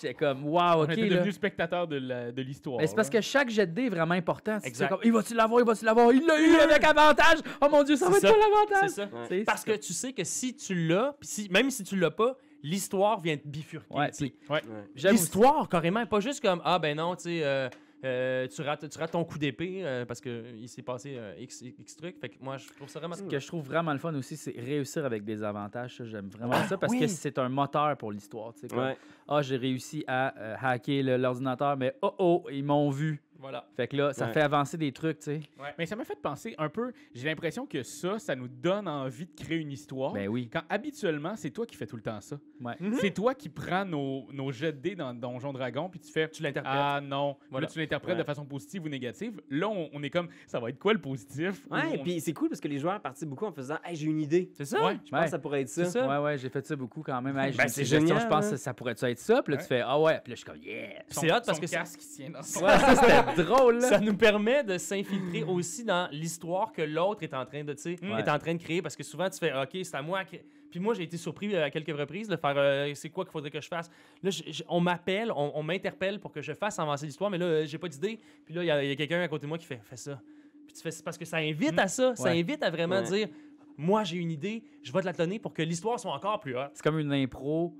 [SPEAKER 4] J'étais comme, waouh,
[SPEAKER 1] On
[SPEAKER 4] OK.
[SPEAKER 1] était
[SPEAKER 4] là.
[SPEAKER 1] devenus spectateurs de la- de l'histoire.
[SPEAKER 4] Mais Ben, c'est parce
[SPEAKER 1] là.
[SPEAKER 4] que chaque jet de dé est vraiment important. Tu sais,
[SPEAKER 3] Exact.
[SPEAKER 4] comme, il va-tu l'avoir, il va-tu l'avoir, il l'a eu avec avantage. Oh mon dieu, ça va
[SPEAKER 3] C'est
[SPEAKER 4] être pas
[SPEAKER 3] ça.
[SPEAKER 4] l'avantage.
[SPEAKER 3] C'est ça.
[SPEAKER 2] Ouais.
[SPEAKER 4] Tu sais,
[SPEAKER 3] Parce
[SPEAKER 4] c'est-
[SPEAKER 3] que tu sais que si tu l'as, pis si, même si tu l'as pas, l'histoire vient te bifurquer.
[SPEAKER 4] Ouais,
[SPEAKER 3] tu sais.
[SPEAKER 4] puis
[SPEAKER 2] Ouais.
[SPEAKER 4] j'aime aussi-
[SPEAKER 3] l'histoire, carrément, pas juste comme Ah ben non, tu sais, euh, Euh, tu, rates, tu rates ton coup d'épée euh, parce qu'il s'est passé euh, X, X truc. Fait que moi, je trouve ça vraiment.
[SPEAKER 1] Hmm.
[SPEAKER 4] Ce que je trouve vraiment le fun aussi, c'est réussir avec des avantages. Ça, J'aime vraiment ça parce que c'est un moteur pour l'histoire. tu sais, comme,
[SPEAKER 2] Ouais.
[SPEAKER 4] Ah, j'ai réussi à euh, hacker le- l'ordinateur, mais oh oh, ils m'ont vu.
[SPEAKER 5] Voilà.
[SPEAKER 4] Fait que là, ça
[SPEAKER 2] Ouais.
[SPEAKER 4] fait avancer des trucs, tu sais.
[SPEAKER 1] Mais ça m'a fait penser un peu. J'ai l'impression que ça, ça nous donne envie de créer une histoire.
[SPEAKER 4] Ben oui.
[SPEAKER 1] Quand habituellement, c'est toi qui fais tout le temps ça.
[SPEAKER 4] Ouais.
[SPEAKER 2] Mhm.
[SPEAKER 1] C'est toi qui prends nos, nos jets de dés dans Donjon Dragon, puis tu fais. Tu l'interprètes. Ah non. Puis
[SPEAKER 3] Voilà.
[SPEAKER 1] Là, tu l'interprètes de façon positive ou négative. Là, on, on est comme. Ça va être quoi le positif Ou
[SPEAKER 2] Ouais,
[SPEAKER 1] on-
[SPEAKER 2] puis c'est cool parce que les joueurs partaient beaucoup en faisant Hey, j'ai une idée.
[SPEAKER 3] C'est ça?
[SPEAKER 1] Ouais.
[SPEAKER 2] Je pense
[SPEAKER 4] Ouais.
[SPEAKER 2] que ça pourrait être ça.
[SPEAKER 3] C'est ça.
[SPEAKER 4] Ouais, ouais, j'ai fait ça beaucoup quand même. Hey, j'ai
[SPEAKER 2] Ben,
[SPEAKER 4] une
[SPEAKER 2] c'est
[SPEAKER 4] suggestion,
[SPEAKER 2] génial,
[SPEAKER 4] Je pense
[SPEAKER 2] hein?
[SPEAKER 4] que ça pourrait être ça. Puis là,
[SPEAKER 1] Ouais.
[SPEAKER 4] tu fais Ah ouais. Puis là, je suis comme Yeah.
[SPEAKER 1] son-
[SPEAKER 3] C'est hot parce
[SPEAKER 1] son
[SPEAKER 3] que ça-
[SPEAKER 1] casque qui tient dans son-
[SPEAKER 4] Ouais, ça, c'était drôle, là.
[SPEAKER 3] Ça nous permet de s'infiltrer aussi dans l'histoire que l'autre est en train de, tu sais,
[SPEAKER 1] Ouais.
[SPEAKER 3] est en train de créer parce que souvent tu fais OK, c'est à moi. à cré- Puis moi j'ai été surpris euh, à quelques reprises de faire euh, c'est quoi qu'il faudrait que je fasse. Là je- je- on m'appelle, on, on m'interpelle pour que je fasse avancer l'histoire, mais là euh, j'ai pas d'idée. Puis là il y a, il y a quelqu'un à côté de moi qui fait fais ça. Puis tu fais c'est parce que ça invite à ça, ça
[SPEAKER 4] Ouais.
[SPEAKER 3] invite à vraiment
[SPEAKER 2] Ouais.
[SPEAKER 3] dire moi j'ai une idée, je vais te la donner pour que l'histoire soit encore plus haute.
[SPEAKER 4] C'est comme une impro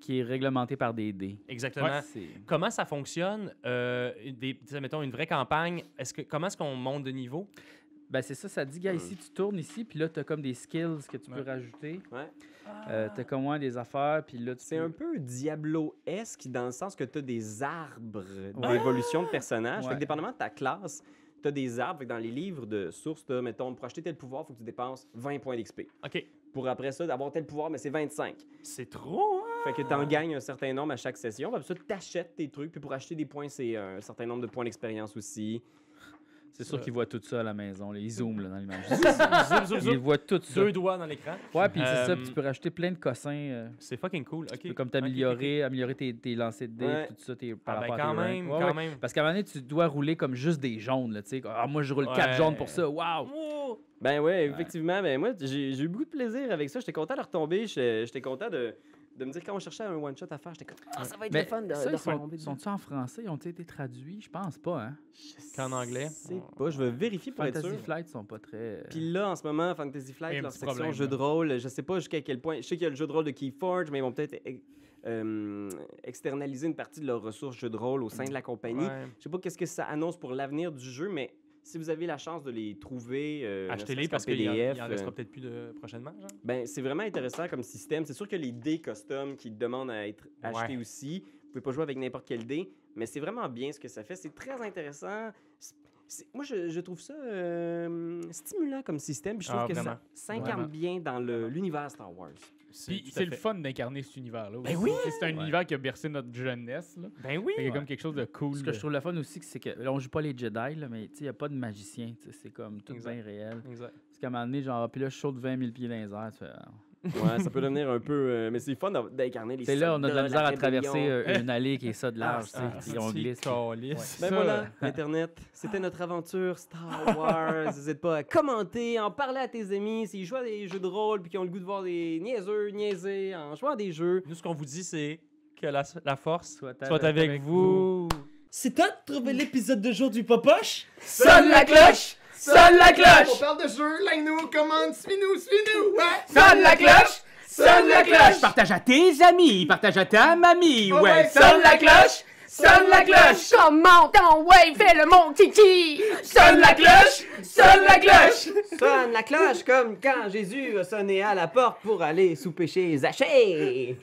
[SPEAKER 4] qui est réglementée par des dés.
[SPEAKER 3] Exactement.
[SPEAKER 4] C'est-
[SPEAKER 3] Comment ça fonctionne, euh, des, tu sais, mettons une vraie campagne, est-ce que, comment est-ce qu'on monte de niveau?
[SPEAKER 4] Ben, c'est ça, ça dit,
[SPEAKER 3] Euh.
[SPEAKER 4] gars, ici, tu tournes ici, puis là, t'as comme des skills que tu peux
[SPEAKER 1] Ouais.
[SPEAKER 4] rajouter.
[SPEAKER 2] Ouais.
[SPEAKER 4] Euh, t'as comme moins des affaires, puis là, tu
[SPEAKER 2] C'est
[SPEAKER 4] peux-
[SPEAKER 2] un peu Diablo-esque dans le sens que tu as des arbres
[SPEAKER 4] Ouais.
[SPEAKER 2] d'évolution de personnages. Fait
[SPEAKER 4] Ouais.
[SPEAKER 2] que dépendamment de ta classe, tu as des arbres. Fait que dans les livres de sources, t'as, mettons, pour acheter tel pouvoir, il faut que tu dépenses 20 points d'XP.
[SPEAKER 3] OK.
[SPEAKER 2] Pour après ça, avoir tel pouvoir, mais c'est 25.
[SPEAKER 3] C'est trop, hein?
[SPEAKER 2] Fait que tu en gagnes un certain nombre à chaque session. Puis après ça, tu achètes tes trucs. Puis pour acheter des points, c'est un certain nombre de points d'expérience aussi.
[SPEAKER 4] C'est sûr
[SPEAKER 3] Ça.
[SPEAKER 4] qu'ils voient tout ça à la maison. là. Ils zooment là, dans l'image.
[SPEAKER 3] hein? Zoom, zoom,
[SPEAKER 4] Ils
[SPEAKER 3] zoom.
[SPEAKER 4] voient tout ça.
[SPEAKER 3] Deux doigts dans l'écran.
[SPEAKER 4] Ouais, puis c'est ça,
[SPEAKER 3] Euh,
[SPEAKER 4] puis tu peux rajouter plein de cossins. euh,
[SPEAKER 3] C'est fucking cool. OK.
[SPEAKER 4] tu peux comme t'améliorer, améliorer tes, tes lancers de dés,
[SPEAKER 2] Ouais.
[SPEAKER 4] tout ça, tes, par
[SPEAKER 3] Ah, ben,
[SPEAKER 4] rapport à
[SPEAKER 3] quand
[SPEAKER 4] tes ranks.
[SPEAKER 3] même,
[SPEAKER 4] Ouais,
[SPEAKER 3] quand
[SPEAKER 4] ouais.
[SPEAKER 3] même.
[SPEAKER 4] Parce qu'à un moment donné, tu dois rouler comme juste des jaunes, là, tu sais. Ah, moi, je roule quatre
[SPEAKER 3] Ouais.
[SPEAKER 4] jaunes pour ça, waouh!
[SPEAKER 3] Oh!
[SPEAKER 2] Ben ouais, effectivement. Ben moi, j'ai j'ai eu beaucoup de plaisir avec ça. J'étais content de retomber. J'étais j'étais content de, de me dire quand on cherchait un one-shot à faire, j'étais comme Ah, ça va être
[SPEAKER 4] Mais
[SPEAKER 2] le fun de,
[SPEAKER 4] ça,
[SPEAKER 2] de
[SPEAKER 4] ils sont,
[SPEAKER 2] retomber dedans.
[SPEAKER 4] sont-ils en français? Ils ont été traduits? Je pense pas, hein?
[SPEAKER 3] Qu'en anglais.
[SPEAKER 2] Je sais pas, je vais vérifier pour
[SPEAKER 4] Fantasy
[SPEAKER 2] être sûr.
[SPEAKER 4] Flight sont pas très... euh,
[SPEAKER 2] Puis là, en ce moment, Fantasy
[SPEAKER 1] Il y a
[SPEAKER 2] Flight,
[SPEAKER 1] un
[SPEAKER 2] leur
[SPEAKER 1] petit
[SPEAKER 2] section
[SPEAKER 1] problème,
[SPEAKER 2] jeu
[SPEAKER 1] là.
[SPEAKER 2] de rôle, je sais pas jusqu'à quel point. Je sais qu'il y a le jeu de rôle de Keyforge, mais ils vont peut-être euh, euh, externaliser une partie de leurs ressources jeu de rôle au sein de la compagnie.
[SPEAKER 3] Ouais.
[SPEAKER 2] Je sais pas qu'est-ce que ça annonce pour l'avenir du jeu, mais si vous avez la chance de les trouver, euh, ne
[SPEAKER 3] Achetez-les
[SPEAKER 2] serait-ce qu'en
[SPEAKER 3] parce qu'il y en- il
[SPEAKER 2] PDF,
[SPEAKER 3] en restera
[SPEAKER 2] euh,
[SPEAKER 3] peut-être plus de prochainement. Genre.
[SPEAKER 2] ben, c'est vraiment intéressant comme système. C'est sûr que les dés custom qui demandent à être achetés aussi, vous pouvez pas jouer avec n'importe quel dé, mais c'est vraiment bien ce que ça fait. C'est très intéressant. C'est- c'est- moi, je, je trouve ça euh, stimulant comme système. puis Je trouve
[SPEAKER 3] Ah,
[SPEAKER 2] que
[SPEAKER 3] vraiment.
[SPEAKER 2] ça s'incarne
[SPEAKER 1] Vraiment.
[SPEAKER 2] bien dans le- l'univers Star Wars.
[SPEAKER 1] Puis
[SPEAKER 3] tout à
[SPEAKER 1] c'est le
[SPEAKER 3] fait.
[SPEAKER 1] fun d'incarner cet univers-là.
[SPEAKER 3] Ben
[SPEAKER 1] aussi.
[SPEAKER 3] oui!
[SPEAKER 1] Tu sais, C'est un
[SPEAKER 4] Ouais.
[SPEAKER 1] univers qui a bercé notre jeunesse. Là.
[SPEAKER 3] Ben oui.
[SPEAKER 1] Il y a comme quelque chose de cool.
[SPEAKER 4] Ce que je trouve le fun aussi, c'est que là, on joue pas les Jedi, là, mais il n'y a pas de magicien. tu sais, C'est comme tout
[SPEAKER 3] Exact.
[SPEAKER 4] bien réel.
[SPEAKER 3] Exact.
[SPEAKER 4] Parce qu'à un moment donné, genre, puis là, je saute 20 000 pieds dans les airs. tu fais, ah.
[SPEAKER 2] Ouais, ça peut devenir un peu. euh, mais c'est fun d'av- d'incarner les
[SPEAKER 4] Tu sais, là, on a de la
[SPEAKER 2] soldats,
[SPEAKER 4] misère à
[SPEAKER 2] rébellion.
[SPEAKER 4] traverser euh, une allée qui est ça de large. tu sais,
[SPEAKER 3] Ah,
[SPEAKER 4] puis on
[SPEAKER 3] c'est
[SPEAKER 4] glisse.
[SPEAKER 3] calice.
[SPEAKER 2] Ben
[SPEAKER 1] Ça,
[SPEAKER 2] voilà, Internet, c'était notre aventure Star Wars. N'hésite pas à commenter, en parler à tes amis s'ils jouent à des jeux de rôle puis qui ont le goût de voir des niaiseux, niaiser en jouant à des jeux.
[SPEAKER 3] Nous, ce qu'on vous dit, c'est que la, la force soit,
[SPEAKER 4] Soit
[SPEAKER 3] avec,
[SPEAKER 4] avec
[SPEAKER 3] vous.
[SPEAKER 10] C'est toi de trouver l'épisode de jour du Popoche?
[SPEAKER 4] Sonne la cloche! Sonne la
[SPEAKER 10] On
[SPEAKER 4] cloche!
[SPEAKER 10] parle de jeu, like-nous, commande, suis-nous, suis-nous! Ouais!
[SPEAKER 4] Sonne la cloche! Sonne la cloche!
[SPEAKER 10] Partage à tes amis, partage à ta
[SPEAKER 1] Oh,
[SPEAKER 10] mamie, ouais!
[SPEAKER 4] Sonne la cloche! Sonne la cloche!
[SPEAKER 11] Comment ton wave fait le mon kiki?
[SPEAKER 4] Sonne la cloche! Sonne la cloche!
[SPEAKER 2] Sonne la cloche comme quand Jésus a sonné à la porte pour aller sous péché Zachée.